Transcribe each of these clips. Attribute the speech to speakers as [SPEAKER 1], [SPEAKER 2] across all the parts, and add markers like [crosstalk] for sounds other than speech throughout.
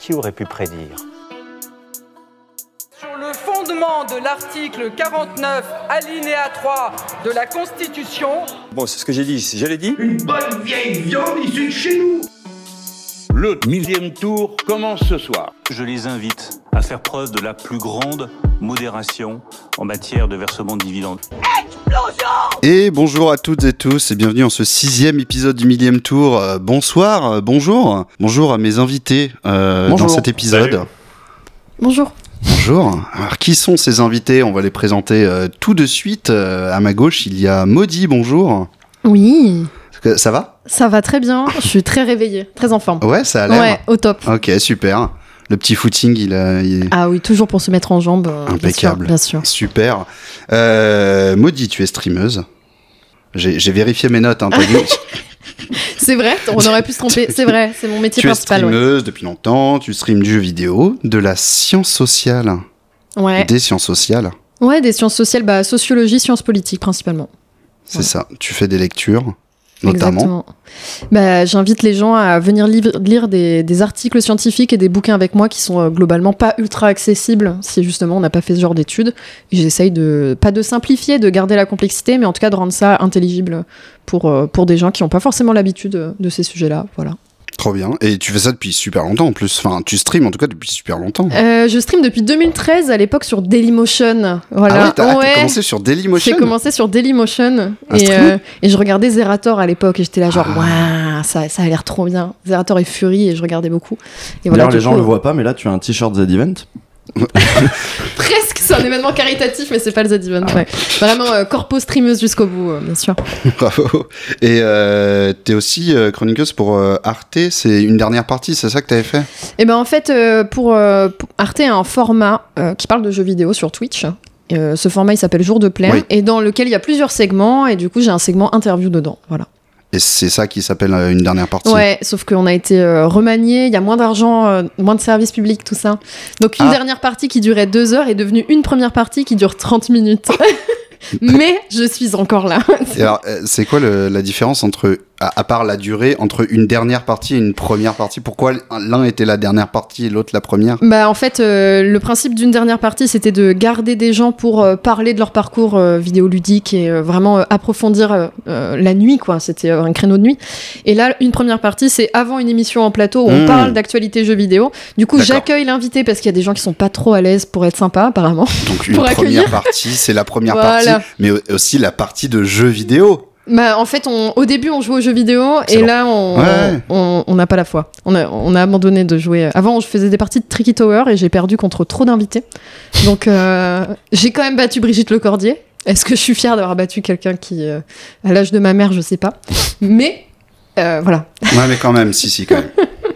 [SPEAKER 1] Qui aurait pu prédire
[SPEAKER 2] Sur le fondement de l'article 49, alinéa 3 de la Constitution,
[SPEAKER 3] Bon, c'est ce que j'ai dit, je l'ai dit.
[SPEAKER 4] Une bonne vieille viande issue de chez nous
[SPEAKER 5] Le millième tour commence ce soir.
[SPEAKER 6] Je les invite à faire preuve de la plus grande modération en matière de versement de dividendes.
[SPEAKER 7] Et bonjour à toutes et tous et bienvenue en ce sixième épisode du millième tour. Euh, bonsoir, euh, bonjour, bonjour à mes invités euh,
[SPEAKER 8] Bonjour.
[SPEAKER 7] dans cet épisode.
[SPEAKER 9] Salut.
[SPEAKER 8] Bonjour.
[SPEAKER 7] Bonjour. Alors qui sont ces invités On va les présenter euh, tout de suite. Euh, à ma gauche, il y a Maudit. Bonjour.
[SPEAKER 8] Oui,
[SPEAKER 7] Est-ce que Ça va
[SPEAKER 8] ça va très bien. Je suis très réveillée, très en forme.
[SPEAKER 7] Ouais, ça a l'air.
[SPEAKER 8] Ouais, au top.
[SPEAKER 7] Ok, super. Le petit footing, il, a, il est
[SPEAKER 8] Ah oui, toujours pour se mettre en jambes. euh, bien
[SPEAKER 7] Impeccable.
[SPEAKER 8] sûr, Bien sûr.
[SPEAKER 7] super. Euh, Maudit, tu es streameuse. J'ai j'ai vérifié mes notes. hein, t'as vu
[SPEAKER 8] C'est vrai, on aurait pu se tromper. C'est vrai, c'est mon métier
[SPEAKER 7] tu es
[SPEAKER 8] principal. ouais.
[SPEAKER 7] streameuse depuis longtemps. Tu streames du jeu vidéo, de la science sociale,
[SPEAKER 8] Ouais.
[SPEAKER 7] des sciences sociales.
[SPEAKER 8] ouais, des sciences sociales, bah, sociologie, sciences politiques principalement.
[SPEAKER 7] C'est ça. Tu fais des lectures, notamment.
[SPEAKER 8] Exactement. Bah, J'invite les gens à venir liv- lire des, des articles scientifiques et des bouquins avec moi qui sont euh, globalement pas ultra accessibles si justement on n'a pas fait ce genre d'études. Et J'essaye de, pas de simplifier, de garder la complexité, mais en tout cas de rendre ça intelligible pour, euh, pour des gens qui n'ont pas forcément l'habitude euh, de ces sujets-là. Voilà.
[SPEAKER 7] Trop bien. Et tu fais ça depuis super longtemps en plus. Enfin, tu streames en tout cas depuis super longtemps. Ah
[SPEAKER 8] Euh, je stream depuis 2013 à l'époque sur Dailymotion. Voilà.
[SPEAKER 7] Ah ouais, t'as ah, t'as
[SPEAKER 8] Ouais.
[SPEAKER 7] commencé sur
[SPEAKER 8] J'ai
[SPEAKER 7] Dailymotion.
[SPEAKER 8] commencé sur Dailymotion
[SPEAKER 7] Un
[SPEAKER 8] et,
[SPEAKER 7] stream
[SPEAKER 8] euh, et je regardais Zerator à l'époque et j'étais là genre
[SPEAKER 7] Ah.
[SPEAKER 8] waouh ça, ça a l'air trop bien Zerator et Fury et je regardais beaucoup et
[SPEAKER 9] D'ailleurs,
[SPEAKER 8] du
[SPEAKER 9] les gens
[SPEAKER 8] coup,
[SPEAKER 9] le voient pas, mais là, tu as un t-shirt Z-Event.
[SPEAKER 8] euh, presque c'est un événement caritatif mais c'est pas le Z-Event ouais. vraiment euh, corpo streameuse jusqu'au bout euh, bien sûr
[SPEAKER 7] [laughs] Bravo. Et euh, t'es aussi euh, chroniqueuse pour euh, Arte. C'est une dernière partie, c'est ça que t'avais fait
[SPEAKER 8] Et ben en fait, euh, pour, euh, pour- Arte a un format euh, qui parle de jeux vidéo sur Twitch. Euh, ce format, il s'appelle Jour de plein
[SPEAKER 7] Oui.
[SPEAKER 8] et dans lequel il y a plusieurs segments, et du coup, j'ai un segment interview dedans. Voilà.
[SPEAKER 7] Et c'est ça qui s'appelle euh, une dernière partie.
[SPEAKER 8] Ouais, sauf qu'on a été euh, remanié, il y a moins d'argent, euh, moins de services publics, tout ça. Donc, une
[SPEAKER 7] Ah.
[SPEAKER 8] dernière partie qui durait deux heures est devenue une première partie qui dure
[SPEAKER 7] [laughs]
[SPEAKER 8] 30 minutes. Mais je suis encore là.
[SPEAKER 7] Et alors, euh, c'est quoi le- la différence entre, à, à part la durée, entre une dernière partie et une première partie Pourquoi l'un était la dernière partie et l'autre la première
[SPEAKER 8] Bah en fait, euh, le principe d'une dernière partie, c'était de garder des gens pour euh, parler de leur parcours euh, vidéoludique et euh, vraiment euh, approfondir euh, euh, la nuit, quoi. C'était euh, un créneau de nuit. Et là, une première partie, c'est avant une émission en plateau où
[SPEAKER 7] Mmh.
[SPEAKER 8] on parle d'actualité jeux vidéo. Du coup,
[SPEAKER 7] D'accord.
[SPEAKER 8] j'accueille l'invité parce qu'il y a des gens qui sont pas trop à l'aise pour être sympa, apparemment.
[SPEAKER 7] Donc, une
[SPEAKER 8] Pour
[SPEAKER 7] première
[SPEAKER 8] accueillir.
[SPEAKER 7] partie, c'est la première
[SPEAKER 8] Voilà.
[SPEAKER 7] partie, mais au- aussi la partie de jeux vidéo.
[SPEAKER 8] Bah en fait, on, au début, on jouait aux jeux vidéo et
[SPEAKER 7] Excellent.
[SPEAKER 8] là, on
[SPEAKER 7] Ouais.
[SPEAKER 8] on on n'a pas la foi. On a, on a abandonné de jouer. Avant, je faisais des parties de Tricky Tower et j'ai perdu contre trop d'invités. Donc, euh, [laughs] j'ai quand même battu Brigitte Lecordier. Est-ce que je suis fière d'avoir battu quelqu'un qui, euh, à l'âge de ma mère, je sais pas. Mais euh, voilà.
[SPEAKER 7] Ouais, mais quand même, si, si, quand même.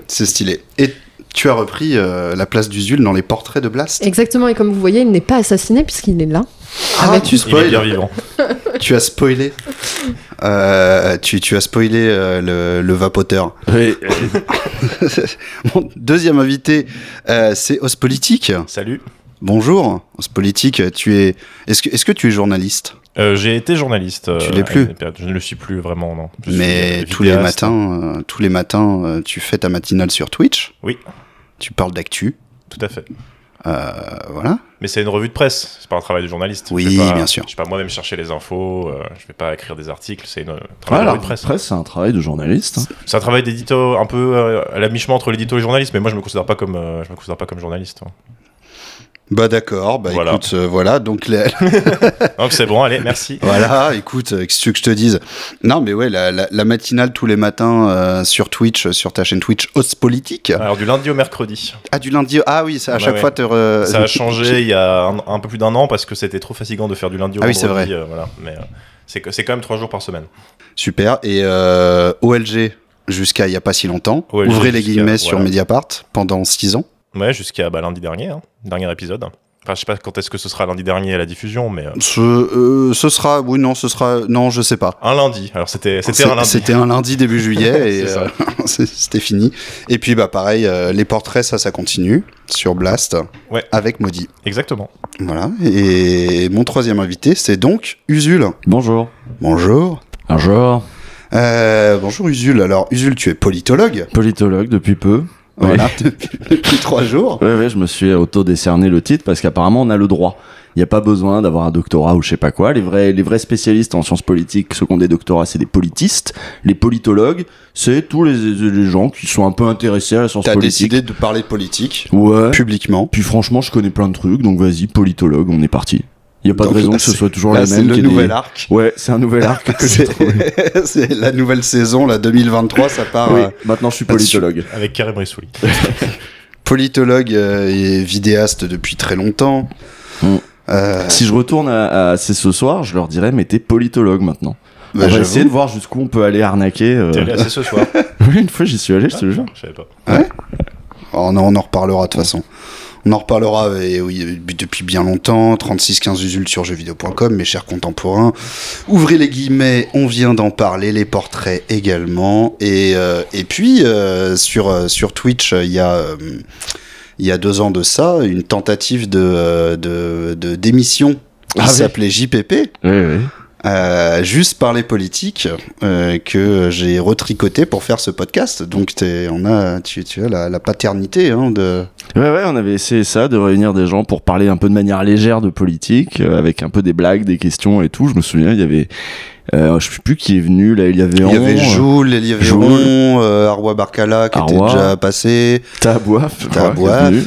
[SPEAKER 7] C'est stylé. Et tu as repris euh, la place d'Usul dans les portraits de Blast.
[SPEAKER 8] Exactement. Et comme vous voyez, il n'est pas assassiné puisqu'il est là.
[SPEAKER 7] Ah,
[SPEAKER 9] Il
[SPEAKER 7] tu
[SPEAKER 9] est bien
[SPEAKER 7] spoil.
[SPEAKER 9] vivant.
[SPEAKER 7] Tu as spoilé. Euh, tu, tu as spoilé euh, le, le vapoteur. [laughs] Mon deuxième invité, euh, c'est Ospolitique.
[SPEAKER 10] Salut.
[SPEAKER 7] Bonjour, Ospolitique. Tu es. Est-ce que, est-ce que tu es journaliste
[SPEAKER 10] Euh, j'ai été journaliste. euh,
[SPEAKER 7] Tu l'es plus.
[SPEAKER 10] à une période. Je ne le suis plus vraiment, non. Je suis,
[SPEAKER 7] Mais
[SPEAKER 10] euh,
[SPEAKER 7] tous les,
[SPEAKER 10] vidéaste.
[SPEAKER 7] matins, euh, tous les matins, euh, tu fais ta matinale sur Twitch.
[SPEAKER 10] Oui.
[SPEAKER 7] Tu parles d'actu.
[SPEAKER 10] Tout à fait.
[SPEAKER 7] Euh, voilà.
[SPEAKER 10] Mais c'est une revue de presse, c'est pas un travail de journaliste. Je
[SPEAKER 7] Oui,
[SPEAKER 10] vais pas-
[SPEAKER 7] bien sûr.
[SPEAKER 10] Je vais pas moi-même chercher les infos, euh, je vais pas écrire des articles, c'est une- euh, un travail
[SPEAKER 9] Ouais,
[SPEAKER 10] de
[SPEAKER 9] la
[SPEAKER 10] revue de presse.
[SPEAKER 9] presse, c'est un travail de journaliste.
[SPEAKER 10] C'est un travail d'édito un peu euh, à la mi-chemin entre l'édito et le journaliste, mais moi je me considère pas comme, euh, je me considère pas comme journaliste.
[SPEAKER 7] [laughs]
[SPEAKER 10] hein.
[SPEAKER 7] Bah d'accord, bah
[SPEAKER 10] Voilà.
[SPEAKER 7] écoute, euh, voilà, donc les-
[SPEAKER 10] Donc c'est bon, allez, merci.
[SPEAKER 7] [laughs] voilà, écoute, euh, qu'est-ce que tu veux que je te dise Non mais ouais, la, la- la matinale tous les matins euh, sur Twitch, euh, sur ta chaîne Twitch, Os Politique.
[SPEAKER 10] Alors du lundi au mercredi.
[SPEAKER 7] Ah du lundi, au- ah oui, ça, à
[SPEAKER 10] Bah Ouais,
[SPEAKER 7] chaque
[SPEAKER 10] ouais.
[SPEAKER 7] fois te re-
[SPEAKER 10] Ça a changé il y a un, un peu plus d'un an parce que c'était trop fatigant de faire du lundi au
[SPEAKER 7] Ah oui,
[SPEAKER 10] mercredi.
[SPEAKER 7] c'est
[SPEAKER 10] voilà. Mais euh, c'est que- c'est quand même trois jours par semaine.
[SPEAKER 7] [laughs] Super, et euh, OLG jusqu'à il y a pas si longtemps,
[SPEAKER 10] OLG
[SPEAKER 7] ouvrez les
[SPEAKER 10] jusqu'à-
[SPEAKER 7] guillemets sur
[SPEAKER 10] voilà.
[SPEAKER 7] Mediapart pendant 6 ans.
[SPEAKER 10] Ouais, jusqu'à bah, lundi dernier, hein. dernier épisode. Enfin, je sais pas quand est-ce que ce sera lundi dernier à la diffusion, mais euh,
[SPEAKER 7] Ce, euh, ce sera, oui non, ce sera, non je sais pas.
[SPEAKER 10] un lundi. Alors c'était c'était
[SPEAKER 7] C'est-
[SPEAKER 10] un lundi.
[SPEAKER 7] C'était un lundi début
[SPEAKER 10] [laughs]
[SPEAKER 7] juillet et
[SPEAKER 10] C'est ça.
[SPEAKER 7] euh, [laughs] c'est- c'était fini. Et puis bah pareil, euh, les portraits ça ça continue sur Blast
[SPEAKER 10] Ouais.
[SPEAKER 7] avec Maudit.
[SPEAKER 10] Exactement.
[SPEAKER 7] Voilà, et mon troisième invité, c'est donc Usul.
[SPEAKER 9] Bonjour.
[SPEAKER 7] Bonjour.
[SPEAKER 9] Bonjour.
[SPEAKER 7] Euh, bonjour Usul. Alors, Usul, tu es politologue.
[SPEAKER 9] Politologue depuis peu.
[SPEAKER 7] Voilà, [laughs] depuis, depuis trois jours.
[SPEAKER 9] Ouais, ouais, je me suis auto-décerné le titre parce qu'apparemment on a le droit. Il n'y a pas besoin d'avoir un doctorat ou je sais pas quoi. Les vrais, les vrais spécialistes en sciences politiques, ceux qui ont des doctorats, c'est des politistes. Les politologues, c'est tous les, les gens qui sont un peu intéressés à la science
[SPEAKER 7] T'as
[SPEAKER 9] politique.
[SPEAKER 7] décidé de parler politique
[SPEAKER 9] Ouais.
[SPEAKER 7] publiquement.
[SPEAKER 9] Puis franchement, je connais plein de trucs, donc vas-y, politologue, on est parti. Il n'y a pas
[SPEAKER 7] Donc
[SPEAKER 9] de raison
[SPEAKER 7] là,
[SPEAKER 9] que ce
[SPEAKER 7] c'est-
[SPEAKER 9] soit toujours
[SPEAKER 7] là,
[SPEAKER 9] les
[SPEAKER 7] c'est
[SPEAKER 9] mêmes.
[SPEAKER 7] le
[SPEAKER 9] qu'il y ait
[SPEAKER 7] nouvel [laughs]
[SPEAKER 9] des-
[SPEAKER 7] arc.
[SPEAKER 9] Ouais, c'est un nouvel
[SPEAKER 7] [laughs]
[SPEAKER 9] arc que j'ai trouvé.
[SPEAKER 7] C'est c'est la nouvelle saison, la 2023, ça part.
[SPEAKER 9] Oui,
[SPEAKER 7] euh,
[SPEAKER 9] maintenant je suis
[SPEAKER 7] là-dessus.
[SPEAKER 9] politologue.
[SPEAKER 10] Avec Karim Rissouli.
[SPEAKER 7] politologue euh, et vidéaste depuis très longtemps.
[SPEAKER 9] Mm.
[SPEAKER 7] Euh,
[SPEAKER 9] Si je retourne à, à- c'est ce soir, je leur dirais mais t'es politologue maintenant.
[SPEAKER 7] bah,
[SPEAKER 9] on va
[SPEAKER 7] j'avoue.
[SPEAKER 9] essayer de voir jusqu'où on peut aller arnaquer. euh. [laughs]
[SPEAKER 10] T'es allé assez
[SPEAKER 7] [laughs]
[SPEAKER 10] ce soir.
[SPEAKER 9] Oui, une fois j'y suis allé, je te le jure.
[SPEAKER 10] Je savais pas.
[SPEAKER 7] Oh non, on en reparlera de toute façon. On en reparlera et oui, depuis bien longtemps. 36-15 usul sur jeuxvideo.com, mes chers contemporains. Ouvrez les guillemets, on vient d'en parler, les portraits également. Et, euh, et puis, euh, sur, euh, sur Twitch, il y a. euh, il y a deux ans de ça, une tentative de, euh, de, de démission qui
[SPEAKER 9] Ah oui.
[SPEAKER 7] s'appelait JPP,
[SPEAKER 9] Oui, oui.
[SPEAKER 7] euh, juste par les politiques, euh, que j'ai retricoté pour faire ce podcast. Donc t'es- on a, tu, tu as la, la paternité hein, de,
[SPEAKER 9] Ouais, ouais, on avait essayé ça, de réunir des gens pour parler un peu de manière légère de politique, euh, avec un peu des blagues, des questions et tout. Je me souviens, il y avait, euh, je sais plus qui est venu, là, il y avait,
[SPEAKER 7] Il y avait
[SPEAKER 9] Jean, euh,
[SPEAKER 7] Joule, Elie
[SPEAKER 9] Joule.
[SPEAKER 7] Véron, euh, Arwa Barkala qui
[SPEAKER 9] Arwa.
[SPEAKER 7] était déjà passé,
[SPEAKER 9] Tabouaf, voilà, qui est
[SPEAKER 7] Tabouaf.
[SPEAKER 9] venu.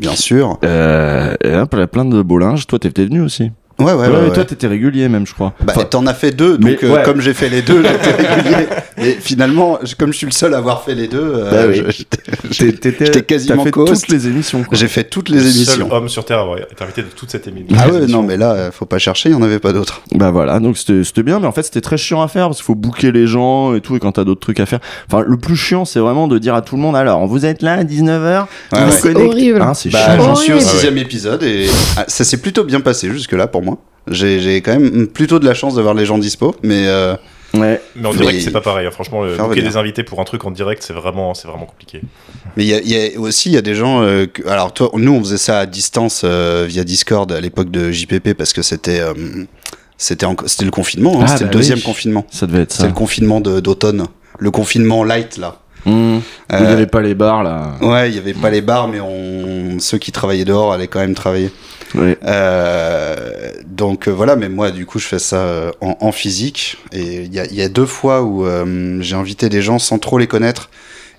[SPEAKER 7] bien sûr.
[SPEAKER 9] Euh, et hop, il y a plein de beaux linges. Toi, t'étais venu aussi.
[SPEAKER 7] Ouais, ouais, ouais.
[SPEAKER 9] Ouais,
[SPEAKER 7] ouais.
[SPEAKER 9] Toi, t'étais régulier même, je crois.
[SPEAKER 7] Bah,
[SPEAKER 9] Enfin,
[SPEAKER 7] t'en as fait deux,
[SPEAKER 9] Mais,
[SPEAKER 7] donc euh,
[SPEAKER 9] ouais.
[SPEAKER 7] comme j'ai fait les deux,
[SPEAKER 9] [laughs]
[SPEAKER 7] j'étais régulier. Et finalement, je- comme je suis le seul à avoir fait les deux, euh,
[SPEAKER 9] Bah oui.
[SPEAKER 7] je- je-
[SPEAKER 9] t'es- t'étais- t'as
[SPEAKER 7] j'étais quasiment
[SPEAKER 9] fait
[SPEAKER 7] co-host.
[SPEAKER 9] toutes les émissions. quoi.
[SPEAKER 7] j'ai fait toutes les émissions.
[SPEAKER 10] Seul homme sur Terre à avoir été invité de toute cette émission.
[SPEAKER 7] Ah ouais, non, mais là, euh, faut pas chercher, il y en avait pas d'autres.
[SPEAKER 9] Bah voilà, donc c'était c'était bien, mais en fait c'était très chiant à faire parce qu'il faut bouquer les gens et tout, et quand t'as d'autres trucs à faire. Enfin, le plus chiant c'est vraiment de dire à tout le monde alors, vous êtes là à 19h,
[SPEAKER 7] Ouais,
[SPEAKER 9] vous
[SPEAKER 7] ouais.
[SPEAKER 9] connectez.
[SPEAKER 8] Horrible.
[SPEAKER 9] Hein, c'est
[SPEAKER 7] Bah,
[SPEAKER 9] chiant.
[SPEAKER 7] j'en suis au
[SPEAKER 8] Horrible.
[SPEAKER 7] sixième épisode et ah, ça s'est plutôt bien passé jusque-là pour moi. J'ai j'ai quand même plutôt de la chance d'avoir les gens dispo, mais euh,
[SPEAKER 9] Ouais.
[SPEAKER 10] Mais on dirait
[SPEAKER 7] Mais-
[SPEAKER 10] que c'est pas pareil. hein. Franchement, le
[SPEAKER 7] Faire
[SPEAKER 10] bouquet
[SPEAKER 7] venir.
[SPEAKER 10] des invités pour un truc en direct, c'est vraiment, c'est vraiment compliqué.
[SPEAKER 7] Mais il y a- il y, a aussi, il y a des gens. euh, que- alors, toi, nous, on faisait ça à distance euh, via Discord à l'époque de JPP parce que c'était euh, c'était en- c'était le confinement. hein,
[SPEAKER 9] Ah,
[SPEAKER 7] c'était
[SPEAKER 9] bah
[SPEAKER 7] le deuxième
[SPEAKER 9] oui.
[SPEAKER 7] confinement.
[SPEAKER 9] Ça devait être
[SPEAKER 7] C'était
[SPEAKER 9] ça.
[SPEAKER 7] le confinement de- d'automne. Le confinement light, là.
[SPEAKER 9] Mmh. Il n'y
[SPEAKER 7] Euh,
[SPEAKER 9] avait pas les bars là.
[SPEAKER 7] Ouais, il y avait pas les bars, mais on, ceux qui travaillaient dehors allaient quand même travailler.
[SPEAKER 9] Ouais.
[SPEAKER 7] Euh, donc euh, voilà, mais moi du coup je fais ça euh, en, en physique et il y a, il y a deux fois où euh, j'ai invité des gens sans trop les connaître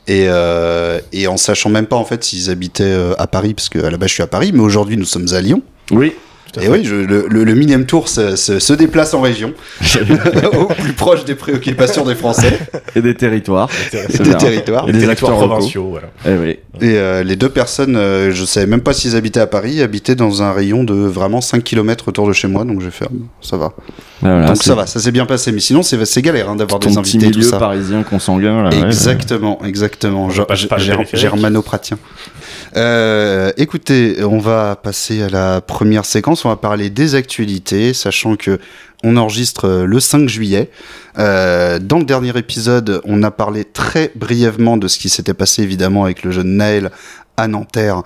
[SPEAKER 7] et, euh, et en sachant même pas en fait s'ils habitaient euh, à Paris parce que à la base je suis à Paris mais aujourd'hui nous sommes à Lyon
[SPEAKER 9] Oui.
[SPEAKER 10] à
[SPEAKER 7] et oui je- le, le, le minimum tour se, se, se déplace en région [laughs] au plus proche des préoccupations des Français
[SPEAKER 9] Et des territoires.
[SPEAKER 7] et
[SPEAKER 9] C'est
[SPEAKER 7] des
[SPEAKER 9] bien.
[SPEAKER 7] territoires
[SPEAKER 9] Et des acteurs locaux.
[SPEAKER 10] provinciaux, voilà.
[SPEAKER 9] Eh oui.
[SPEAKER 7] et euh, les deux personnes euh, je savais même pas s'ils habitaient à Paris habitaient dans un rayon de vraiment 5 km autour de chez moi donc j'ai fait ah, ça va
[SPEAKER 9] Ah, voilà,
[SPEAKER 7] Donc
[SPEAKER 9] c'est
[SPEAKER 7] ça va, ça s'est bien passé. Mais sinon, c'est c'est galère hein, d'avoir
[SPEAKER 9] Ton
[SPEAKER 7] des
[SPEAKER 9] petit
[SPEAKER 7] invités tout
[SPEAKER 9] milieu
[SPEAKER 7] ça.
[SPEAKER 9] parisien consanguin là. ouais.
[SPEAKER 7] Exactement, exactement. Ge-
[SPEAKER 10] Pas- pas le
[SPEAKER 7] Ger-
[SPEAKER 10] périphérique.
[SPEAKER 7] Germanopratien. Euh, écoutez, on va passer à la première séquence. On va parler des actualités, sachant que on enregistre euh, le 5 juillet. Euh, dans le dernier épisode, on a parlé très brièvement de ce qui s'était passé évidemment avec le jeune Naël à Nanterre,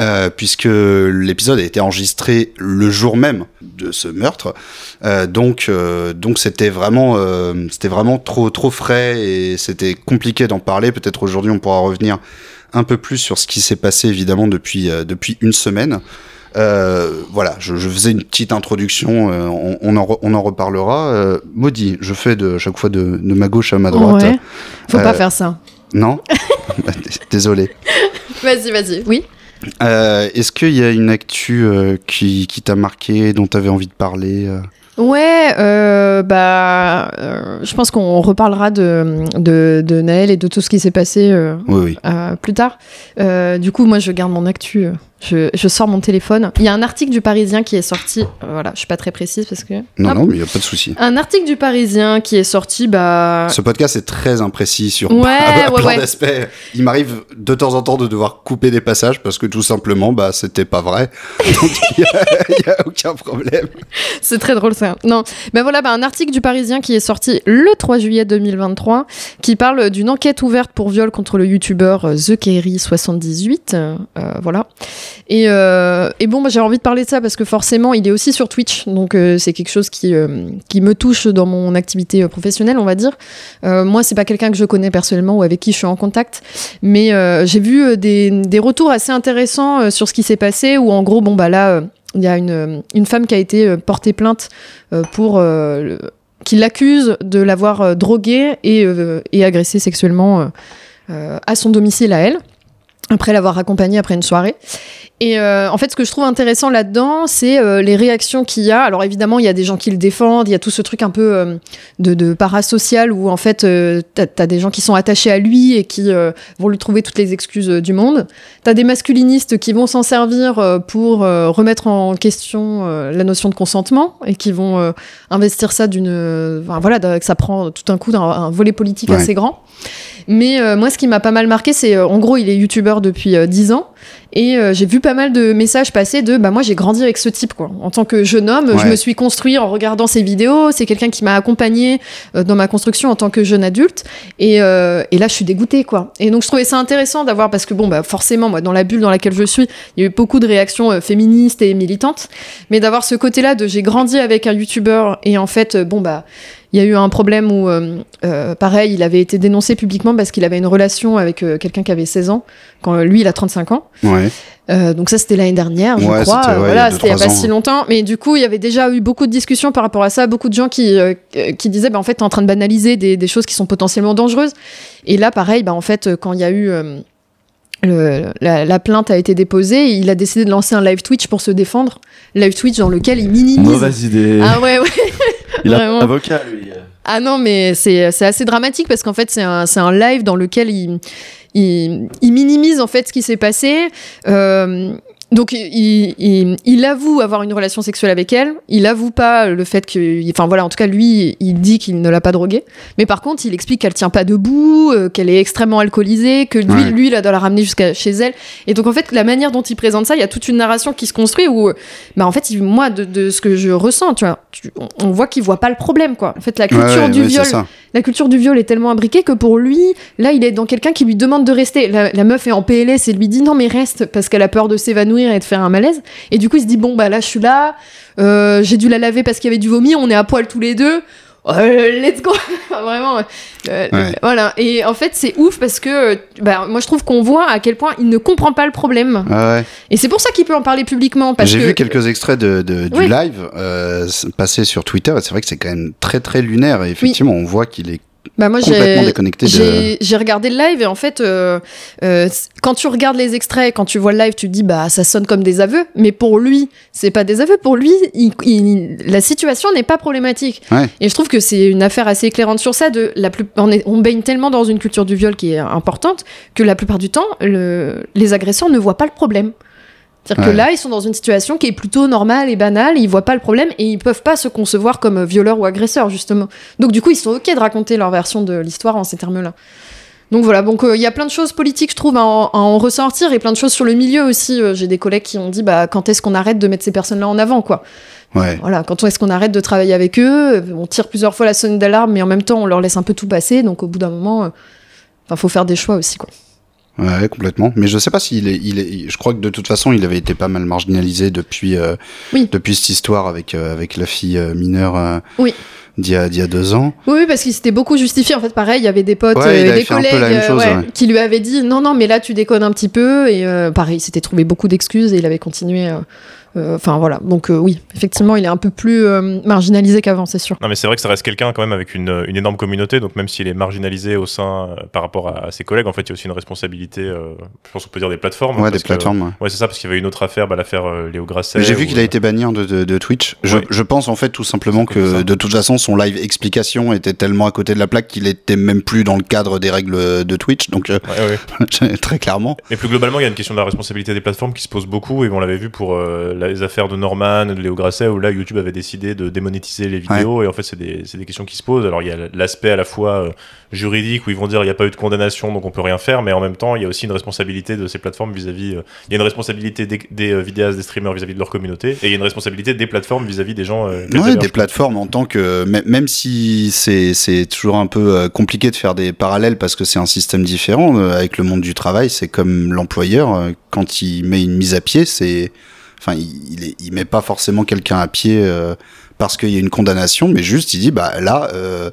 [SPEAKER 7] euh, puisque l'épisode a été enregistré le jour même de ce meurtre. Euh, donc, euh, donc c'était vraiment, euh, c'était vraiment trop, trop frais et c'était compliqué d'en parler. Peut-être aujourd'hui, on pourra revenir un peu plus sur ce qui s'est passé évidemment depuis, euh, depuis une semaine. Euh, voilà, je, je faisais une petite introduction. euh, on, on en re- on en reparlera. Euh, Maudit, je fais de chaque fois de, de ma gauche à ma droite.
[SPEAKER 8] Ouais. Faut
[SPEAKER 7] Euh,
[SPEAKER 8] pas faire ça.
[SPEAKER 7] Non, [laughs] Bah, désolé.
[SPEAKER 8] Vas-y, vas-y. Oui.
[SPEAKER 7] Euh, Est-ce qu'il y a une actu euh, qui, qui t'a marqué, dont t'avais envie de parler euh
[SPEAKER 8] Ouais, euh, bah, euh, je pense qu'on reparlera de, de, de Naël et de tout ce qui s'est passé euh,
[SPEAKER 7] Oui, oui.
[SPEAKER 8] euh, plus tard. Euh, du coup, moi, je garde mon actu. euh, Je, je sors mon téléphone. Il y a un article du Parisien qui est sorti. euh, Voilà, je suis pas très précise parce que.
[SPEAKER 7] Non,
[SPEAKER 8] Hop.
[SPEAKER 7] non, mais il n'y a pas de souci.
[SPEAKER 8] Un article du Parisien qui est sorti, bah.
[SPEAKER 7] Ce podcast est très imprécis sur
[SPEAKER 8] Ouais,
[SPEAKER 7] plein
[SPEAKER 8] ouais, ouais.
[SPEAKER 7] d'aspects. Il m'arrive de temps en temps de devoir couper des passages parce que tout simplement, bah, c'était pas vrai. [laughs] Donc, il n'y a, aucun problème.
[SPEAKER 8] [laughs] C'est très drôle ça. Non, ben voilà, ben, un article du Parisien qui est sorti le 3 juillet 2023 qui parle d'une enquête ouverte pour viol contre le youtubeur euh, TheKerry78. euh, euh, voilà. Et, euh, et bon, bah, j'ai envie de parler de ça parce que forcément, il est aussi sur Twitch, donc euh, c'est quelque chose qui, euh, qui me touche dans mon activité euh, professionnelle, on va dire. Euh, moi, c'est pas quelqu'un que je connais personnellement ou avec qui je suis en contact, mais euh, j'ai vu euh, des, des retours assez intéressants euh, sur ce qui s'est passé, où en gros, bon, bah là, euh, il y a une, euh, une femme qui a été euh, portée plainte euh, pour. euh, le- qui l'accuse de l'avoir euh, droguée et, euh, et agressée sexuellement euh, euh, à son domicile à elle, après l'avoir accompagnée après une soirée. Et euh, en fait, ce que je trouve intéressant là-dedans, c'est euh, les réactions qu'il y a. Alors évidemment, il y a des gens qui le défendent, il y a tout ce truc un peu euh, de, de parasocial où en fait, euh, t'as t'as des gens qui sont attachés à lui et qui euh, vont lui trouver toutes les excuses euh, du monde. T'as des masculinistes qui vont s'en servir euh, pour euh, remettre en question euh, la notion de consentement et qui vont euh, investir ça d'une... enfin, voilà, d'un- que ça prend tout un coup d'un un volet politique
[SPEAKER 7] Ouais.
[SPEAKER 8] assez grand. Mais euh, moi, ce qui m'a pas mal marqué, c'est euh, en gros, il est youtubeur depuis euh, 10 ans. Et euh, j'ai vu pas mal de messages passer de bah moi j'ai grandi avec ce type quoi. En tant que jeune homme, je
[SPEAKER 7] Ouais.
[SPEAKER 8] me suis construit en regardant ses vidéos. C'est quelqu'un qui m'a accompagné euh, dans ma construction en tant que jeune adulte. Et, euh, et là je suis dégoûtée quoi. Et donc je trouvais ça intéressant d'avoir parce que bon bah forcément moi dans la bulle dans laquelle je suis, il y a eu beaucoup de réactions euh, féministes et militantes. Mais d'avoir ce côté-là de j'ai grandi avec un youtubeur et en fait euh, bon bah il y a eu un problème où, euh, euh, pareil, il avait été dénoncé publiquement parce qu'il avait une relation avec euh, quelqu'un qui avait 16 ans, quand euh, lui, il a 35 ans.
[SPEAKER 7] Ouais.
[SPEAKER 8] Euh, donc ça c'était l'année dernière, je
[SPEAKER 7] Ouais,
[SPEAKER 8] crois.
[SPEAKER 7] c'était, ouais, il y a
[SPEAKER 8] Euh, voilà,
[SPEAKER 7] deux,
[SPEAKER 8] c'était il y a
[SPEAKER 7] trois
[SPEAKER 8] pas
[SPEAKER 7] ans.
[SPEAKER 8] si longtemps. Mais du coup, il y avait déjà eu beaucoup de discussions par rapport à ça, beaucoup de gens qui euh, qui disaient, bah, en fait, t'es en train de banaliser des, des choses qui sont potentiellement dangereuses. Et là, pareil, bah, en fait, euh, quand il y a eu euh, le- la, la plainte a été déposée, il a décidé de lancer un live Twitch pour se défendre, live Twitch dans lequel il minimise.
[SPEAKER 9] Mauvaise idée.
[SPEAKER 8] Ah ouais, ouais.
[SPEAKER 9] Il a
[SPEAKER 8] vraiment.
[SPEAKER 9] avocat, lui.
[SPEAKER 8] Ah non, mais c'est c'est assez dramatique parce qu'en fait, c'est un, c'est un live dans lequel il, il, il minimise en fait ce qui s'est passé. Euh, donc, il, il, il avoue avoir une relation sexuelle avec elle. Il avoue pas le fait que. Enfin, voilà, en tout cas, lui, il dit qu'il ne l'a pas droguée. Mais par contre, il explique qu'elle tient pas debout, euh, qu'elle est extrêmement alcoolisée, que lui,
[SPEAKER 7] Ouais.
[SPEAKER 8] lui, il a dû la ramener jusqu'à chez elle. Et donc, en fait, la manière dont il présente ça, il y a toute une narration qui se construit où bah en fait il- moi de, de ce que je ressens tu vois tu- on, on voit qu'il voit pas le problème quoi en fait la culture
[SPEAKER 7] Ouais, ouais,
[SPEAKER 8] du
[SPEAKER 7] ouais, c'est
[SPEAKER 8] viol
[SPEAKER 7] ça.
[SPEAKER 8] la culture du viol est tellement imbriquée que pour lui là il est dans quelqu'un qui lui demande de rester la, la meuf est en PLS et lui dit non mais reste parce qu'elle a peur de s'évanouir et de faire un malaise et du coup il se dit bon bah là je suis là euh, j'ai dû la laver parce qu'il y avait du vomi on est à poil tous les deux Euh, [laughs] let's go vraiment euh,
[SPEAKER 7] Ouais.
[SPEAKER 8] voilà et en fait c'est ouf parce que bah, moi je trouve qu'on voit à quel point il ne comprend pas le problème
[SPEAKER 7] Ah ouais.
[SPEAKER 8] et c'est pour ça qu'il peut en parler publiquement parce
[SPEAKER 7] J'ai
[SPEAKER 8] que
[SPEAKER 7] vu quelques extraits de, de- du
[SPEAKER 8] Oui.
[SPEAKER 7] live euh, s- passer sur Twitter et c'est vrai que c'est quand même très très lunaire et effectivement on voit qu'il est
[SPEAKER 8] Bah moi
[SPEAKER 7] complètement
[SPEAKER 8] j'ai
[SPEAKER 7] déconnecté de.
[SPEAKER 8] j'ai j'ai regardé le live et en fait euh, euh, c- quand tu regardes les extraits et quand tu vois le live tu te dis bah ça sonne comme des aveux mais pour lui c'est pas des aveux pour lui il- il- la situation n'est pas problématique
[SPEAKER 7] Ouais.
[SPEAKER 8] et je trouve que c'est une affaire assez éclairante sur ça de la plus on, est- on baigne tellement dans une culture du viol qui est importante que la plupart du temps le- les agresseurs ne voient pas le problème c'est-à-dire que
[SPEAKER 7] Ouais.
[SPEAKER 8] là, ils sont dans une situation qui est plutôt normale et banale, ils voient pas le problème et ils peuvent pas se concevoir comme euh, violeurs ou agresseurs, justement. Donc du coup, ils sont ok de raconter leur version de l'histoire en ces termes-là. Donc voilà, donc euh, il y a plein de choses politiques, je trouve, à en, à en ressortir et plein de choses sur le milieu aussi. Euh, J'ai des collègues qui ont dit, bah quand est-ce qu'on arrête de mettre ces personnes-là en avant, quoi.
[SPEAKER 7] Ouais.
[SPEAKER 8] Voilà, quand est-ce qu'on arrête de travailler avec eux Euh, On tire plusieurs fois la sonnette d'alarme, mais en même temps, on leur laisse un peu tout passer. Donc au bout d'un moment, euh, enfin, faut faire des choix aussi, quoi.
[SPEAKER 7] ouais, complètement. Mais je sais pas s'il est, il est. Je crois que de toute façon il avait été pas mal marginalisé depuis euh,
[SPEAKER 8] Oui.
[SPEAKER 7] depuis cette histoire avec euh, avec la fille euh, mineure. euh,
[SPEAKER 8] Oui.
[SPEAKER 7] D'il y a d'il y a deux ans.
[SPEAKER 8] Oui, oui, parce qu'il s'était beaucoup justifié. En fait, pareil, il y avait des potes
[SPEAKER 7] Ouais,
[SPEAKER 8] euh,
[SPEAKER 7] il
[SPEAKER 8] et
[SPEAKER 7] avait
[SPEAKER 8] des
[SPEAKER 7] fait un peu
[SPEAKER 8] collègues
[SPEAKER 7] la même
[SPEAKER 8] euh,
[SPEAKER 7] chose,
[SPEAKER 8] ouais,
[SPEAKER 7] ouais.
[SPEAKER 8] qui lui avaient dit non, non, mais là tu déconnes un petit peu. Et euh, pareil, il s'était trouvé beaucoup d'excuses et il avait continué. euh, euh, Enfin voilà, donc euh, oui, effectivement, il est un peu plus euh, marginalisé qu'avant, c'est sûr.
[SPEAKER 10] Non, mais c'est vrai que ça reste quelqu'un quand même avec une, une énorme communauté, donc même s'il est marginalisé au sein euh, par rapport à, à ses collègues, en fait, il y a aussi une responsabilité, euh, je pense qu'on peut dire des plateformes. hein,
[SPEAKER 7] Ouais, des
[SPEAKER 10] parce que-
[SPEAKER 7] plateformes. ouais.
[SPEAKER 10] Ouais, c'est ça, parce qu'il y avait une autre affaire, bah, l'affaire euh, Léo Grasset.
[SPEAKER 7] Mais J'ai vu
[SPEAKER 10] où,
[SPEAKER 7] qu'il a
[SPEAKER 10] euh,
[SPEAKER 7] été banni hein, de, de, de Twitch. Je,
[SPEAKER 10] Ouais.
[SPEAKER 7] je pense en fait tout simplement
[SPEAKER 10] C'est comme
[SPEAKER 7] que
[SPEAKER 10] ça.
[SPEAKER 7] de toute façon son live explication était tellement à côté de la plaque qu'il était même plus dans le cadre des règles de Twitch. Donc euh, [laughs]
[SPEAKER 10] ouais, ouais.
[SPEAKER 7] très clairement.
[SPEAKER 10] Et plus globalement, il y a une question de la responsabilité des plateformes qui se pose beaucoup, et on l'avait vu pour euh, les affaires de Norman, de Léo Grasset, où là, YouTube avait décidé de démonétiser les vidéos. Et en fait, c'est des, c'est des questions qui se posent. Alors, il y a l'aspect à la fois euh, juridique, où ils vont dire il n'y a pas eu de condamnation, donc on peut rien faire. Mais en même temps, il y a aussi une responsabilité de ces plateformes vis-à-vis. euh, il y a une responsabilité des, des, euh, vidéastes, des streamers vis-à-vis de leur communauté. Et il y a une responsabilité des plateformes vis-à-vis des gens. euh, qu'elles
[SPEAKER 7] Ouais, des
[SPEAKER 10] hébergent.
[SPEAKER 7] plateformes en tant que mê- même si c'est c'est toujours un peu euh, compliqué de faire des parallèles parce que c'est un système différent euh, avec le monde du travail, c'est comme l'employeur euh, quand il met une mise à pied, c'est enfin il, il est- il met pas forcément quelqu'un à pied euh, parce qu'il y a une condamnation, mais juste il dit bah là euh,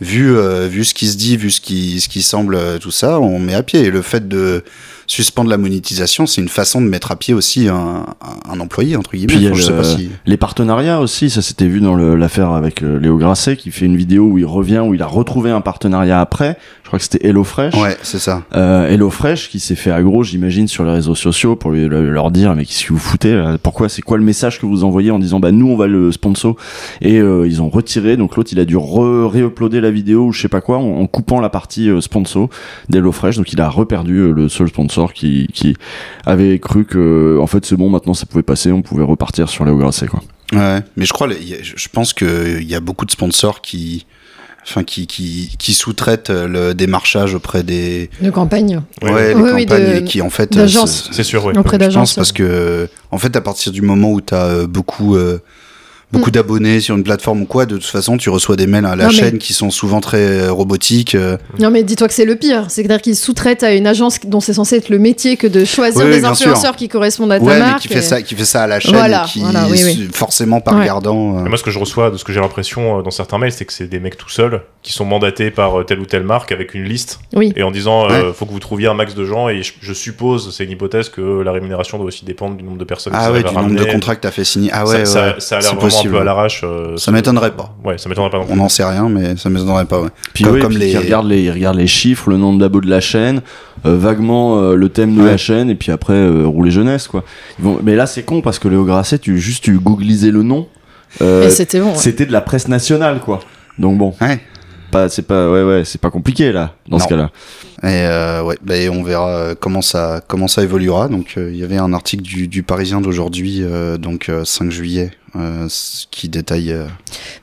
[SPEAKER 7] vu euh, vu ce qui se dit, vu ce qui ce qui semble euh, tout ça, on met à pied et le fait de suspendre la monétisation, c'est une façon de mettre à pied aussi un, un- un employé entre guillemets.
[SPEAKER 9] Puis il y a
[SPEAKER 7] Enfin, je sais
[SPEAKER 9] le-
[SPEAKER 7] pas si
[SPEAKER 9] Les partenariats aussi, ça s'était vu dans le- l'affaire avec euh, Léo Grasset qui fait une vidéo où il revient, où il a retrouvé un partenariat après. Je crois que c'était HelloFresh.
[SPEAKER 7] ouais c'est ça.
[SPEAKER 9] Euh, HelloFresh qui s'est fait aggro, j'imagine, sur les réseaux sociaux pour lui- le- leur dire mais qu'est-ce que vous foutez là Pourquoi C'est quoi le message que vous envoyez en disant bah nous on va le sponsor Et euh, ils ont retiré, donc l'autre il a dû re- réuploader la vidéo ou je sais pas quoi en, en coupant la partie euh, sponsor d'HelloFresh, donc il a reperdu euh, le seul sponsor qui, qui avait cru que en fait c'est bon maintenant ça pouvait passer, on pouvait repartir sur Léo Grasset quoi.
[SPEAKER 7] Ouais, mais je crois, les- y a- je je pense que il y a beaucoup de sponsors qui, enfin, qui, qui, qui sous-traitent euh, le démarchage auprès des,
[SPEAKER 8] De campagne.
[SPEAKER 10] Oui,
[SPEAKER 7] ouais, les
[SPEAKER 8] oui, oui,
[SPEAKER 7] campagnes
[SPEAKER 8] de-
[SPEAKER 7] et qui en fait, euh,
[SPEAKER 8] d'agences.
[SPEAKER 7] se-
[SPEAKER 10] C'est sûr, oui.
[SPEAKER 8] Auprès
[SPEAKER 7] je pense
[SPEAKER 8] d'agences.
[SPEAKER 7] parce que, en fait, à partir du moment où t'as euh, beaucoup, euh, beaucoup d'abonnés sur une plateforme ou quoi, de toute façon, tu reçois des mails à la
[SPEAKER 8] Mm. Non, mais-
[SPEAKER 7] chaîne qui sont souvent très euh, robotiques. euh.
[SPEAKER 8] Non, mais dis-toi que c'est le pire. C'est-à-dire qu'ils sous-traitent à une agence dont c'est censé être le métier que de choisir
[SPEAKER 7] Oui, oui,
[SPEAKER 8] des
[SPEAKER 7] bien sûr.
[SPEAKER 8] influenceurs qui correspondent à Bah, ta
[SPEAKER 7] Ouais, mais
[SPEAKER 8] marque.
[SPEAKER 7] qui fait
[SPEAKER 8] et-
[SPEAKER 7] ça, qui fait ça à la chaîne,
[SPEAKER 8] Voilà,
[SPEAKER 7] et qui
[SPEAKER 8] voilà, oui, oui.
[SPEAKER 7] forcément par
[SPEAKER 8] Ouais.
[SPEAKER 7] regardant. euh,
[SPEAKER 10] Et moi, ce que je reçois, de ce que j'ai l'impression euh, dans certains mails, c'est que c'est des mecs tout seuls qui sont mandatés par euh, telle ou telle marque avec une liste
[SPEAKER 8] Oui.
[SPEAKER 10] et en disant euh, faut que vous trouviez un max de gens. Et je, je suppose, c'est une hypothèse, que la rémunération doit aussi dépendre du nombre de personnes.
[SPEAKER 7] Ah
[SPEAKER 10] que
[SPEAKER 7] ouais,
[SPEAKER 10] ça va
[SPEAKER 7] du nombre de
[SPEAKER 10] ramener.
[SPEAKER 7] contrats que t'as fait signer. Ah
[SPEAKER 10] Ça-
[SPEAKER 7] ouais, ouais,
[SPEAKER 10] ça, ça a l'air
[SPEAKER 7] c'est
[SPEAKER 10] vraiment
[SPEAKER 7] possible.
[SPEAKER 10] un peu à l'arrache. euh,
[SPEAKER 7] Ça m'étonnerait pas.
[SPEAKER 10] Ouais, ça m'étonnerait pas non plus.
[SPEAKER 7] On n'en sait rien, mais ça m'étonnerait pas. Ouais.
[SPEAKER 9] Puis
[SPEAKER 7] Comme-
[SPEAKER 9] ouais,
[SPEAKER 7] comme
[SPEAKER 9] puis
[SPEAKER 7] les-
[SPEAKER 9] qui regarde les, il regarde les chiffres, le nombre d'abos de la chaîne, euh, vaguement euh, le thème de
[SPEAKER 7] Ouais.
[SPEAKER 9] la chaîne, et puis après euh, rouler jeunesse quoi. Ils vont- mais là c'est con parce que Léo Grasset, tu juste tu googlisais le nom, euh,
[SPEAKER 8] Et c'était bon. ouais.
[SPEAKER 9] c'était de la presse nationale quoi. Donc bon,
[SPEAKER 7] Ouais.
[SPEAKER 9] pas c'est pas ouais ouais c'est pas compliqué là dans
[SPEAKER 7] Non.
[SPEAKER 9] ce cas-là.
[SPEAKER 7] Et euh, ouais, ben on verra euh, comment ça comment ça évoluera. Donc euh, il y avait un article du, du Parisien d'aujourd'hui, euh, donc euh, 5 juillet, euh, ce qui détaille. euh,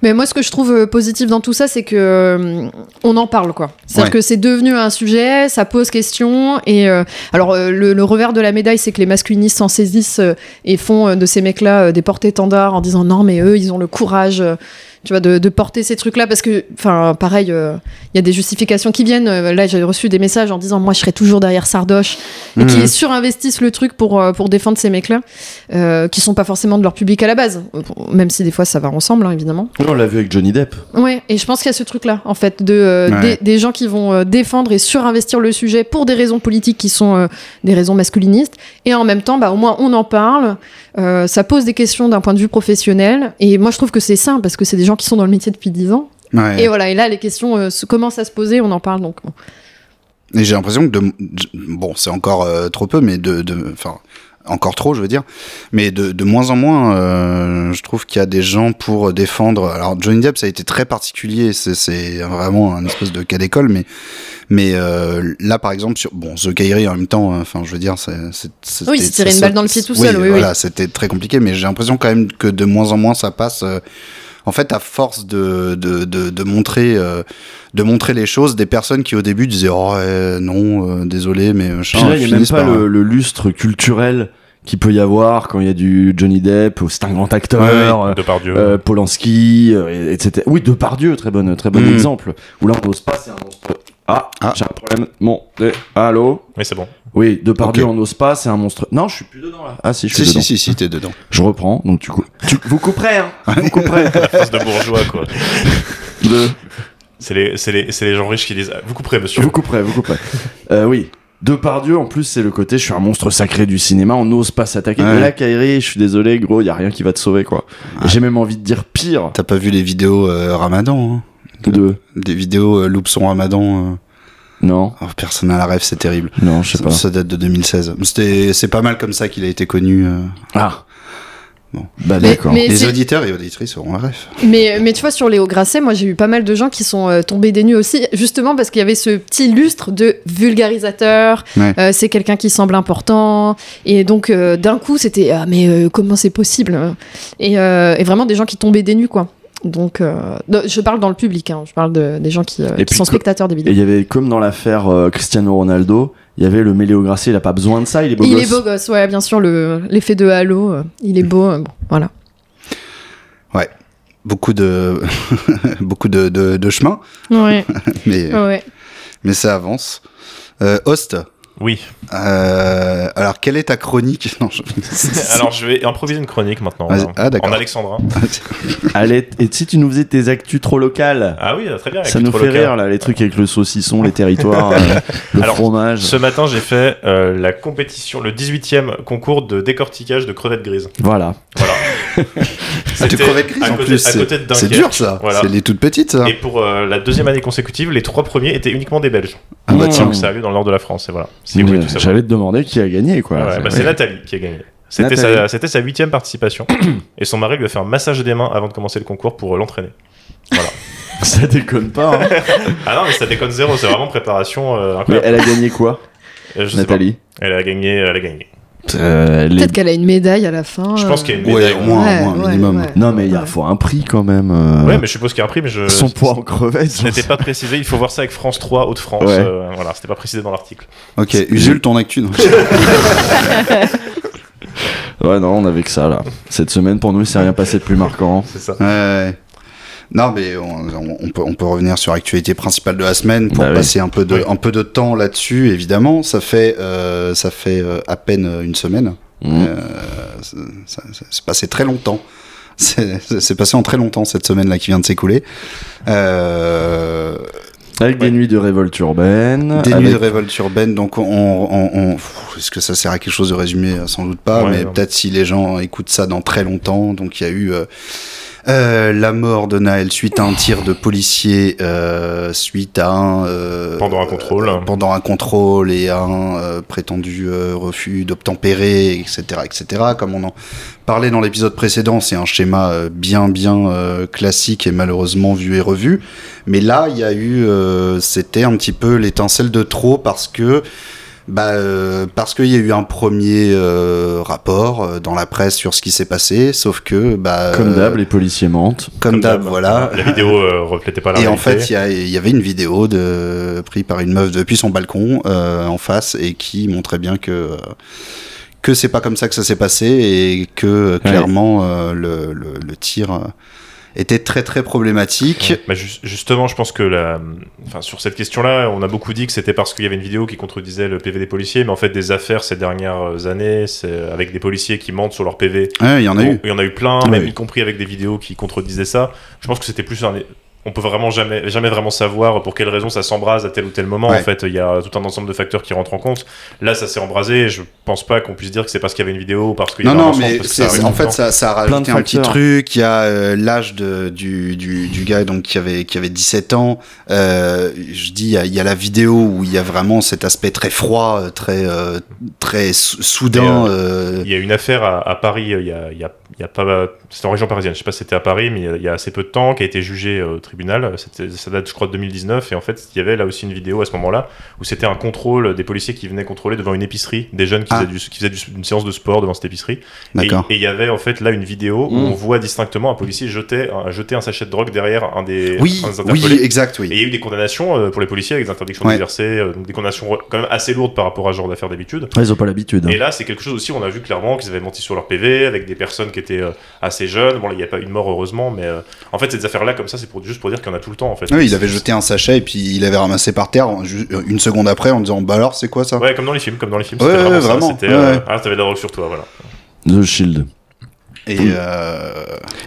[SPEAKER 8] Mais moi, ce que je trouve euh, positif dans tout ça, c'est que euh, on en parle, quoi. C'est-à-dire
[SPEAKER 7] Ouais.
[SPEAKER 8] que c'est devenu un sujet, ça pose question. Et euh, alors, euh, le, le revers de la médaille, c'est que les masculinistes s'en saisissent euh, et font euh, de ces mecs-là euh, des porte-étendards en disant non, mais eux, ils ont le courage. euh, tu vois, de, de porter ces trucs-là, parce que, enfin, pareil, euh, il y a des justifications qui viennent. Euh, Là, j'ai reçu des messages en disant, moi, je serai toujours derrière Sardoche, et qui
[SPEAKER 7] Mhm.
[SPEAKER 8] surinvestissent le truc pour, euh, pour défendre ces mecs-là, euh, qui sont pas forcément de leur public à la base, Euh, même si des fois ça va ensemble, hein, évidemment.
[SPEAKER 9] On l'a vu avec Johnny Depp.
[SPEAKER 8] Ouais, et je pense qu'il y a ce truc-là, en fait, de, euh,
[SPEAKER 7] Ouais.
[SPEAKER 8] des, des gens qui vont euh, défendre et surinvestir le sujet pour des raisons politiques qui sont euh, des raisons masculinistes. Et en même temps, bah, au moins, on en parle. euh, ça pose des questions d'un point de vue professionnel. Et moi, je trouve que c'est sain parce que c'est des gens qui sont dans le métier depuis 10 ans.
[SPEAKER 7] ouais.
[SPEAKER 8] Et voilà, et là, les questions euh, se- commencent à se poser, on en parle donc. bon.
[SPEAKER 7] Et j'ai l'impression que de, j- bon, c'est encore euh, trop peu, mais de, de, enfin, encore trop, je veux dire, mais de, de moins en moins, euh, je trouve qu'il y a des gens pour défendre. Alors Johnny Depp, ça a été très particulier, c'est- c'est vraiment un espèce de cas d'école, mais, mais euh, là, par exemple, sur bon, The Diary, en même temps, euh, enfin, je veux dire, c'est, c'est, c'était-
[SPEAKER 8] Oui, c'est tirer
[SPEAKER 7] ça
[SPEAKER 8] une
[SPEAKER 7] saute-
[SPEAKER 8] balle dans le pied tout seul, oui, oui.
[SPEAKER 7] voilà, c'était très compliqué, mais j'ai l'impression quand même que de moins en moins, ça passe. euh, en fait, à force de, de, de, de montrer, euh, de montrer les choses, des personnes qui au début disaient oh euh, non, euh, désolé, mais machin,
[SPEAKER 9] Puis là, il y a même
[SPEAKER 7] finissent
[SPEAKER 9] pas
[SPEAKER 7] par- euh, hein.
[SPEAKER 9] le, le lustre culturel qui peut y avoir quand il y a du Johnny Depp, ou c'est un grand acteur, euh,
[SPEAKER 10] De par Dieu.
[SPEAKER 9] euh, Polanski, euh, etc. Oui, Depardieu, très bonne, très bon
[SPEAKER 7] Mm.
[SPEAKER 9] exemple. Où là, on n'ose pas, c'est un monstre. Ah,
[SPEAKER 7] Ah.
[SPEAKER 9] j'ai un problème. Bon, eh, allô.
[SPEAKER 10] Mais c'est bon.
[SPEAKER 9] Oui, Depardieu,
[SPEAKER 7] Ok.
[SPEAKER 9] on n'ose pas, c'est un monstre. Non, je suis plus dedans là. Ah si, je suis
[SPEAKER 7] Si, si,
[SPEAKER 9] dedans.
[SPEAKER 7] si, si, t'es dedans.
[SPEAKER 9] Je reprends. Donc tu, cou- tu- vous couperez, hein. [laughs] Vous couperez.
[SPEAKER 7] [laughs]
[SPEAKER 10] La phrase de bourgeois, quoi.
[SPEAKER 9] De-
[SPEAKER 10] C'est les, c'est les, c'est les gens riches qui disent ah, Vous couperez, monsieur.
[SPEAKER 9] Vous couperez, vous couperez. Euh, oui. Depardieu, en plus, c'est le côté, je suis un monstre sacré du cinéma, on n'ose pas s'attaquer.
[SPEAKER 7] Ouais.
[SPEAKER 9] Mais là, Kairi, je suis désolé, gros, il y a rien qui va te sauver, quoi. Et J'ai même envie de dire pire
[SPEAKER 7] T'as pas vu les vidéos euh, Ramadan, hein
[SPEAKER 9] de.
[SPEAKER 7] des vidéos euh, Loupe son Ramadan. euh.
[SPEAKER 9] Non,
[SPEAKER 7] Oh, personne à la rêve, c'est terrible.
[SPEAKER 9] non, je sais
[SPEAKER 7] Ça,
[SPEAKER 9] pas.
[SPEAKER 7] ça date de 2016. C'était, c'est pas mal comme ça qu'il a été connu. euh.
[SPEAKER 9] Ah.
[SPEAKER 7] Bon.
[SPEAKER 9] Bah
[SPEAKER 8] Mais-
[SPEAKER 9] d'accord.
[SPEAKER 8] mais- Et
[SPEAKER 7] les
[SPEAKER 8] c'est-
[SPEAKER 7] auditeurs et auditrices auront un ref.
[SPEAKER 8] Mais, mais tu vois, sur Léo Grasset, moi j'ai eu pas mal de gens qui sont euh, tombés des nues aussi, justement parce qu'il y avait ce petit lustre de vulgarisateur,
[SPEAKER 7] Ouais.
[SPEAKER 8] euh, c'est quelqu'un qui semble important, et donc euh, d'un coup c'était ah, mais euh, comment c'est possible et, euh, et vraiment des gens qui tombaient des nues quoi. Donc euh, non, je parle dans le public, hein, je parle de- des gens qui, euh,
[SPEAKER 9] Et
[SPEAKER 8] qui
[SPEAKER 9] puis
[SPEAKER 8] sont
[SPEAKER 9] que-
[SPEAKER 8] spectateurs des
[SPEAKER 9] Et
[SPEAKER 8] vidéos.
[SPEAKER 9] il y avait, comme dans l'affaire euh, Cristiano Ronaldo, il y avait le Méléo Grasset, il a pas besoin de ça, il est beau
[SPEAKER 8] Il
[SPEAKER 9] gosse.
[SPEAKER 8] est beau gosse, ouais, bien sûr, le- l'effet de halo, euh, il est beau, euh, bon, voilà.
[SPEAKER 7] Beaucoup de, [laughs] beaucoup de, de, de chemin,
[SPEAKER 9] [laughs]
[SPEAKER 8] Ouais,
[SPEAKER 7] mais,
[SPEAKER 8] ouais.
[SPEAKER 7] mais ça avance. Euh, host,
[SPEAKER 10] Oui.
[SPEAKER 7] euh, alors quelle est ta chronique [laughs] Non, je- [laughs]
[SPEAKER 10] [laughs] Alors, je vais improviser une chronique maintenant.
[SPEAKER 7] Vas-y.
[SPEAKER 10] hein,
[SPEAKER 7] Ah, d'accord.
[SPEAKER 10] En alexandrin.
[SPEAKER 9] Allez, et si tu nous faisais tes actus trop locales
[SPEAKER 10] Ah oui, très bien.
[SPEAKER 9] ça
[SPEAKER 10] écoute,
[SPEAKER 9] nous fait
[SPEAKER 10] Roloca.
[SPEAKER 9] rire là, les trucs avec le saucisson, les territoires, euh,
[SPEAKER 10] [laughs]
[SPEAKER 9] le
[SPEAKER 10] Alors,
[SPEAKER 9] fromage.
[SPEAKER 10] Ce matin, j'ai fait euh, la compétition, le 18e concours de décortiquage de crevettes grises.
[SPEAKER 9] Voilà.
[SPEAKER 7] Ah, tu
[SPEAKER 10] C'était
[SPEAKER 7] crevettes grises
[SPEAKER 10] à
[SPEAKER 7] en
[SPEAKER 10] côté-
[SPEAKER 7] plus.
[SPEAKER 10] à
[SPEAKER 7] c'est-
[SPEAKER 10] côté de Dunkerque.
[SPEAKER 7] C'est dur ça.
[SPEAKER 10] Voilà.
[SPEAKER 7] C'est les toutes petites ça.
[SPEAKER 10] Et pour euh, la deuxième année consécutive, les trois premiers étaient uniquement des Belges.
[SPEAKER 7] Ah bah
[SPEAKER 9] Mmh.
[SPEAKER 7] tiens.
[SPEAKER 10] Donc ça a lieu dans le nord de la France, et voilà. Si vous voulez tout savoir.
[SPEAKER 9] J'allais te demander qui a gagné quoi.
[SPEAKER 10] Ouais, bah, c'est Nathalie qui a gagné. C'était
[SPEAKER 9] Nathalie.
[SPEAKER 10] sa, c'était sa
[SPEAKER 7] [coughs]
[SPEAKER 10] huitième participation. et son mari lui a fait un massage des mains avant de commencer le concours pour euh, l'entraîner.
[SPEAKER 9] Ça déconne pas.
[SPEAKER 10] [laughs]
[SPEAKER 9] hein.
[SPEAKER 10] Ah non, mais ça déconne zéro, c'est vraiment préparation euh,
[SPEAKER 9] Mais
[SPEAKER 10] incroyable.
[SPEAKER 9] elle a gagné quoi,
[SPEAKER 10] Euh, je sais pas.
[SPEAKER 9] Nathalie
[SPEAKER 10] Elle a gagné, elle a gagné.
[SPEAKER 9] Euh, les-
[SPEAKER 8] Peut-être qu'elle a une médaille à la fin.
[SPEAKER 10] Je pense
[SPEAKER 8] euh.
[SPEAKER 10] qu'il y a une
[SPEAKER 7] Ouais,
[SPEAKER 10] médaille.
[SPEAKER 7] au
[SPEAKER 10] Ouais,
[SPEAKER 7] moins, au moins,
[SPEAKER 8] Ouais, ouais,
[SPEAKER 7] minimum.
[SPEAKER 8] ouais.
[SPEAKER 9] Non mais il y a-
[SPEAKER 8] Ouais.
[SPEAKER 9] faut un prix quand même.
[SPEAKER 7] Ah
[SPEAKER 9] euh,
[SPEAKER 10] mais je suppose qu'il y a un prix, mais je.
[SPEAKER 9] Son poids en crevettes.
[SPEAKER 10] Ce n'était pas précisé, il faut voir ça avec France 3, Hauts-de-France.
[SPEAKER 9] Ouais.
[SPEAKER 10] euh, voilà, c'était pas précisé dans l'article.
[SPEAKER 7] Ok, Usul ton actu.
[SPEAKER 10] [laughs]
[SPEAKER 7] non.
[SPEAKER 9] Ouais non, on avait que ça là. Cette semaine pour nous, il s'est rien passé de plus marquant.
[SPEAKER 10] C'est ça.
[SPEAKER 7] Ouais, ouais. Non, mais on, on- on peut, on peut revenir sur l'actualité principale de la semaine pour
[SPEAKER 9] Bah oui.
[SPEAKER 7] passer un, peu de,
[SPEAKER 10] Oui.
[SPEAKER 7] un peu de temps là-dessus, évidemment. Ça fait, euh, ça fait euh, à peine euh, une semaine.
[SPEAKER 9] Mmh.
[SPEAKER 7] Euh, c'est- ça- ça- C'est passé très longtemps. C'est c'est passé en très longtemps cette semaine-là qui vient de s'écouler. Euh,
[SPEAKER 9] Avec des
[SPEAKER 10] Ouais.
[SPEAKER 9] nuits de révolte urbaine.
[SPEAKER 7] des
[SPEAKER 9] avec-
[SPEAKER 7] nuits de révolte urbaine, donc on, on, on- pff, est-ce que ça sert à quelque chose de résumer Sans doute pas,
[SPEAKER 10] Ouais,
[SPEAKER 7] mais
[SPEAKER 10] non.
[SPEAKER 7] peut-être si les gens écoutent ça dans très longtemps. Donc il y a eu euh, euh, la mort de Naël suite à un tir de policier, euh, suite à un euh,
[SPEAKER 10] Pendant un contrôle.
[SPEAKER 7] euh, pendant un contrôle et à un euh, prétendu euh, refus d'obtempérer, etc., etc. Comme on en parlait dans l'épisode précédent, c'est un schéma euh, bien, bien euh, classique et malheureusement vu et revu. Mais là, il y a eu, euh, c'était un petit peu l'étincelle de trop parce que, bah, euh, parce qu'il y a eu un premier euh, rapport euh, dans la presse sur ce qui s'est passé, sauf que, bah,
[SPEAKER 9] Comme
[SPEAKER 7] euh,
[SPEAKER 9] d'hab, les policiers mentent.
[SPEAKER 7] comme d'hab, voilà.
[SPEAKER 10] La vidéo euh, reflétait pas la
[SPEAKER 7] Et en
[SPEAKER 10] réalité.
[SPEAKER 7] fait, il y, a- il y avait une vidéo de, prise par une meuf depuis son balcon euh, en face et qui montrait bien que euh, que c'est pas comme ça que ça s'est passé et que euh, clairement euh, le, le, le tir euh, était très très problématique.
[SPEAKER 10] Ouais. Bah, ju- justement, je pense que la... enfin, sur cette question-là, on a beaucoup dit que c'était parce qu'il y avait une vidéo qui contredisait le PV des policiers, mais en fait, des affaires ces dernières euh, années, c'est avec des policiers qui mentent sur leur PV.
[SPEAKER 7] Ouais, Hein, il y en a
[SPEAKER 10] Bon,
[SPEAKER 7] eu. Ah
[SPEAKER 10] Il y en a eu plein,
[SPEAKER 9] Oui.
[SPEAKER 10] même y compris avec des vidéos qui contredisaient ça. Je pense que c'était plus un. On peut vraiment jamais, jamais vraiment savoir pour quelles raisons ça s'embrase à tel ou tel moment.
[SPEAKER 7] Ouais.
[SPEAKER 10] En fait, il y a tout un ensemble de facteurs qui rentrent en compte. Là, ça s'est embrasé. Je pense pas qu'on puisse dire que c'est parce qu'il y avait une vidéo ou parce qu'il y a
[SPEAKER 7] Non,
[SPEAKER 10] un
[SPEAKER 7] non,
[SPEAKER 10] ensemble,
[SPEAKER 7] mais
[SPEAKER 10] parce que
[SPEAKER 7] c'est-
[SPEAKER 10] ça arrive
[SPEAKER 7] en
[SPEAKER 10] tout le
[SPEAKER 7] fait,
[SPEAKER 10] temps.
[SPEAKER 7] ça, ça a
[SPEAKER 9] Plein de
[SPEAKER 7] rajouté un petit
[SPEAKER 9] facteurs.
[SPEAKER 7] truc. Il y a euh, l'âge de- du, du, du gars donc, qui, avait, qui avait 17 ans. Euh, je dis, il y a- il y, a la vidéo où il y a vraiment cet aspect très froid, euh, très, euh, très sou- soudain.
[SPEAKER 10] Et,
[SPEAKER 7] euh,
[SPEAKER 10] Il y a une affaire à, à Paris, euh, il y a, il y a- il y a pas. C'était en région parisienne, je sais pas si c'était à Paris, mais il y a- il y, a assez peu de temps, qui a été jugé euh, au tribunal. C'était- Ça date, je crois, de 2019. Et en fait, il y avait là aussi une vidéo à ce moment-là où c'était un contrôle des policiers qui venaient contrôler devant une épicerie, des jeunes qui
[SPEAKER 7] Ah.
[SPEAKER 10] faisaient, du- qui faisaient du- une séance de sport devant cette épicerie. Et
[SPEAKER 7] D'accord.
[SPEAKER 10] et il y avait en fait là une vidéo où
[SPEAKER 9] Mm.
[SPEAKER 10] on voit distinctement un policier jeter un, jeter un sachet de drogue derrière un des,
[SPEAKER 7] Oui,
[SPEAKER 10] un des
[SPEAKER 7] oui,
[SPEAKER 10] interpellés.
[SPEAKER 7] exact, oui.
[SPEAKER 10] Et il y a eu des condamnations euh, pour les policiers avec des interdictions
[SPEAKER 7] Ouais.
[SPEAKER 10] d'exercer, euh, donc des condamnations quand même assez lourdes par rapport à ce genre d'affaires d'habitude.
[SPEAKER 9] Ouais, Ils ont pas l'habitude.
[SPEAKER 10] Et là, c'est quelque chose aussi, on a vu clairement qu'ils avaient menti sur leur PV, avec des personnes qui étaient euh, assez jeunes. Bon, là, il n'y a pas eu de mort, heureusement, mais euh, en fait, ces affaires-là, comme ça, c'est pour, juste pour dire qu'il y en a tout le temps, en fait.
[SPEAKER 7] Oui, il avait jeté un sachet et puis il avait ramassé par terre en ju- euh, une seconde après en disant Bah alors, c'est quoi ça
[SPEAKER 10] Ouais, comme dans les films, comme dans les films.
[SPEAKER 7] Ouais,
[SPEAKER 10] c'était
[SPEAKER 7] ouais,
[SPEAKER 10] vraiment.
[SPEAKER 7] vraiment,
[SPEAKER 10] ça, c'était, euh,
[SPEAKER 7] ouais.
[SPEAKER 10] Ah, t'avais de la drogue sur toi, voilà.
[SPEAKER 9] The Shield.
[SPEAKER 7] Et
[SPEAKER 10] Mmh.
[SPEAKER 7] euh,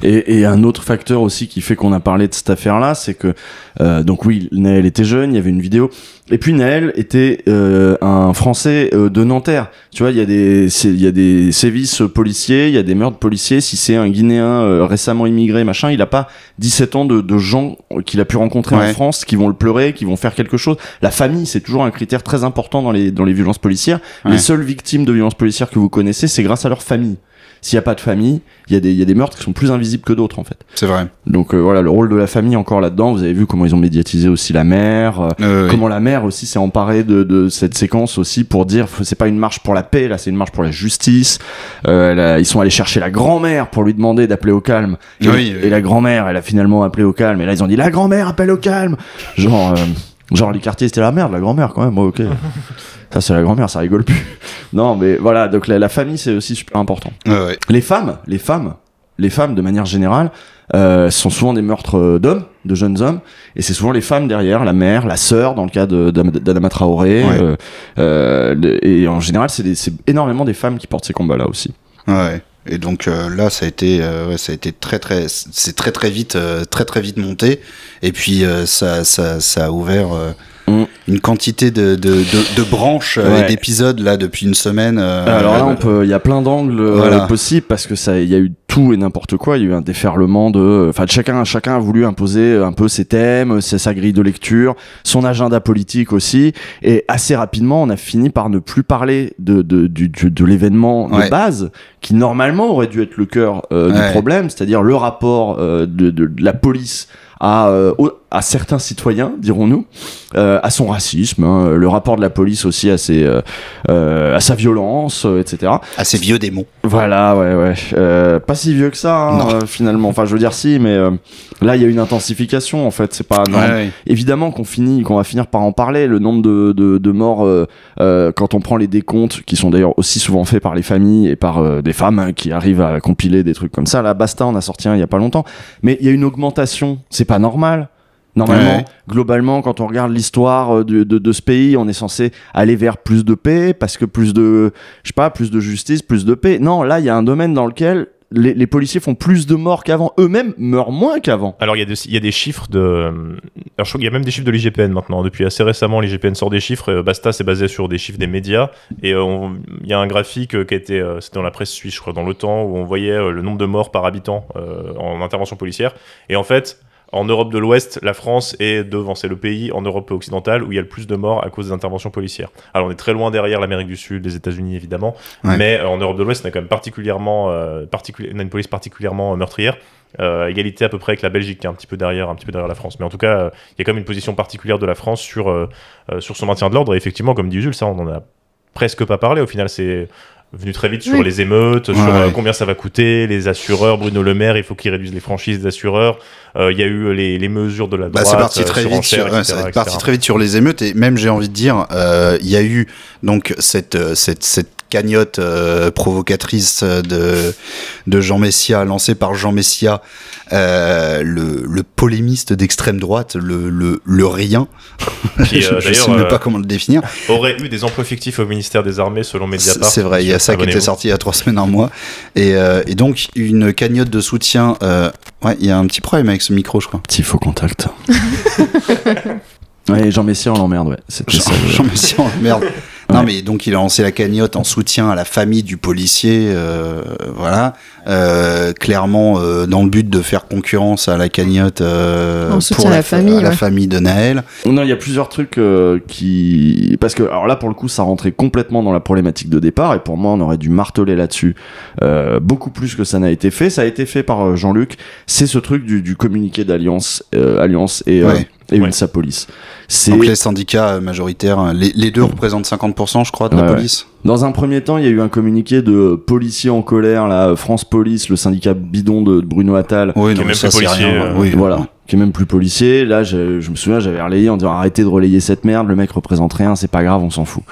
[SPEAKER 9] Et, et un autre facteur aussi qui fait qu'on a parlé de cette affaire-là, c'est que euh, donc oui, Naël était jeune, il y avait une vidéo. Et puis Naël était euh, un Français euh, de Nanterre. Tu vois, il y a des c'est- il y a des sévices euh, policiers, il y a des meurtres policiers. Si c'est un Guinéen euh, récemment immigré, machin, il a pas 17 ans de, de gens qu'il a pu rencontrer
[SPEAKER 7] Ouais.
[SPEAKER 9] en France qui vont le pleurer, qui vont faire quelque chose. La famille, c'est toujours un critère très important dans les dans les violences policières.
[SPEAKER 7] Ouais.
[SPEAKER 9] Les seules victimes de violences policières que vous connaissez, c'est grâce à leur famille. S'il n'y a pas de famille, il y, a des- il y a des meurtres qui sont plus invisibles que d'autres, en fait.
[SPEAKER 7] C'est vrai.
[SPEAKER 9] Donc euh, voilà, le rôle de la famille encore là-dedans, vous avez vu comment ils ont médiatisé aussi la mère, euh,
[SPEAKER 7] Euh, oui.
[SPEAKER 9] comment la mère aussi s'est emparée de, de cette séquence aussi pour dire f- c'est pas une marche pour la paix, là c'est une marche pour la justice. Euh, elle a- ils sont allés chercher la grand-mère pour lui demander d'appeler au calme. Et,
[SPEAKER 7] Oui, oui.
[SPEAKER 9] et la grand-mère, elle a finalement appelé au calme. Et là ils ont dit la grand-mère appelle au calme. Genre, euh, genre les quartiers c'était la merde, la grand-mère quand même, ouais,
[SPEAKER 7] [laughs]
[SPEAKER 9] ok. Ça c'est la grand-mère, ça rigole plus. Non mais voilà, donc la- la famille c'est aussi super important.
[SPEAKER 7] Ouais, ouais.
[SPEAKER 9] Les femmes, les femmes, les femmes de manière générale, euh, sont souvent des meurtres euh, d'hommes, de jeunes hommes, et c'est souvent les femmes derrière, la mère, la sœur, dans le cas de- d'Am- d'Adama Traoré,
[SPEAKER 7] Ouais.
[SPEAKER 9] euh, euh, le- et en général, c'est des- c'est énormément des femmes qui portent ces combats-là aussi.
[SPEAKER 7] Ouais. Et donc euh, là, ça a été, euh, ouais, ça a été très très, c'est très très vite, euh, très très vite monté. Et puis euh, ça, ça, ça a ouvert euh,
[SPEAKER 9] Mm.
[SPEAKER 7] une quantité de de, de, de branches euh,
[SPEAKER 9] Ouais.
[SPEAKER 7] et d'épisodes là depuis une semaine. euh,
[SPEAKER 9] Alors là,
[SPEAKER 7] euh,
[SPEAKER 9] on peut, il y a plein d'angles euh,
[SPEAKER 7] Voilà.
[SPEAKER 9] possibles parce que ça, il y a eu tout et n'importe quoi. Il y a eu un déferlement de, enfin, chacun, chacun a voulu imposer un peu ses thèmes, sa sa grille de lecture, son agenda politique aussi. Et assez rapidement, on a fini par ne plus parler de de du, du- de l'événement
[SPEAKER 7] Ouais.
[SPEAKER 9] de base qui normalement aurait dû être le cœur euh,
[SPEAKER 7] Ouais.
[SPEAKER 9] du problème, c'est-à-dire le rapport euh, de, de, de la police à euh, au- à certains citoyens, dirons-nous, euh, à son racisme, hein, le rapport de la police aussi à ses euh, euh, à sa violence, euh, etc.
[SPEAKER 7] à ces vieux démons.
[SPEAKER 9] Voilà, ouais, ouais. Euh, pas si vieux que ça, hein,
[SPEAKER 7] Non.
[SPEAKER 9] euh, finalement. Enfin, je veux dire, si, mais euh, là, il y a une intensification, en fait. C'est pas normal. Évidemment qu'on finit, qu'on va finir par en parler. Le nombre de, de, de morts, euh, euh, quand on prend les décomptes, qui sont d'ailleurs aussi souvent faits par les familles et par euh, des femmes hein, qui arrivent à compiler des trucs comme ça. Là, Basta, on a sorti un il y a pas longtemps. Mais il y a une augmentation. C'est pas normal. Normalement,
[SPEAKER 7] Ouais.
[SPEAKER 9] globalement, quand on regarde l'histoire euh, de, de, de ce pays, on est censé aller vers plus de paix parce que plus de, je sais pas, plus de justice, plus de paix. Non, là, il y a un domaine dans lequel les, les policiers font plus de morts qu'avant. Eux-mêmes meurent moins qu'avant.
[SPEAKER 10] Alors, il y, a des- il y a des chiffres de. euh, Alors, je crois qu'il y a même des chiffres de l'IGPN maintenant. hein. Depuis assez récemment, l'IGPN sort des chiffres. euh, Basta, c'est basé sur des chiffres des médias. Et euh, on- il y a un graphique euh, qui était. euh, C'était dans la presse suisse, je crois, dans le temps, où on voyait euh, le nombre de morts par habitant euh, en intervention policière. Et en fait. En Europe de l'Ouest, la France est devant. C'est le pays en Europe occidentale où il y a le plus de morts à cause des interventions policières. Alors on est très loin derrière l'Amérique du Sud, les États-Unis évidemment,
[SPEAKER 7] Ouais.
[SPEAKER 10] mais euh, en Europe de l'Ouest, on a quand même particulièrement, euh, particuli- on a une police particulièrement euh, meurtrière. Euh, égalité à peu près avec la Belgique, qui est un petit peu derrière, un petit peu derrière la France. Mais en tout cas, euh, il y a quand même une position particulière de la France sur, euh, euh, sur son maintien de l'ordre. Et effectivement, comme dit Jules, ça, on en a presque pas parlé. Au final, c'est venu très vite sur
[SPEAKER 8] Oui.
[SPEAKER 10] les émeutes, sur
[SPEAKER 7] Ouais,
[SPEAKER 10] euh,
[SPEAKER 7] ouais.
[SPEAKER 10] combien ça va coûter, les assureurs, Bruno Le Maire, il faut qu'il réduise les franchises des assureurs. Euh, Il y a eu les, les mesures de la
[SPEAKER 7] Bah,
[SPEAKER 10] droite.
[SPEAKER 7] c'est parti
[SPEAKER 10] euh,
[SPEAKER 7] très vite.
[SPEAKER 10] surenchères,
[SPEAKER 7] Sur, ouais,
[SPEAKER 10] etc.,
[SPEAKER 7] c'est
[SPEAKER 10] etc.
[SPEAKER 7] parti très vite sur les émeutes et même j'ai envie de dire, euh, il y a eu donc cette euh, cette cette cagnotte euh, provocatrice euh, de de Jean Messia lancée par Jean Messia, euh, le, le polémiste d'extrême droite, le le, le rien.
[SPEAKER 10] Qui,
[SPEAKER 7] [laughs]
[SPEAKER 10] euh,
[SPEAKER 7] je ne
[SPEAKER 10] d'ailleurs,
[SPEAKER 7] sais même
[SPEAKER 10] euh,
[SPEAKER 7] pas comment le définir.
[SPEAKER 10] Aurait eu des emplois fictifs au ministère des Armées selon
[SPEAKER 7] C'est
[SPEAKER 10] Mediapart.
[SPEAKER 7] c'est vrai, il y a ça qui était
[SPEAKER 10] Abonnez-vous.
[SPEAKER 7] sorti il y a trois semaines, un mois. Et, euh, et donc, une cagnotte de soutien. euh, ouais, il y a un petit problème avec ce micro, je crois.
[SPEAKER 9] Petit faux [laughs] contact. ouais, Jean Messia, on l'emmerde, ouais. C'était
[SPEAKER 7] [laughs]
[SPEAKER 9] ça, ouais.
[SPEAKER 7] Jean Messia,
[SPEAKER 9] [laughs]
[SPEAKER 7] merde. Non,
[SPEAKER 9] Ouais.
[SPEAKER 7] mais donc, il a lancé la cagnotte en soutien à la famille du policier. euh, voilà. Euh, clairement, euh, dans le but de faire concurrence à la cagnotte euh,
[SPEAKER 8] En soutien
[SPEAKER 7] pour
[SPEAKER 8] à la
[SPEAKER 7] fa-
[SPEAKER 8] famille,
[SPEAKER 7] à la
[SPEAKER 8] ouais.
[SPEAKER 7] famille de Naël.
[SPEAKER 9] Non, il y a plusieurs trucs euh, qui... Parce que, alors là, pour le coup, ça rentrait complètement dans la problématique de départ, et pour moi, on aurait dû marteler là-dessus euh, beaucoup plus que ça n'a été fait. Ça a été fait par euh, Jean-Luc, c'est ce truc du, du communiqué d'Alliance euh, Alliance et, euh,
[SPEAKER 7] Ouais.
[SPEAKER 9] et
[SPEAKER 10] Ouais.
[SPEAKER 9] UNSA Police. C'est... Mm.
[SPEAKER 7] Donc, les syndicats euh, majoritaires, les, les deux représentent 50%, je crois, de
[SPEAKER 9] Ouais,
[SPEAKER 7] la
[SPEAKER 9] ouais.
[SPEAKER 7] police.
[SPEAKER 9] Dans un premier temps, il y a eu un communiqué de policiers en colère, là, France Police, le syndicat bidon de Bruno Attal,
[SPEAKER 7] Oui, non,
[SPEAKER 10] Qui est
[SPEAKER 7] mais
[SPEAKER 10] même
[SPEAKER 7] ça,
[SPEAKER 10] plus
[SPEAKER 7] c'est
[SPEAKER 10] policier,
[SPEAKER 7] rien. hein.
[SPEAKER 10] euh,
[SPEAKER 7] oui,
[SPEAKER 9] voilà, qui est même plus policier. Là, je, je me souviens, j'avais relayé en disant arrêtez de relayer cette merde, le mec représente rien, c'est pas grave, on s'en fout.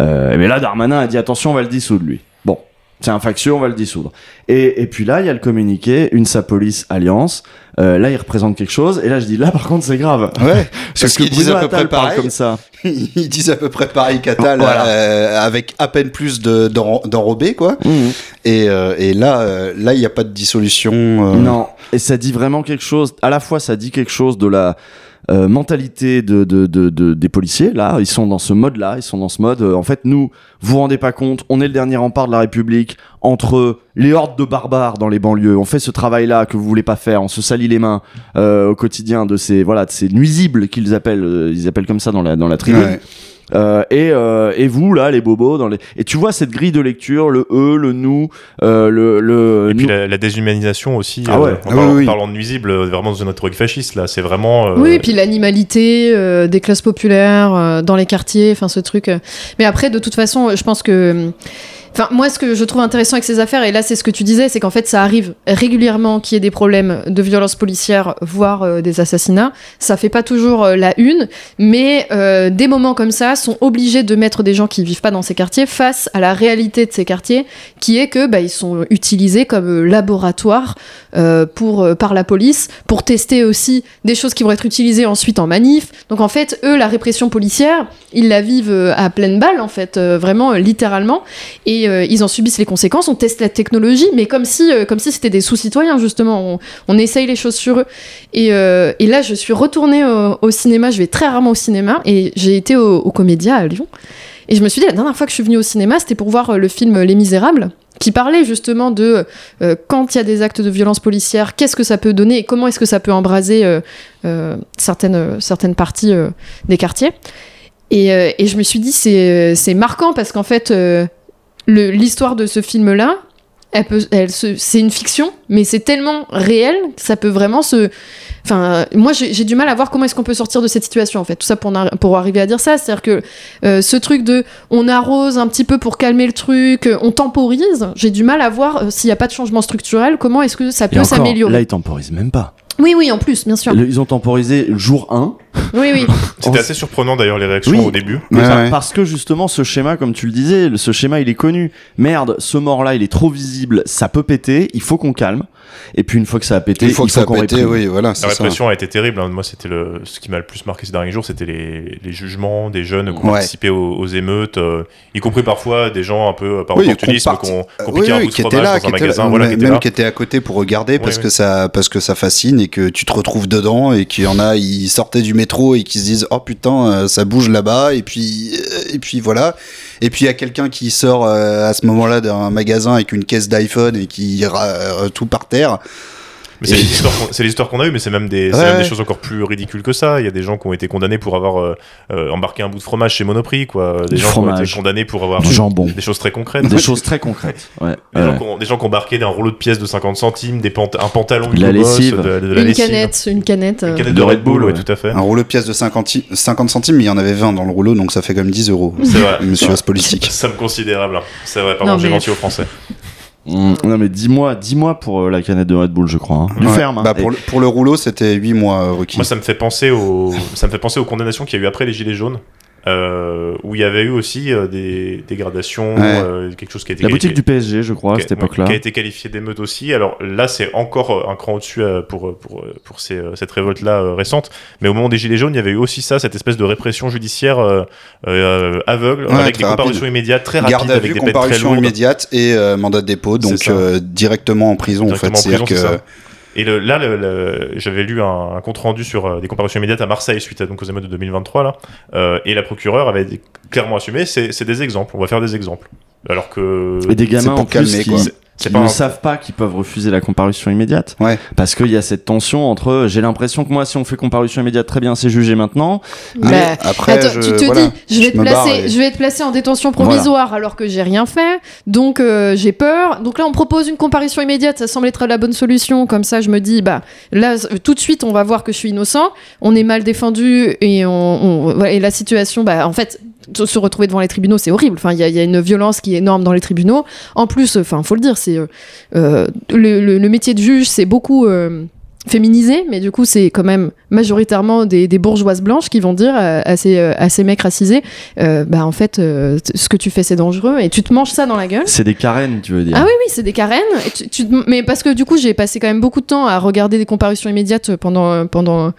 [SPEAKER 9] Euh, mais là, Darmanin a dit attention, on va le dissoudre lui. Bon, c'est un factieux, on va le dissoudre. Et, et puis là, il y a le communiqué, une sa police alliance. Euh, là, il représente quelque chose. Et là, je dis là, par contre, c'est grave.
[SPEAKER 7] Ouais,
[SPEAKER 9] [laughs] Parce que
[SPEAKER 7] qu'ils disent
[SPEAKER 9] Bruno
[SPEAKER 7] à peu près
[SPEAKER 9] Attal parle
[SPEAKER 7] pareil.
[SPEAKER 9] comme ça.
[SPEAKER 7] [laughs] ils disent à peu près pareil qu'Atal,
[SPEAKER 9] Voilà.
[SPEAKER 7] euh, avec à peine plus de- d'en- d'enrobés, quoi.
[SPEAKER 9] Mhm.
[SPEAKER 7] Et, euh, et là, euh, là, il n'y a pas de dissolution. euh,
[SPEAKER 9] Non, et ça dit vraiment quelque chose. À la fois, ça dit quelque chose de la euh, mentalité de, de, de, de- des policiers. Là, ils sont dans ce mode-là. Ils sont dans ce mode. euh, en fait, nous, vous vous rendez pas compte. On est le dernier rempart de la République entre les hordes de barbares dans les banlieues. On fait ce travail-là que vous voulez pas faire. On se salit les mains euh, au quotidien de ces voilà de ces nuisibles qu'ils appellent. euh, ils appellent comme ça dans la dans la tribune.
[SPEAKER 7] Ouais.
[SPEAKER 9] Euh, et, euh, et vous là, les bobos, dans les... et tu vois cette grille de lecture, le e, le nous, euh, le, le
[SPEAKER 10] Et puis
[SPEAKER 9] nous-
[SPEAKER 10] la, la déshumanisation aussi, euh,
[SPEAKER 9] Ah ouais.
[SPEAKER 10] en,
[SPEAKER 7] Ah oui,
[SPEAKER 10] parlant,
[SPEAKER 7] oui.
[SPEAKER 10] en parlant de nuisible, euh, vraiment dans notre truc fasciste là, c'est vraiment. euh,
[SPEAKER 8] Oui, et puis l'animalité euh, des classes populaires euh, dans les quartiers, enfin ce truc. euh. Mais après, de toute façon, je pense que. Enfin, moi, ce que je trouve intéressant avec ces affaires, et là, c'est ce que tu disais, c'est qu'en fait, ça arrive régulièrement qu'il y ait des problèmes de violence policière, voire euh, des assassinats. Ça fait pas toujours euh, la une, mais euh, des moments comme ça sont obligés de mettre des gens qui vivent pas dans ces quartiers face à la réalité de ces quartiers, qui est que bah, ils sont utilisés comme euh, laboratoire euh, pour, euh, par la police pour tester aussi des choses qui vont être utilisées ensuite en manif. Donc en fait, eux, la répression policière, ils la vivent euh, à pleine balle, en fait, euh, vraiment, euh, littéralement. Et euh, ils en subissent les conséquences. On teste la technologie, mais comme si euh, comme si c'était des sous-citoyens, justement. On, on essaye les choses sur eux. Et, euh, et là, je suis retournée au, au cinéma. Je vais très rarement au cinéma. Et j'ai été au, au Comédia à Lyon. Et je me suis dit, la dernière fois que je suis venue au cinéma, c'était pour voir euh, le film Les Misérables, qui parlait justement de euh, quand il y a des actes de violence policière, qu'est-ce que ça peut donner et comment est-ce que ça peut embraser euh, euh, certaines, euh, certaines parties euh, des quartiers. Et, euh, et je me suis dit, c'est euh, c'est marquant parce qu'en fait, euh, le- l'histoire de ce film-là, elle peut- elle se- c'est une fiction, mais c'est tellement réel que ça peut vraiment se. Enfin, moi, j'ai j'ai du mal à voir comment est-ce qu'on peut sortir de cette situation, en fait. Tout ça pour, en arri- pour arriver à dire ça. C'est-à-dire que euh, ce truc de on arrose un petit peu pour calmer le truc, euh, on temporise. J'ai du mal à voir euh, s'il n'y a pas de changement structurel, comment est-ce que ça
[SPEAKER 9] Et
[SPEAKER 8] peut
[SPEAKER 9] encore, Là,
[SPEAKER 8] s'améliorer.
[SPEAKER 9] ils temporisent même pas.
[SPEAKER 8] Oui, oui, en plus, bien sûr.
[SPEAKER 9] Le- Ils ont temporisé jour 1
[SPEAKER 8] Oui, oui.
[SPEAKER 10] C'était assez surprenant d'ailleurs les réactions
[SPEAKER 9] Oui.
[SPEAKER 10] au début.
[SPEAKER 9] Mais
[SPEAKER 7] Ouais,
[SPEAKER 9] par-
[SPEAKER 7] ouais.
[SPEAKER 9] Parce que justement, ce schéma, comme tu le disais, le- ce schéma, il est connu. Merde, ce mort-là, il est trop visible, ça peut péter, il faut qu'on calme. Et puis une fois que ça a pété,
[SPEAKER 7] Une fois que ça a
[SPEAKER 9] qu'on
[SPEAKER 7] pété,
[SPEAKER 9] réprime.
[SPEAKER 7] oui, voilà,
[SPEAKER 10] La
[SPEAKER 7] c'est ça.
[SPEAKER 10] répression a été terrible. hein. Moi, c'était le ce qui m'a le plus marqué ces derniers jours, c'était les, les jugements des jeunes qui ont
[SPEAKER 7] Ouais.
[SPEAKER 10] participé aux, aux émeutes, euh, y compris parfois des gens un peu euh, par
[SPEAKER 7] Oui,
[SPEAKER 10] opportunisme
[SPEAKER 7] qu'on
[SPEAKER 10] qui ont qui ont
[SPEAKER 7] Oui,
[SPEAKER 10] piqué un
[SPEAKER 7] oui,
[SPEAKER 10] bout de
[SPEAKER 7] qui était
[SPEAKER 10] fromage
[SPEAKER 7] là,
[SPEAKER 10] dans
[SPEAKER 7] qui
[SPEAKER 10] un
[SPEAKER 7] était
[SPEAKER 10] magasin,
[SPEAKER 7] là,
[SPEAKER 10] voilà, qui
[SPEAKER 7] même
[SPEAKER 10] était là.
[SPEAKER 7] qui était à côté pour regarder
[SPEAKER 10] Oui,
[SPEAKER 7] parce
[SPEAKER 10] oui.
[SPEAKER 7] que ça, parce que ça fascine et que tu te retrouves dedans et qu'il y en a, ils sortaient du métro et qui se disent oh putain euh, ça bouge là-bas et puis euh, et puis voilà et puis il y a quelqu'un qui sort euh, à ce moment-là d'un magasin avec une caisse d'iPhone et qui ra- euh, tout par terre.
[SPEAKER 10] Mais c'est
[SPEAKER 7] Et-
[SPEAKER 10] les histoires qu'on- c'est les histoires qu'on a eues, mais c'est même, des, c'est
[SPEAKER 7] Ouais,
[SPEAKER 10] même des
[SPEAKER 7] ouais.
[SPEAKER 10] choses encore plus ridicules que ça. Il y a des gens qui ont été condamnés pour avoir euh, euh, embarqué un bout de fromage chez Monoprix, quoi. Euh, Des
[SPEAKER 9] Du
[SPEAKER 10] gens qui ont
[SPEAKER 9] fromage.
[SPEAKER 10] été condamnés pour avoir
[SPEAKER 9] Du
[SPEAKER 7] [laughs]
[SPEAKER 9] jambon.
[SPEAKER 10] des choses très concrètes.
[SPEAKER 9] Des choses très concrètes. Ouais.
[SPEAKER 10] Des,
[SPEAKER 9] ouais.
[SPEAKER 10] gens qui ont, des gens qui ont embarqué d'un rouleau de pièces de 50 centimes, des pant- un pantalon
[SPEAKER 9] De la
[SPEAKER 10] Hugo Boss,
[SPEAKER 9] lessive.
[SPEAKER 10] de, de la
[SPEAKER 8] une
[SPEAKER 10] lessive.
[SPEAKER 8] canette, une canette.
[SPEAKER 10] Une
[SPEAKER 8] euh,
[SPEAKER 10] canette de Red Bull, ouais, tout à fait.
[SPEAKER 7] Un rouleau de pièces de 50, ci- 50 centimes, mais il y en avait 20 dans le rouleau, donc ça fait comme 10 euros.
[SPEAKER 10] C'est vrai.
[SPEAKER 7] [laughs] Monsieur As politique.
[SPEAKER 10] Somme considérable. hein. C'est vrai,
[SPEAKER 8] Non,
[SPEAKER 10] pardon, j'ai
[SPEAKER 8] mais-
[SPEAKER 10] menti aux Français.
[SPEAKER 9] Mm, Non mais dis-moi, dis-moi pour euh, la canette de Red Bull, je crois. hein. Du
[SPEAKER 7] Ouais.
[SPEAKER 9] ferme. hein.
[SPEAKER 7] Bah, pour,
[SPEAKER 9] Et-
[SPEAKER 7] le, pour le rouleau, c'était 8 mois, euh, Ruki.
[SPEAKER 10] Moi, ça me fait penser aux, ça me fait penser aux condamnations qu'il y a eu après les Gilets jaunes, euh, où il y avait eu aussi euh, des dégradations,
[SPEAKER 7] Ouais.
[SPEAKER 10] euh, quelque chose qui a été
[SPEAKER 9] La
[SPEAKER 10] quali-
[SPEAKER 9] boutique du PSG, je crois, à
[SPEAKER 10] qui a-
[SPEAKER 9] cette époque-là.
[SPEAKER 10] qui a été qualifiée d'émeute aussi. Alors là, c'est encore euh, un cran au-dessus euh, pour, euh, pour, euh, pour ces, euh, cette révolte-là euh, récente. Mais au moment des Gilets jaunes, il y avait eu aussi ça, cette espèce de répression judiciaire euh, euh, aveugle,
[SPEAKER 7] Ouais,
[SPEAKER 10] avec des
[SPEAKER 7] très
[SPEAKER 10] comparutions
[SPEAKER 7] rapide.
[SPEAKER 10] immédiates, très
[SPEAKER 7] Garde
[SPEAKER 10] rapides,
[SPEAKER 7] à vue,
[SPEAKER 10] avec des peines très
[SPEAKER 7] comparution
[SPEAKER 10] lourdes.
[SPEAKER 7] immédiate et euh, mandat de dépôt, donc
[SPEAKER 10] ça.
[SPEAKER 7] euh, directement en prison en fait.
[SPEAKER 10] Directement en
[SPEAKER 7] C'est-à-dire
[SPEAKER 10] prison,
[SPEAKER 7] que
[SPEAKER 10] Et le- là, le- le- j'avais lu un, un compte rendu sur euh, des comparations immédiates à Marseille suite à, donc, aux émeutes de 2023 là, Euh, et la procureure avait dit- clairement assumé, c'est c'est des exemples, on va faire des exemples, alors que
[SPEAKER 9] Et des gamins
[SPEAKER 7] pour
[SPEAKER 9] en plus
[SPEAKER 7] calmer,
[SPEAKER 9] qui,
[SPEAKER 7] quoi.
[SPEAKER 9] qui
[SPEAKER 7] C'est-
[SPEAKER 10] c'est pas
[SPEAKER 9] ne
[SPEAKER 10] un-
[SPEAKER 9] savent pas qu'ils peuvent refuser la comparution immédiate.
[SPEAKER 7] Ouais.
[SPEAKER 9] Parce qu'il y a cette tension entre euh, j'ai l'impression que moi si on fait comparution immédiate très bien c'est jugé maintenant.
[SPEAKER 8] bah,
[SPEAKER 7] après,
[SPEAKER 8] Attends,
[SPEAKER 7] je,
[SPEAKER 8] tu te
[SPEAKER 7] voilà,
[SPEAKER 8] dis, je vais, te
[SPEAKER 7] me barre
[SPEAKER 8] placer,
[SPEAKER 7] et-
[SPEAKER 8] je vais te placer en détention provisoire alors que j'ai rien fait, donc euh, j'ai peur. Donc là, on propose une comparution immédiate, ça semble être la bonne solution. Comme ça, je me dis, bah là, euh, tout de suite, on va voir que je suis innocent, on est mal défendu et, on, on- voilà, et la situation, bah en fait, se se retrouver devant les tribunaux, c'est horrible. Enfin, il y, a- il y a une violence qui est énorme dans les tribunaux. En plus, enfin, faut le dire, c'est euh, euh, le, le- le métier de juge, c'est beaucoup. euh, féminisé, mais du coup, c'est quand même majoritairement des, des bourgeoises blanches qui vont dire à, à ces, euh, à ces mecs racisés euh, Bah, en fait, euh, t- ce que tu fais, c'est dangereux, et tu te manges ça dans la gueule.
[SPEAKER 9] C'est des carènes tu veux dire.
[SPEAKER 8] Ah oui, oui, c'est des carènes. Et tu- tu te- mais parce que du coup, j'ai passé quand même beaucoup de temps à regarder des comparutions immédiates pendant, pendant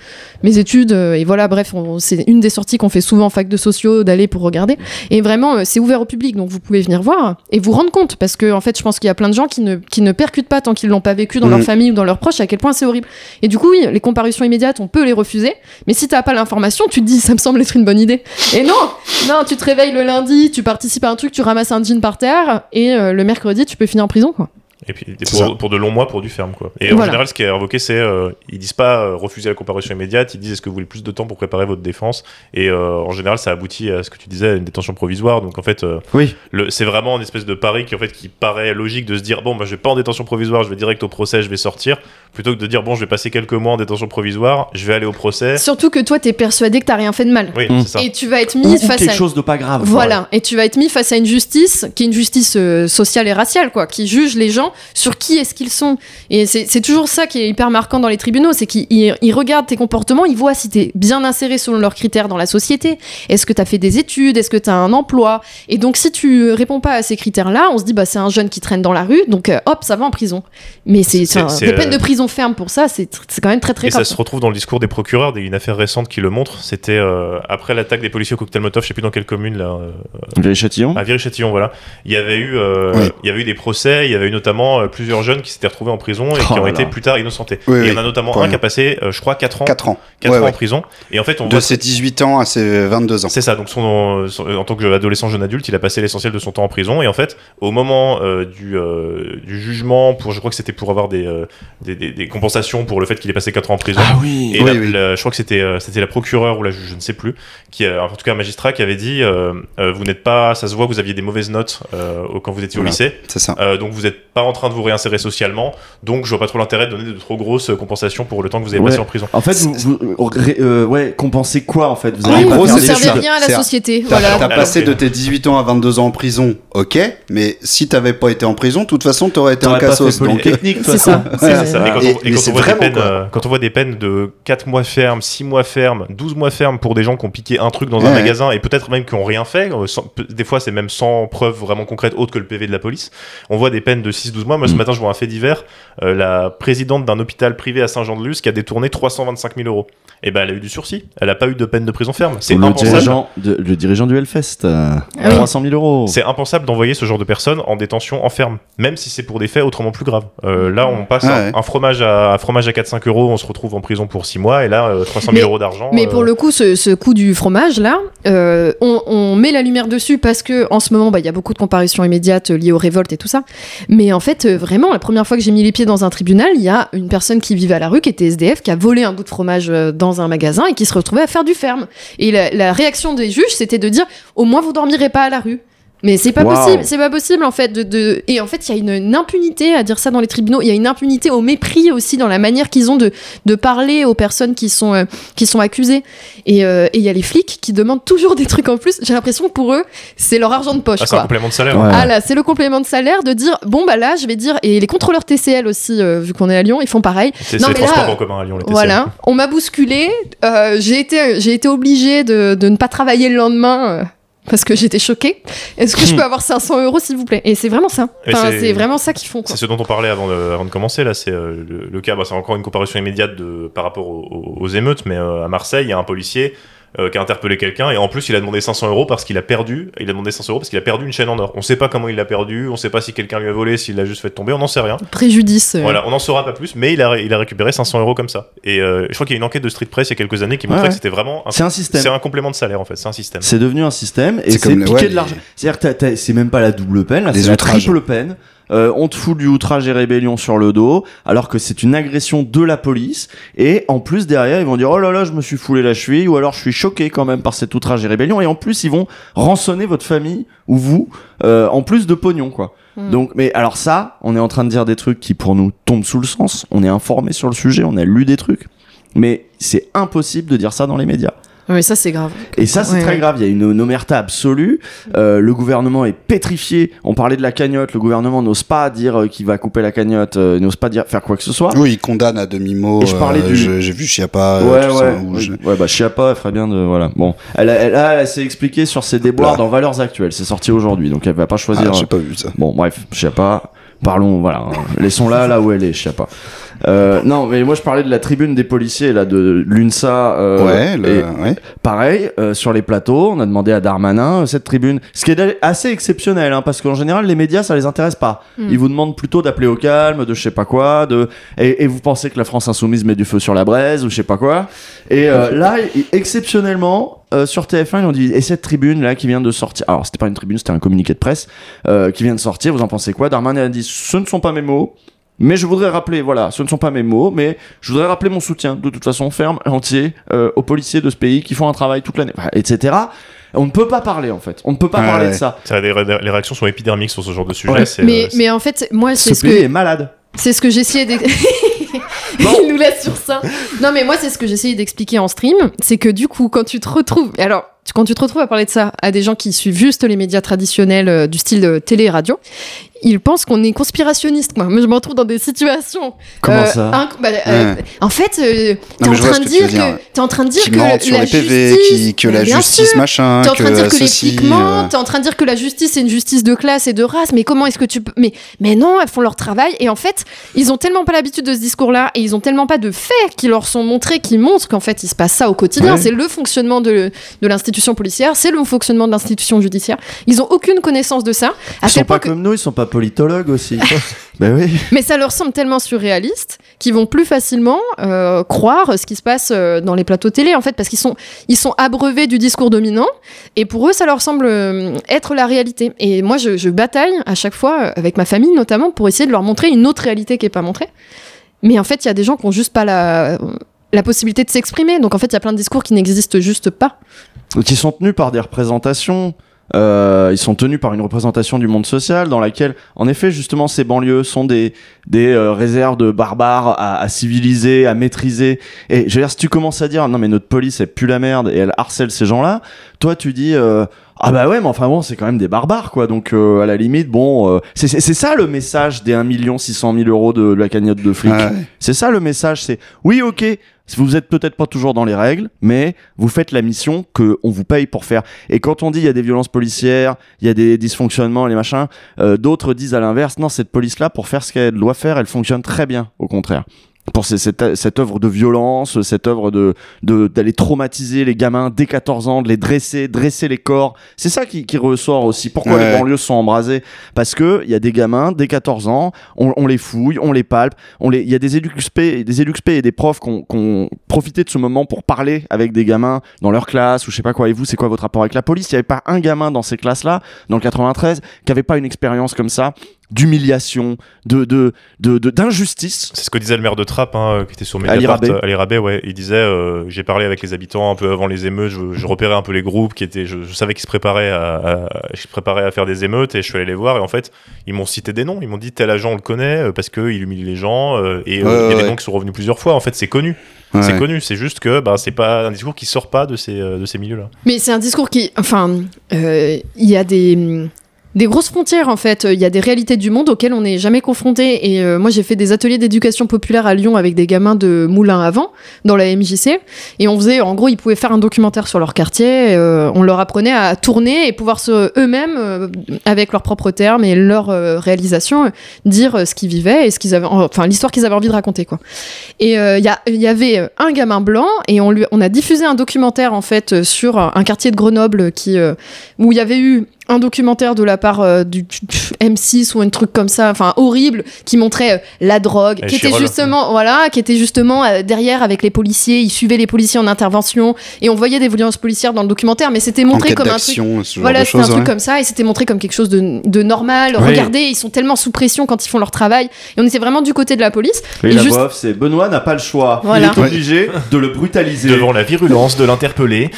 [SPEAKER 8] mes études. euh, Et voilà, bref, on- c'est une des sorties qu'on fait souvent en fac de sociaux d'aller pour regarder. Et vraiment, euh, c'est ouvert au public, donc vous pouvez venir voir et vous rendre compte. Parce que, en fait, je pense qu'il y a plein de gens qui ne, qui ne percutent pas tant qu'ils l'ont pas vécu dans
[SPEAKER 7] Mhm.
[SPEAKER 8] leur famille ou dans leurs proches, à quel point c'est horrible. Et du coup, oui, les comparutions immédiates, on peut les refuser. Mais si t'as pas l'information, tu te dis, ça me semble être une bonne idée. Et non, non, tu te réveilles le lundi, tu participes à un truc, tu ramasses un jean par terre, et euh, le mercredi, tu peux finir en prison, quoi.
[SPEAKER 10] Et puis et
[SPEAKER 7] C'est ça.
[SPEAKER 10] pour, pour de longs mois pour du ferme quoi. Et en
[SPEAKER 8] Voilà.
[SPEAKER 10] général, ce qui est invoqué, c'est euh, ils disent pas euh, refuser la comparution immédiate, ils disent est-ce que vous voulez plus de temps pour préparer votre défense. Et euh, en général, ça aboutit à ce que tu disais, à une détention provisoire. Donc en fait, euh,
[SPEAKER 7] Oui.
[SPEAKER 10] le- c'est vraiment une espèce de pari qui en fait qui paraît logique de se dire bon, bah, je vais pas en détention provisoire, je vais direct au procès, je vais sortir, plutôt que de dire bon, je vais passer quelques mois en détention provisoire, je vais aller au procès.
[SPEAKER 8] Surtout que toi, t'es persuadé que t'as rien fait de mal.
[SPEAKER 10] Oui,
[SPEAKER 9] Mm.
[SPEAKER 10] c'est ça.
[SPEAKER 8] Et tu vas être
[SPEAKER 9] Ou,
[SPEAKER 8] mis
[SPEAKER 9] ou
[SPEAKER 8] face
[SPEAKER 9] quelque
[SPEAKER 8] à.
[SPEAKER 9] chose de pas grave.
[SPEAKER 8] Voilà, et tu vas être mis face à une justice qui est une justice euh, sociale et raciale, quoi, qui juge les gens sur qui est-ce qu'ils sont. Et c'est c'est toujours ça qui est hyper marquant dans les tribunaux, c'est qu'ils ils- ils regardent tes comportements, ils voient si t'es bien inséré selon leurs critères dans la société. Est-ce que t'as fait des études Est-ce que t'as un emploi Et donc si tu réponds pas à ces critères-là, on se dit bah c'est un jeune qui traîne dans la rue, donc euh, hop ça va en prison. Mais c'est
[SPEAKER 10] C'est-
[SPEAKER 8] c'est un-
[SPEAKER 10] c'est,
[SPEAKER 8] des peines
[SPEAKER 10] euh,
[SPEAKER 8] de prison ferme pour ça, c'est tr- c'est quand même très très
[SPEAKER 10] Et ça
[SPEAKER 8] grave.
[SPEAKER 10] se retrouve dans le discours des procureurs, des- une affaire récente qui le montre. C'était euh, après l'attaque des policiers au cocktail Molotov, je sais plus dans quelle commune là, euh,
[SPEAKER 9] Les châtillons.
[SPEAKER 8] Ah.
[SPEAKER 10] à Viry-Châtillon, voilà. Il y avait eu, euh,
[SPEAKER 7] Hein Oui.
[SPEAKER 10] il y avait eu des procès. Il y avait eu notamment euh, plusieurs jeunes qui s'étaient retrouvés en prison et
[SPEAKER 9] Oh
[SPEAKER 10] qui ont
[SPEAKER 9] là
[SPEAKER 10] été
[SPEAKER 9] là.
[SPEAKER 10] plus tard innocentés.
[SPEAKER 7] Oui,
[SPEAKER 10] et il y
[SPEAKER 7] oui,
[SPEAKER 10] en a notamment
[SPEAKER 7] quand
[SPEAKER 10] un
[SPEAKER 7] même.
[SPEAKER 10] qui a passé, euh, je crois, 4 ans,
[SPEAKER 7] 4 ans.
[SPEAKER 10] quatre
[SPEAKER 7] Ouais,
[SPEAKER 10] ans en
[SPEAKER 7] ouais.
[SPEAKER 10] prison. Et en fait, on
[SPEAKER 7] De
[SPEAKER 10] voit.
[SPEAKER 7] ses 18 ans à ses 22 ans.
[SPEAKER 10] C'est ça. Donc, son, euh, son- en tant qu'adolescent, jeune adulte, il a passé l'essentiel de son temps en prison. Et en fait, au moment euh, du, euh, du jugement, pour, je crois que c'était pour avoir des, euh, des, des- des compensations pour le fait qu'il ait passé 4 ans en prison.
[SPEAKER 9] Ah oui.
[SPEAKER 10] Et
[SPEAKER 7] Oui,
[SPEAKER 10] la-
[SPEAKER 7] oui.
[SPEAKER 10] la- je crois que c'était euh, c'était la procureure ou la juge, je ne sais plus, qui a- en tout cas un magistrat qui avait dit euh, euh, vous n'êtes pas, ça se voit que vous aviez des mauvaises notes euh, au- quand vous étiez au
[SPEAKER 7] Oula.
[SPEAKER 10] lycée,
[SPEAKER 7] C'est ça.
[SPEAKER 10] Euh, donc vous n'êtes pas en train de vous réinsérer socialement, donc je vois pas trop l'intérêt de donner de trop grosses compensations pour le temps que vous avez passé
[SPEAKER 9] Ouais.
[SPEAKER 10] en prison.
[SPEAKER 9] En fait, vous, vous- ré- euh, ouais, compensez quoi en fait vous
[SPEAKER 7] En
[SPEAKER 9] avez
[SPEAKER 8] Ah Oui,
[SPEAKER 9] pas
[SPEAKER 7] gros,
[SPEAKER 9] fait
[SPEAKER 8] vous
[SPEAKER 7] c'est
[SPEAKER 9] des
[SPEAKER 8] servez
[SPEAKER 9] choses.
[SPEAKER 7] ça.
[SPEAKER 8] rien à
[SPEAKER 7] C'est-
[SPEAKER 8] la société,
[SPEAKER 7] T'as
[SPEAKER 8] voilà.
[SPEAKER 7] t'as
[SPEAKER 10] Alors
[SPEAKER 7] passé
[SPEAKER 10] que-
[SPEAKER 7] de tes 18 ans à 22 ans en prison, ok, mais si t'avais pas été en prison, de toute façon, t'aurais été un
[SPEAKER 9] T'aurais pas fait
[SPEAKER 7] cassos. donc-
[SPEAKER 9] Polytechnique, de toute
[SPEAKER 8] C'est
[SPEAKER 9] façon.
[SPEAKER 8] ça.
[SPEAKER 7] Ouais,
[SPEAKER 10] C'est ça. Et quand,
[SPEAKER 7] Et-
[SPEAKER 10] on, et
[SPEAKER 7] mais
[SPEAKER 10] quand
[SPEAKER 7] c'est
[SPEAKER 10] on voit des
[SPEAKER 7] vraiment
[SPEAKER 10] peines,
[SPEAKER 7] quoi.
[SPEAKER 10] euh, quand on voit des peines de 4 mois ferme, 6 mois ferme, 12 mois ferme pour des gens qui ont piqué un truc dans
[SPEAKER 7] Ouais,
[SPEAKER 10] un
[SPEAKER 7] ouais.
[SPEAKER 10] magasin et peut-être même qui ont rien fait, euh, sans- pe- des fois c'est même sans preuve vraiment concrète autre que le PV de la police, on voit des peines de 6-12 mois. Moi ce
[SPEAKER 9] Mm.
[SPEAKER 10] matin je vois un fait divers, euh, la présidente d'un hôpital privé à Saint-Jean-de-Luz qui a détourné 325 000 euros. Et ben elle a eu du sursis, elle a pas eu de peine de prison ferme. C'est
[SPEAKER 9] le
[SPEAKER 10] impensable.
[SPEAKER 9] dirigeant, de- le dirigeant du Hellfest, euh,
[SPEAKER 8] Ah oui.
[SPEAKER 9] 300 000 euros.
[SPEAKER 10] C'est impensable d'envoyer ce genre de personnes en détention en ferme, même si c'est pour des faits autrement plus graves. Euh, là, on passe
[SPEAKER 7] Ouais,
[SPEAKER 10] un,
[SPEAKER 7] ouais.
[SPEAKER 10] un fromage à, un fromage à 4-5 euros, on se retrouve en prison pour 6 mois, et là, euh, 300 000
[SPEAKER 8] Mais-
[SPEAKER 10] euros d'argent.
[SPEAKER 8] Mais
[SPEAKER 10] euh,
[SPEAKER 8] pour le coup, ce, ce coup du fromage là, euh, on, on met la lumière dessus parce que en ce moment, bah, il y a beaucoup de comparutions immédiates euh, liées aux révoltes et tout ça. Mais en fait, euh, vraiment, la première fois que j'ai mis les pieds dans un tribunal, il y a une personne qui vivait à la rue, qui était SDF, qui a volé un bout de fromage euh, dans un magasin et qui se retrouvait à faire du ferme. Et la, la réaction des juges, c'était de dire au moins vous dormirez pas à la rue. Mais c'est pas
[SPEAKER 9] Waouh.
[SPEAKER 8] possible, c'est pas possible en fait de, de- et en fait il y a une, une impunité à dire ça dans les tribunaux, il y a une impunité au mépris aussi dans la manière qu'ils ont de de parler aux personnes qui sont euh, qui sont accusées et euh, et il y a les flics qui demandent toujours des trucs en plus. J'ai l'impression que pour eux c'est leur argent de poche
[SPEAKER 10] ah, c'est un
[SPEAKER 8] quoi.
[SPEAKER 10] complément de salaire.
[SPEAKER 9] Ouais.
[SPEAKER 8] Ah là, c'est le complément de salaire de dire bon bah là je vais dire et les contrôleurs TCL aussi euh, vu qu'on est à Lyon ils font pareil.
[SPEAKER 10] C'est
[SPEAKER 8] Non,
[SPEAKER 10] c'est les
[SPEAKER 8] mais là,
[SPEAKER 10] transports en commun à Lyon, les TCL.
[SPEAKER 8] Voilà, on m'a bousculé, euh, j'ai été j'ai été obligée de de ne pas travailler le lendemain. euh, parce que j'étais choquée. Est-ce que je peux avoir 500 euros, s'il vous plaît Et c'est vraiment ça.
[SPEAKER 10] Hmm. Et
[SPEAKER 8] Enfin,
[SPEAKER 10] c'est-
[SPEAKER 8] c'est vraiment ça qu'ils font. Quoi.
[SPEAKER 10] C'est ce dont on parlait avant de, avant de commencer. Là, c'est euh, le, le cas. bah, c'est encore une comparaison immédiate de, par rapport aux, aux- aux émeutes, mais euh, à Marseille, il y a un policier euh, qui a interpellé quelqu'un et en plus, il a demandé 500 euros parce qu'il a perdu. Il a demandé 500 euros parce qu'il a perdu une chaîne en or. On sait pas comment il l'a perdu. On sait pas si quelqu'un lui a volé, s'il l'a juste fait tomber. On n'en sait rien.
[SPEAKER 8] Préjudice. euh,
[SPEAKER 10] Voilà, on n'en saura pas plus, mais il a, il a récupéré 500 euros comme ça. Et euh, je crois qu'il y a une enquête de Street Press il y a quelques années qui montrait
[SPEAKER 9] Ouais.
[SPEAKER 10] que c'était vraiment un,
[SPEAKER 9] C'est un
[SPEAKER 10] c'est
[SPEAKER 9] système.
[SPEAKER 10] un complément de salaire en fait, c'est un système.
[SPEAKER 9] C'est devenu un système et
[SPEAKER 7] C'est
[SPEAKER 9] c'est
[SPEAKER 7] comme le-
[SPEAKER 9] piquer
[SPEAKER 7] ouais,
[SPEAKER 9] de
[SPEAKER 7] les-
[SPEAKER 9] l'argent. C'est-à-dire que t'as- t'as- c'est même pas la double peine, là,
[SPEAKER 7] Les
[SPEAKER 9] c'est la
[SPEAKER 7] outrages.
[SPEAKER 9] triple peine. Euh, on te fout du outrage et rébellion sur le dos, alors que c'est une agression de la police. Et en plus derrière, ils vont dire oh là là, je me suis foulé la cheville, ou alors je suis choqué quand même par cet outrage et rébellion. Et en plus, ils vont rançonner votre famille ou vous, euh, en plus de pognon quoi.
[SPEAKER 8] Hmm.
[SPEAKER 9] Donc, mais alors ça, on est en train de dire des trucs qui pour nous tombent sous le sens. On est informé sur le sujet, on a lu des trucs, mais c'est impossible de dire ça dans les médias.
[SPEAKER 8] Mais ça, c'est grave.
[SPEAKER 9] Et ça, c'est
[SPEAKER 8] Ouais,
[SPEAKER 9] très
[SPEAKER 8] ouais.
[SPEAKER 9] grave. Il y a une, une omerta absolue. Euh, le gouvernement est pétrifié. On parlait de la cagnotte. Le gouvernement n'ose pas dire euh, qu'il va couper la cagnotte. euh, il n'ose pas dire faire quoi que ce soit.
[SPEAKER 7] Oui, il condamne à demi-mot.
[SPEAKER 9] Et je parlais
[SPEAKER 7] euh,
[SPEAKER 9] du-
[SPEAKER 7] je- J'ai vu Chiappa.
[SPEAKER 9] ouais,
[SPEAKER 7] euh, tout ça, où
[SPEAKER 9] ouais.
[SPEAKER 7] je-
[SPEAKER 9] Ouais, bah, Chiappa, elle ferait bien de. Voilà. Bon. Elle, a- elle, a- elle s'est expliquée sur ses déboires
[SPEAKER 7] Là.
[SPEAKER 9] dans Valeurs Actuelles. C'est sorti aujourd'hui. Donc, elle va pas
[SPEAKER 7] Bah. Ah,
[SPEAKER 9] choisir.
[SPEAKER 7] j'ai pas vu ça.
[SPEAKER 9] hein. Bon, bref, Chiappa. Parlons, voilà. hein. Laissons-la là où elle est, Chiappa. Euh, non, mais moi je parlais de la tribune des policiers, là, de l'UNSA. euh,
[SPEAKER 7] ouais, le-
[SPEAKER 9] et
[SPEAKER 7] ouais.
[SPEAKER 9] Pareil, euh, sur les plateaux, on a demandé à Darmanin euh, cette tribune, ce qui est d'ailleurs assez exceptionnel, hein, parce qu'en général, les médias, ça les intéresse pas.
[SPEAKER 8] Mm.
[SPEAKER 9] Ils vous demandent plutôt d'appeler au calme, de je sais pas quoi, de et, et vous pensez que la France insoumise met du feu sur la braise ou je sais pas quoi. Et euh, là, i- exceptionnellement, euh, sur TF1, ils ont dit et cette tribune là qui vient de sortir. Alors c'était pas une tribune, c'était un communiqué de presse euh, qui vient de sortir. Vous en pensez quoi Darmanin a dit ce ne sont pas mes mots. Mais je voudrais rappeler, voilà, ce ne sont pas mes mots, mais je voudrais rappeler mon soutien, de toute façon ferme, entier, euh, aux policiers de ce pays qui font un travail toute l'année, voilà, etc. On ne peut pas parler, en fait. On ne peut pas
[SPEAKER 7] Ouais,
[SPEAKER 9] parler
[SPEAKER 7] ouais.
[SPEAKER 9] de ça.
[SPEAKER 10] Ça, les, ré- les réactions sont épidermiques sur ce genre de sujet.
[SPEAKER 9] Ouais.
[SPEAKER 10] c'est,
[SPEAKER 8] Mais,
[SPEAKER 10] euh, c'est-
[SPEAKER 8] mais en fait, moi,
[SPEAKER 9] Ce
[SPEAKER 8] c'est ce
[SPEAKER 9] pays
[SPEAKER 8] que
[SPEAKER 9] est malade.
[SPEAKER 8] c'est ce que
[SPEAKER 7] [laughs]
[SPEAKER 8] j'essayais d'expliquer. Il nous laisse sur ça. Non, mais moi, c'est ce que j'essayais d'expliquer en stream. C'est que du coup, quand tu te retrouves. Alors, tu- quand tu te retrouves à parler de ça à des gens qui suivent juste les médias traditionnels euh, du style euh, télé et radio, ils pensent qu'on est conspirationniste, quoi. Moi, je me retrouve dans des situations.
[SPEAKER 9] Comment
[SPEAKER 8] euh,
[SPEAKER 9] ça
[SPEAKER 8] inc- bah, euh,
[SPEAKER 7] Ouais.
[SPEAKER 8] En fait, euh, t'es
[SPEAKER 7] mais
[SPEAKER 8] en,
[SPEAKER 7] je vois
[SPEAKER 8] train
[SPEAKER 7] ce
[SPEAKER 8] de
[SPEAKER 7] que tu veux
[SPEAKER 8] dire
[SPEAKER 7] dire,
[SPEAKER 8] que-
[SPEAKER 7] ouais.
[SPEAKER 8] t'es en train de dire
[SPEAKER 7] Qui
[SPEAKER 8] que
[SPEAKER 7] mentent sur
[SPEAKER 8] la
[SPEAKER 7] les PV, qui,
[SPEAKER 8] justice-
[SPEAKER 7] que la
[SPEAKER 8] Mais bien
[SPEAKER 7] justice,
[SPEAKER 8] sûr.
[SPEAKER 7] machin,
[SPEAKER 8] T'es en train de
[SPEAKER 9] euh,
[SPEAKER 8] dire que les
[SPEAKER 7] ceci, euh,
[SPEAKER 8] flics mentent, t'es en train de dire que la justice c'est une justice de classe et de race, mais comment est-ce que tu peux. Mais, mais non, elles font leur travail et en fait, ils ont tellement pas l'habitude de ce discours-là et ils ont tellement pas de faits qui leur sont montrés, qui montrent qu'en fait il se passe ça au quotidien.
[SPEAKER 9] Ouais.
[SPEAKER 8] C'est le fonctionnement de, de l'institution policière, c'est le fonctionnement de l'institution judiciaire. Ils ont aucune connaissance de ça. À
[SPEAKER 9] Ils sont
[SPEAKER 8] tel point
[SPEAKER 9] pas
[SPEAKER 8] que.
[SPEAKER 9] comme nous, ils sont pas politologues [laughs] aussi. ben oui.
[SPEAKER 8] Mais ça leur semble tellement surréaliste qu'ils vont plus facilement euh, croire ce qui se passe euh, dans les plateaux télé, en fait, parce qu'ils sont, ils sont abreuvés du discours dominant, et pour eux, ça leur semble euh, être la réalité. Et moi, je, je bataille à chaque fois, euh, avec ma famille notamment, pour essayer de leur montrer une autre réalité qui n'est pas montrée. Mais en fait, il y a des gens qui n'ont juste pas la, la possibilité de s'exprimer, donc en fait, il y a plein de discours qui n'existent juste pas.
[SPEAKER 9] Donc ils sont tenus par des représentations. euh, ils sont tenus par une représentation du monde social dans laquelle, en effet, justement, ces banlieues sont des des euh, réserves de barbares à, à civiliser, à maîtriser. Et je veux dire, si tu commences à dire non mais notre police elle pue la merde et elle harcèle ces gens-là, toi tu dis euh, ah bah ouais mais enfin bon c'est quand même des barbares quoi. Donc euh, à la limite bon euh, c'est c'est c'est ça le message des 1 600 000 euros de, de la cagnotte de flics.
[SPEAKER 7] Ouais.
[SPEAKER 9] C'est ça le message, c'est oui, ok, vous êtes peut-être pas toujours dans les règles, mais vous faites la mission que on vous paye pour faire. Et quand on dit il y a des violences policières, il y a des dysfonctionnements, les machins, euh, d'autres disent à l'inverse, non, cette police-là, pour faire ce qu'elle doit faire, elle fonctionne très bien, au contraire. Pour ces- cette, cette œuvre de violence, cette œuvre de de- d'aller traumatiser les gamins dès 14 ans, de les dresser, dresser les corps, c'est ça qui, qui ressort aussi. Pourquoi
[SPEAKER 7] Ouais.
[SPEAKER 9] les banlieues sont embrasées Parce que il y a des gamins dès 14 ans, on, on les fouille, on les palpe, on les, il y a des éduxpés, des éduxpés et des profs qui ont, qui ont profité de ce moment pour parler avec des gamins dans leur classe ou je sais pas quoi. Et vous, c'est quoi votre rapport avec la police Il n'y avait pas un gamin dans ces classes-là, dans le 93, qui avait pas une expérience comme ça d'humiliation, de de de de- d'injustice.
[SPEAKER 10] c'est ce que disait le maire de Trappes, hein, qui était sur
[SPEAKER 9] Ali
[SPEAKER 10] Mediapart,
[SPEAKER 9] Rabé.
[SPEAKER 10] euh, Ali Rabé, ouais. Il disait, euh, j'ai parlé avec les habitants un peu avant les émeutes, je, je repérais un peu les groupes qui étaient, je, je savais qu'ils se préparaient à, à- qu'ils se préparaient à faire des émeutes et je suis allé les voir et en fait, ils m'ont cité des noms. Ils m'ont dit, tel agent, on le connaît euh, parce qu'il humilie les gens euh, et euh, il
[SPEAKER 7] Ouais,
[SPEAKER 10] y a
[SPEAKER 7] ouais,
[SPEAKER 10] des
[SPEAKER 7] ouais.
[SPEAKER 10] noms qui sont revenus plusieurs fois. En fait, c'est connu. C'est
[SPEAKER 7] Ouais.
[SPEAKER 10] connu. C'est juste que, bah, c'est pas un discours qui sort pas de ces, euh, de ces milieux-là.
[SPEAKER 8] Mais c'est un discours qui, enfin, euh, il y a des des grosses frontières en fait. Il y a des réalités du monde auxquelles on n'est jamais confronté. Et euh, moi, j'ai fait des ateliers d'éducation populaire à Lyon avec des gamins de Moulins avant dans la MJC. Et on faisait, en gros, ils pouvaient faire un documentaire sur leur quartier. euh, on leur apprenait à tourner et pouvoir se eux-mêmes, euh, avec leurs propres termes et leur euh, réalisation, euh, dire euh, ce qu'ils vivaient et ce qu'ils avaient, enfin l'histoire qu'ils avaient envie de raconter quoi. Et euh, il y, a- il y avait un gamin blanc et on, lui, on a diffusé un documentaire en fait euh, sur un un quartier de Grenoble qui, euh, où il y avait eu un documentaire de la part euh, du du- du M6 ou un truc comme ça, enfin horrible, qui montrait euh, la drogue,
[SPEAKER 10] Et
[SPEAKER 8] qui était
[SPEAKER 10] Chirol.
[SPEAKER 8] justement, voilà, qui était justement euh, derrière avec les policiers, ils suivaient les policiers en intervention et on voyait des violences policières dans le documentaire, mais c'était montré
[SPEAKER 7] Enquête
[SPEAKER 8] comme un truc.
[SPEAKER 7] d'action, ce genre
[SPEAKER 8] Voilà,
[SPEAKER 7] de
[SPEAKER 8] c'était un
[SPEAKER 7] choses.
[SPEAKER 8] truc
[SPEAKER 7] ouais.
[SPEAKER 8] comme ça et c'était montré comme quelque chose de, de normal.
[SPEAKER 9] Oui.
[SPEAKER 8] Regardez, ils sont tellement sous pression quand ils font leur travail. Et on était vraiment du côté de la police.
[SPEAKER 9] Et,
[SPEAKER 8] Et
[SPEAKER 9] la
[SPEAKER 8] juste-
[SPEAKER 9] voix off, c'est Benoît n'a pas le choix.
[SPEAKER 8] Voilà.
[SPEAKER 9] Il est obligé de le brutaliser.
[SPEAKER 10] Devant la virulence de l'interpellé,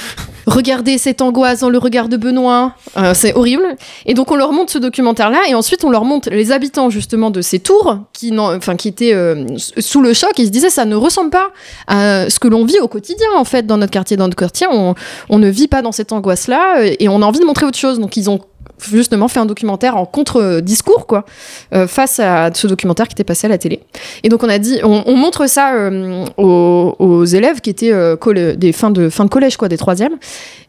[SPEAKER 8] Regardez cette angoisse dans le regard de Benoît, Euh, c'est horrible. Et donc on leur montre ce documentaire-là, et ensuite on leur montre les habitants justement de ces tours qui, n'en- enfin, qui étaient euh, s- sous le choc. Ils se disaient ça ne ressemble pas à ce que l'on vit au quotidien en fait dans notre quartier, dans notre quartier, on, on ne vit pas dans cette angoisse-là, euh, et on a envie de montrer autre chose. Donc ils ont justement fait un documentaire en contre-discours quoi euh, face à ce documentaire qui était passé à la télé et donc on a dit on, on montre ça euh, aux, aux élèves qui étaient euh, colle- des fins de fin de collège quoi des troisièmes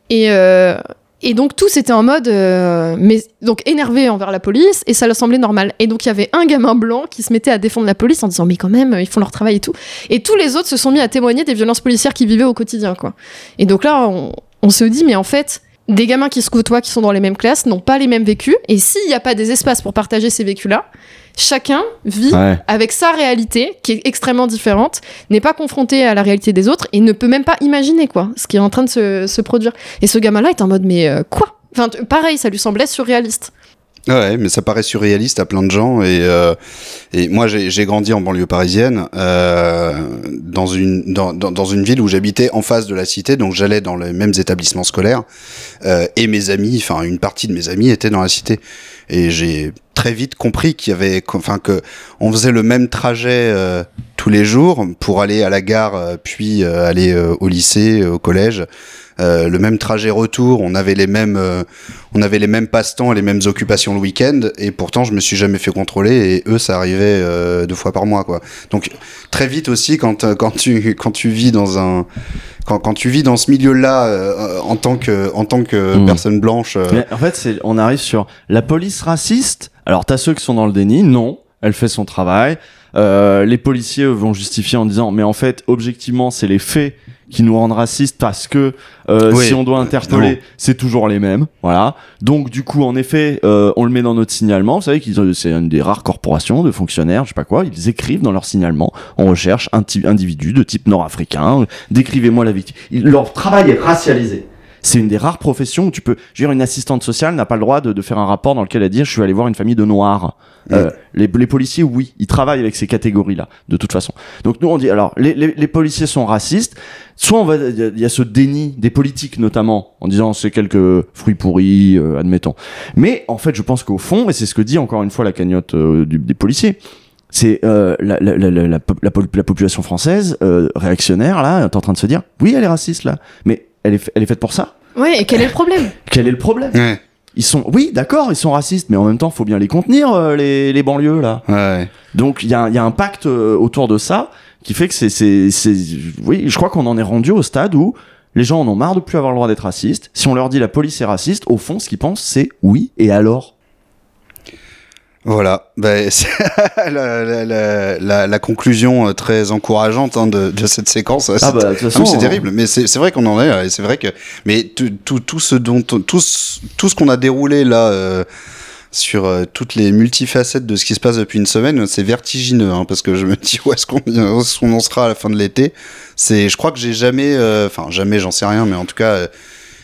[SPEAKER 8] et, euh, Et donc tous étaient en mode, euh, mais donc énervés envers la police, et ça leur semblait normal. Et donc il y avait un gamin blanc qui se mettait à défendre la police en disant mais quand même ils font leur travail et tout. Et tous les autres se sont mis à témoigner des violences policières qu'ils vivaient au quotidien quoi. Et donc là on, on se dit mais en fait des gamins qui se côtoient, qui sont dans les mêmes classes, n'ont pas les mêmes vécus. Et s'il n'y a pas des espaces pour partager ces vécus-là, chacun vit
[SPEAKER 9] Ouais.
[SPEAKER 8] avec sa réalité qui est extrêmement différente, n'est pas confronté à la réalité des autres et ne peut même pas imaginer quoi, ce qui est en train de se, se produire. Et ce gamin-là est en mode mais euh, quoi Enfin, t- pareil, ça lui semblait surréaliste.
[SPEAKER 7] Ouais, mais ça paraît surréaliste à plein de gens. Et, euh, et moi, j'ai j'ai grandi en banlieue parisienne, euh, dans, une, dans, dans, dans une ville où j'habitais en face de la cité, donc j'allais dans les mêmes établissements scolaires. euh, et mes amis, enfin une partie de mes amis étaient dans la cité. Et j'ai très vite compris qu'il y avait, qu'en- enfin que on faisait le même trajet euh, tous les jours pour aller à la gare, euh, puis euh, aller euh, au lycée, euh, au collège. Euh, le même trajet retour, on avait les mêmes, euh, on avait les mêmes passe-temps et les mêmes occupations le week-end, et pourtant je me suis jamais fait contrôler, et eux ça arrivait euh, deux fois par mois quoi. Donc très vite aussi quand euh, quand tu [laughs] quand tu vis dans un quand, quand tu vis dans ce milieu-là euh, en tant que en tant que
[SPEAKER 9] Mm.
[SPEAKER 7] personne blanche, euh,
[SPEAKER 9] Mais en fait, c'est, on arrive sur la police raciste. Alors, t'as ceux qui sont dans le déni. Non, elle fait son travail. Euh, les policiers eux, vont justifier en disant, mais en fait, objectivement, c'est les faits qui nous rendent racistes parce que euh,
[SPEAKER 7] Oui,
[SPEAKER 9] si on doit
[SPEAKER 7] évidemment.
[SPEAKER 9] interpeller, c'est toujours les mêmes. Voilà. Donc, du coup, en effet, euh, on le met dans notre signalement. Vous savez qu'ils ont- c'est une des rares corporations de fonctionnaires, je sais pas quoi. Ils écrivent dans leur signalement, on recherche un type individu de type nord-africain. Décrivez-moi la victime. Ils- leur travail est racialisé. C'est une des rares professions où tu peux. Je veux dire, une assistante sociale n'a pas le droit de, de faire un rapport dans lequel elle dit je suis allé voir une famille de noirs. Euh, les, les policiers, oui, ils travaillent avec ces catégories-là, de toute façon. Donc nous, on dit alors, les, les, les policiers sont racistes. Soit on va, il y a- il y, a ce déni des politiques notamment, en disant c'est quelques fruits pourris, euh, admettons. Mais en fait, je pense qu'au fond, et c'est ce que dit encore une fois la cagnotte euh, du- des policiers, c'est euh, la, la, la, la, la, pop- la pop- la population française euh, réactionnaire là est en train de se dire oui elle est raciste là mais elle est, fa- elle est faite pour ça
[SPEAKER 8] Ouais, et quel est le
[SPEAKER 7] [laughs]
[SPEAKER 8] problème
[SPEAKER 9] quel est le problème
[SPEAKER 7] ouais,
[SPEAKER 9] ils sont oui d'accord ils sont racistes mais en même temps faut bien les contenir euh, les, les banlieues là
[SPEAKER 7] ouais.
[SPEAKER 9] donc il y a, il y a un pacte euh, autour de ça qui fait que c'est c'est c'est oui je crois qu'on en est rendu au stade où les gens en ont marre de plus avoir le droit d'être racistes si on leur dit la police est raciste au fond ce qu'ils pensent c'est oui et alors
[SPEAKER 7] Voilà, Ben, [laughs] c'est la, la- la- la- la conclusion euh, très encourageante hein, de, de cette séquence. C'est-
[SPEAKER 9] bah de toute
[SPEAKER 7] Ah oui, c'est
[SPEAKER 9] euh,
[SPEAKER 7] terrible, mais c'est c'est vrai qu'on en est. euh, et C'est vrai que, mais tout, tout, tout ce dont, tout, ce- tout ce qu'on a déroulé là euh, sur euh, toutes les multifacettes de ce qui se passe depuis une semaine, c'est vertigineux, hein, parce que je me dis où est-ce qu'on où est-ce qu'on en sera à la fin de l'été. C'est, je crois que j'ai jamais, euh, enfin jamais, j'en sais rien, mais en tout cas. euh,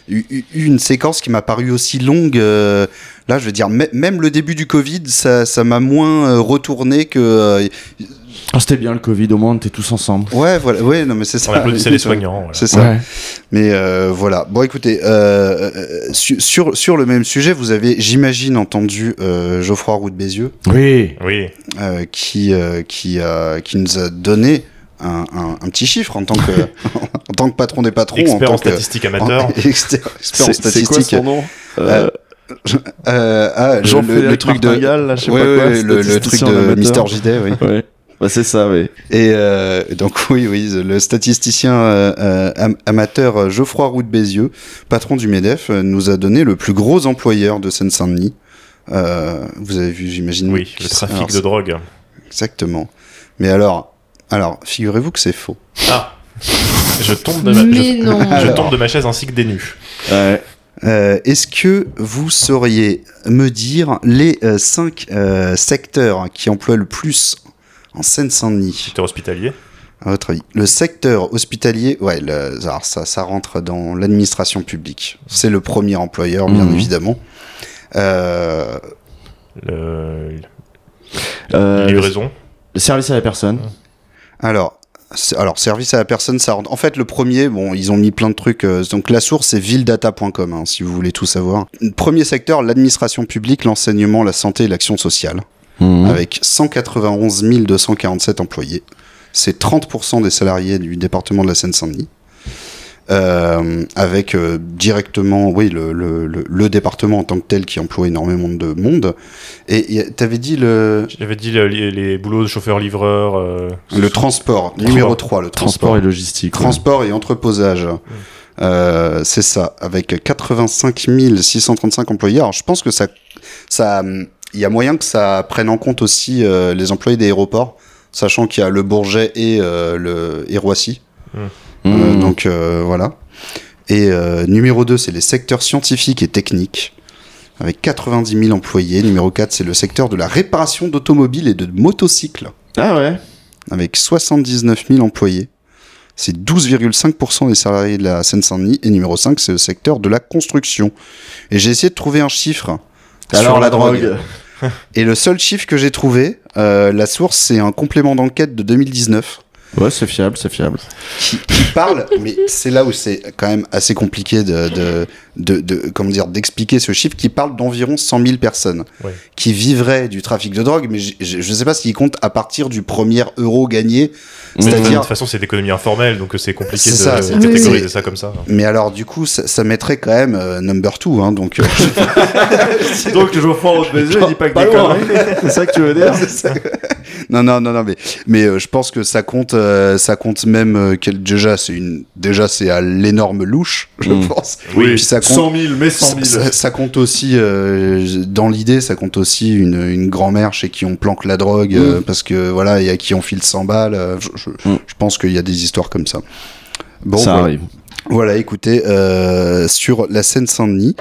[SPEAKER 7] eu eu- eu une séquence qui m'a paru aussi longue euh, là je veux dire mê- même le début du Covid ça ça m'a moins euh, retourné que euh,
[SPEAKER 9] ah, c'était bien le covid au moins on était tous ensemble
[SPEAKER 7] ouais voilà ouais non mais c'est ça
[SPEAKER 10] On applaudissait les soignants. voilà.
[SPEAKER 7] c'est ça mais euh, voilà. Bon, écoutez, euh, euh, su- sur, sur le même sujet, vous avez, j'imagine, entendu euh, Geoffroy Roux de Bézieux,
[SPEAKER 9] oui
[SPEAKER 10] Oui,
[SPEAKER 7] euh, qui, euh, qui, a- qui nous a donné un, un- un petit chiffre en tant
[SPEAKER 10] [laughs]
[SPEAKER 7] que, en tant que patron des patrons.
[SPEAKER 10] expert
[SPEAKER 7] en
[SPEAKER 10] en
[SPEAKER 7] tant que-
[SPEAKER 10] statistique amateur.
[SPEAKER 7] en- [laughs] expert en
[SPEAKER 9] c'est c'est quoi
[SPEAKER 7] statistique.
[SPEAKER 9] son nom
[SPEAKER 7] Euh, Euh, ah, le- le, le
[SPEAKER 9] Jean-Frédéric
[SPEAKER 7] truc de.
[SPEAKER 9] Martingale, là, je sais
[SPEAKER 7] Ouais,
[SPEAKER 9] pas
[SPEAKER 7] ouais,
[SPEAKER 9] quoi,
[SPEAKER 7] ouais, le, le truc
[SPEAKER 9] statisticien
[SPEAKER 7] de
[SPEAKER 9] amateur.
[SPEAKER 7] Mister JD, oui.
[SPEAKER 9] Ouais. Bah, c'est ça, oui.
[SPEAKER 7] Et euh, donc [laughs] oui, oui, le statisticien euh, euh, am- amateur Geoffroy Roux de Bézieux, patron du Medef, euh, nous a donné le plus gros employeur de Seine-Saint-Denis. Euh, vous avez vu, j'imagine.
[SPEAKER 10] Oui,
[SPEAKER 7] qui
[SPEAKER 10] le
[SPEAKER 7] c'est-
[SPEAKER 10] trafic
[SPEAKER 7] alors,
[SPEAKER 10] de drogue.
[SPEAKER 7] Exactement. Mais alors, alors, figurez-vous que c'est faux.
[SPEAKER 10] Ah Je tombe
[SPEAKER 7] bah,
[SPEAKER 10] de ma,
[SPEAKER 8] Mais
[SPEAKER 7] [laughs]
[SPEAKER 10] je,
[SPEAKER 8] non.
[SPEAKER 10] je tombe de ma chaise ainsi que des nues.
[SPEAKER 9] Ouais.
[SPEAKER 7] Euh, Est-ce que vous sauriez me dire les euh, cinq euh, secteurs qui emploient le plus en Seine-Saint-Denis
[SPEAKER 10] J'étais hospitalier.
[SPEAKER 7] À votre avis, le secteur hospitalier, ouais, le- alors ça, ça rentre dans l'administration publique. C'est le premier employeur, bien
[SPEAKER 9] Mhm.
[SPEAKER 7] évidemment. Euh,
[SPEAKER 10] Le-
[SPEAKER 9] Euh,
[SPEAKER 10] livraison.
[SPEAKER 9] le service à la personne.
[SPEAKER 7] alors, c'est- alors, service à la personne, ça rentre. En fait, le premier, bon, ils ont mis plein de trucs. euh, donc, la source, c'est villedata.com, hein, si vous voulez tout savoir. Premier secteur, l'administration publique, l'enseignement, la santé et l'action sociale, Mmh. avec 191 247 employés. C'est 30% des salariés du département de la Seine-Saint-Denis. euh, avec euh, directement, oui, le, le, le, le département en tant que tel qui emploie énormément de monde. Et y a- t'avais dit le,
[SPEAKER 10] J'avais dit le- les, les boulots de chauffeur-livreur. euh,
[SPEAKER 7] le transport, numéro 3, le
[SPEAKER 9] Transport
[SPEAKER 7] transport.
[SPEAKER 9] et logistique. ouais.
[SPEAKER 7] Transport et entreposage. Euh, c'est ça, avec 85 635 employés. Alors, je pense que ça, ça, hum, il y a moyen que ça prenne en compte aussi euh, les employés des aéroports, sachant qu'il y a le Bourget et euh, le et Roissy. Euh,
[SPEAKER 9] Mmh.
[SPEAKER 7] donc euh, voilà. Et euh, numéro 2, c'est les secteurs scientifiques et techniques, avec 90 000 employés. Numéro 4, c'est le secteur de la réparation d'automobiles et de motocycles,
[SPEAKER 9] Ah ouais
[SPEAKER 7] avec 79 000 employés. C'est 12,5% des salariés de la Seine-Saint-Denis. Et numéro 5, c'est le secteur de la construction. Et j'ai essayé de trouver un chiffre sur la drogue. Et le seul chiffre que j'ai trouvé, euh, la source, c'est un complément d'enquête de 2019
[SPEAKER 9] Ouais, c'est fiable, c'est fiable.
[SPEAKER 7] qui, qui [laughs] parle, mais c'est là où c'est quand même assez compliqué de, de, de, de- comment dire, d'expliquer ce chiffre, qui parle d'environ 100 000 personnes
[SPEAKER 10] Ouais.
[SPEAKER 7] qui vivraient du trafic de drogue, mais j- j- je ne sais pas ce qui compte à partir du premier euro gagné.
[SPEAKER 10] De
[SPEAKER 7] C'est-à-dire,
[SPEAKER 10] toute façon, c'est l'économie informelle, donc euh, c'est compliqué
[SPEAKER 7] C'est
[SPEAKER 10] de,
[SPEAKER 7] ça,
[SPEAKER 10] de
[SPEAKER 7] c'est-
[SPEAKER 10] catégoriser
[SPEAKER 7] oui.
[SPEAKER 10] ça comme ça.
[SPEAKER 7] mais alors du coup, ça, ça mettrait quand même euh, number two, hein, donc. euh,
[SPEAKER 9] Donc, je vois fort au baiser,
[SPEAKER 7] dis pas hein. que des
[SPEAKER 9] C'est ça que tu veux dire
[SPEAKER 7] C'est ça. non, non, non, non, mais, mais euh, je pense que ça compte, euh, ça compte même euh, quel- déjà, c'est une, déjà, c'est à l'énorme louche, je
[SPEAKER 9] Mm.
[SPEAKER 7] pense. Et puis ça compte,
[SPEAKER 9] 000, mais
[SPEAKER 7] ça, ça- ça compte aussi, euh, dans l'idée, ça compte aussi une, une grand-mère chez qui on planque la drogue, euh, parce que voilà, et à qui on file 100 balles. euh, je, je-
[SPEAKER 9] Mm.
[SPEAKER 7] je pense qu'il y a des histoires comme ça. Bon,
[SPEAKER 9] ça
[SPEAKER 7] voilà.
[SPEAKER 9] arrive.
[SPEAKER 7] Voilà, écoutez, euh, sur la Seine-Saint-Denis,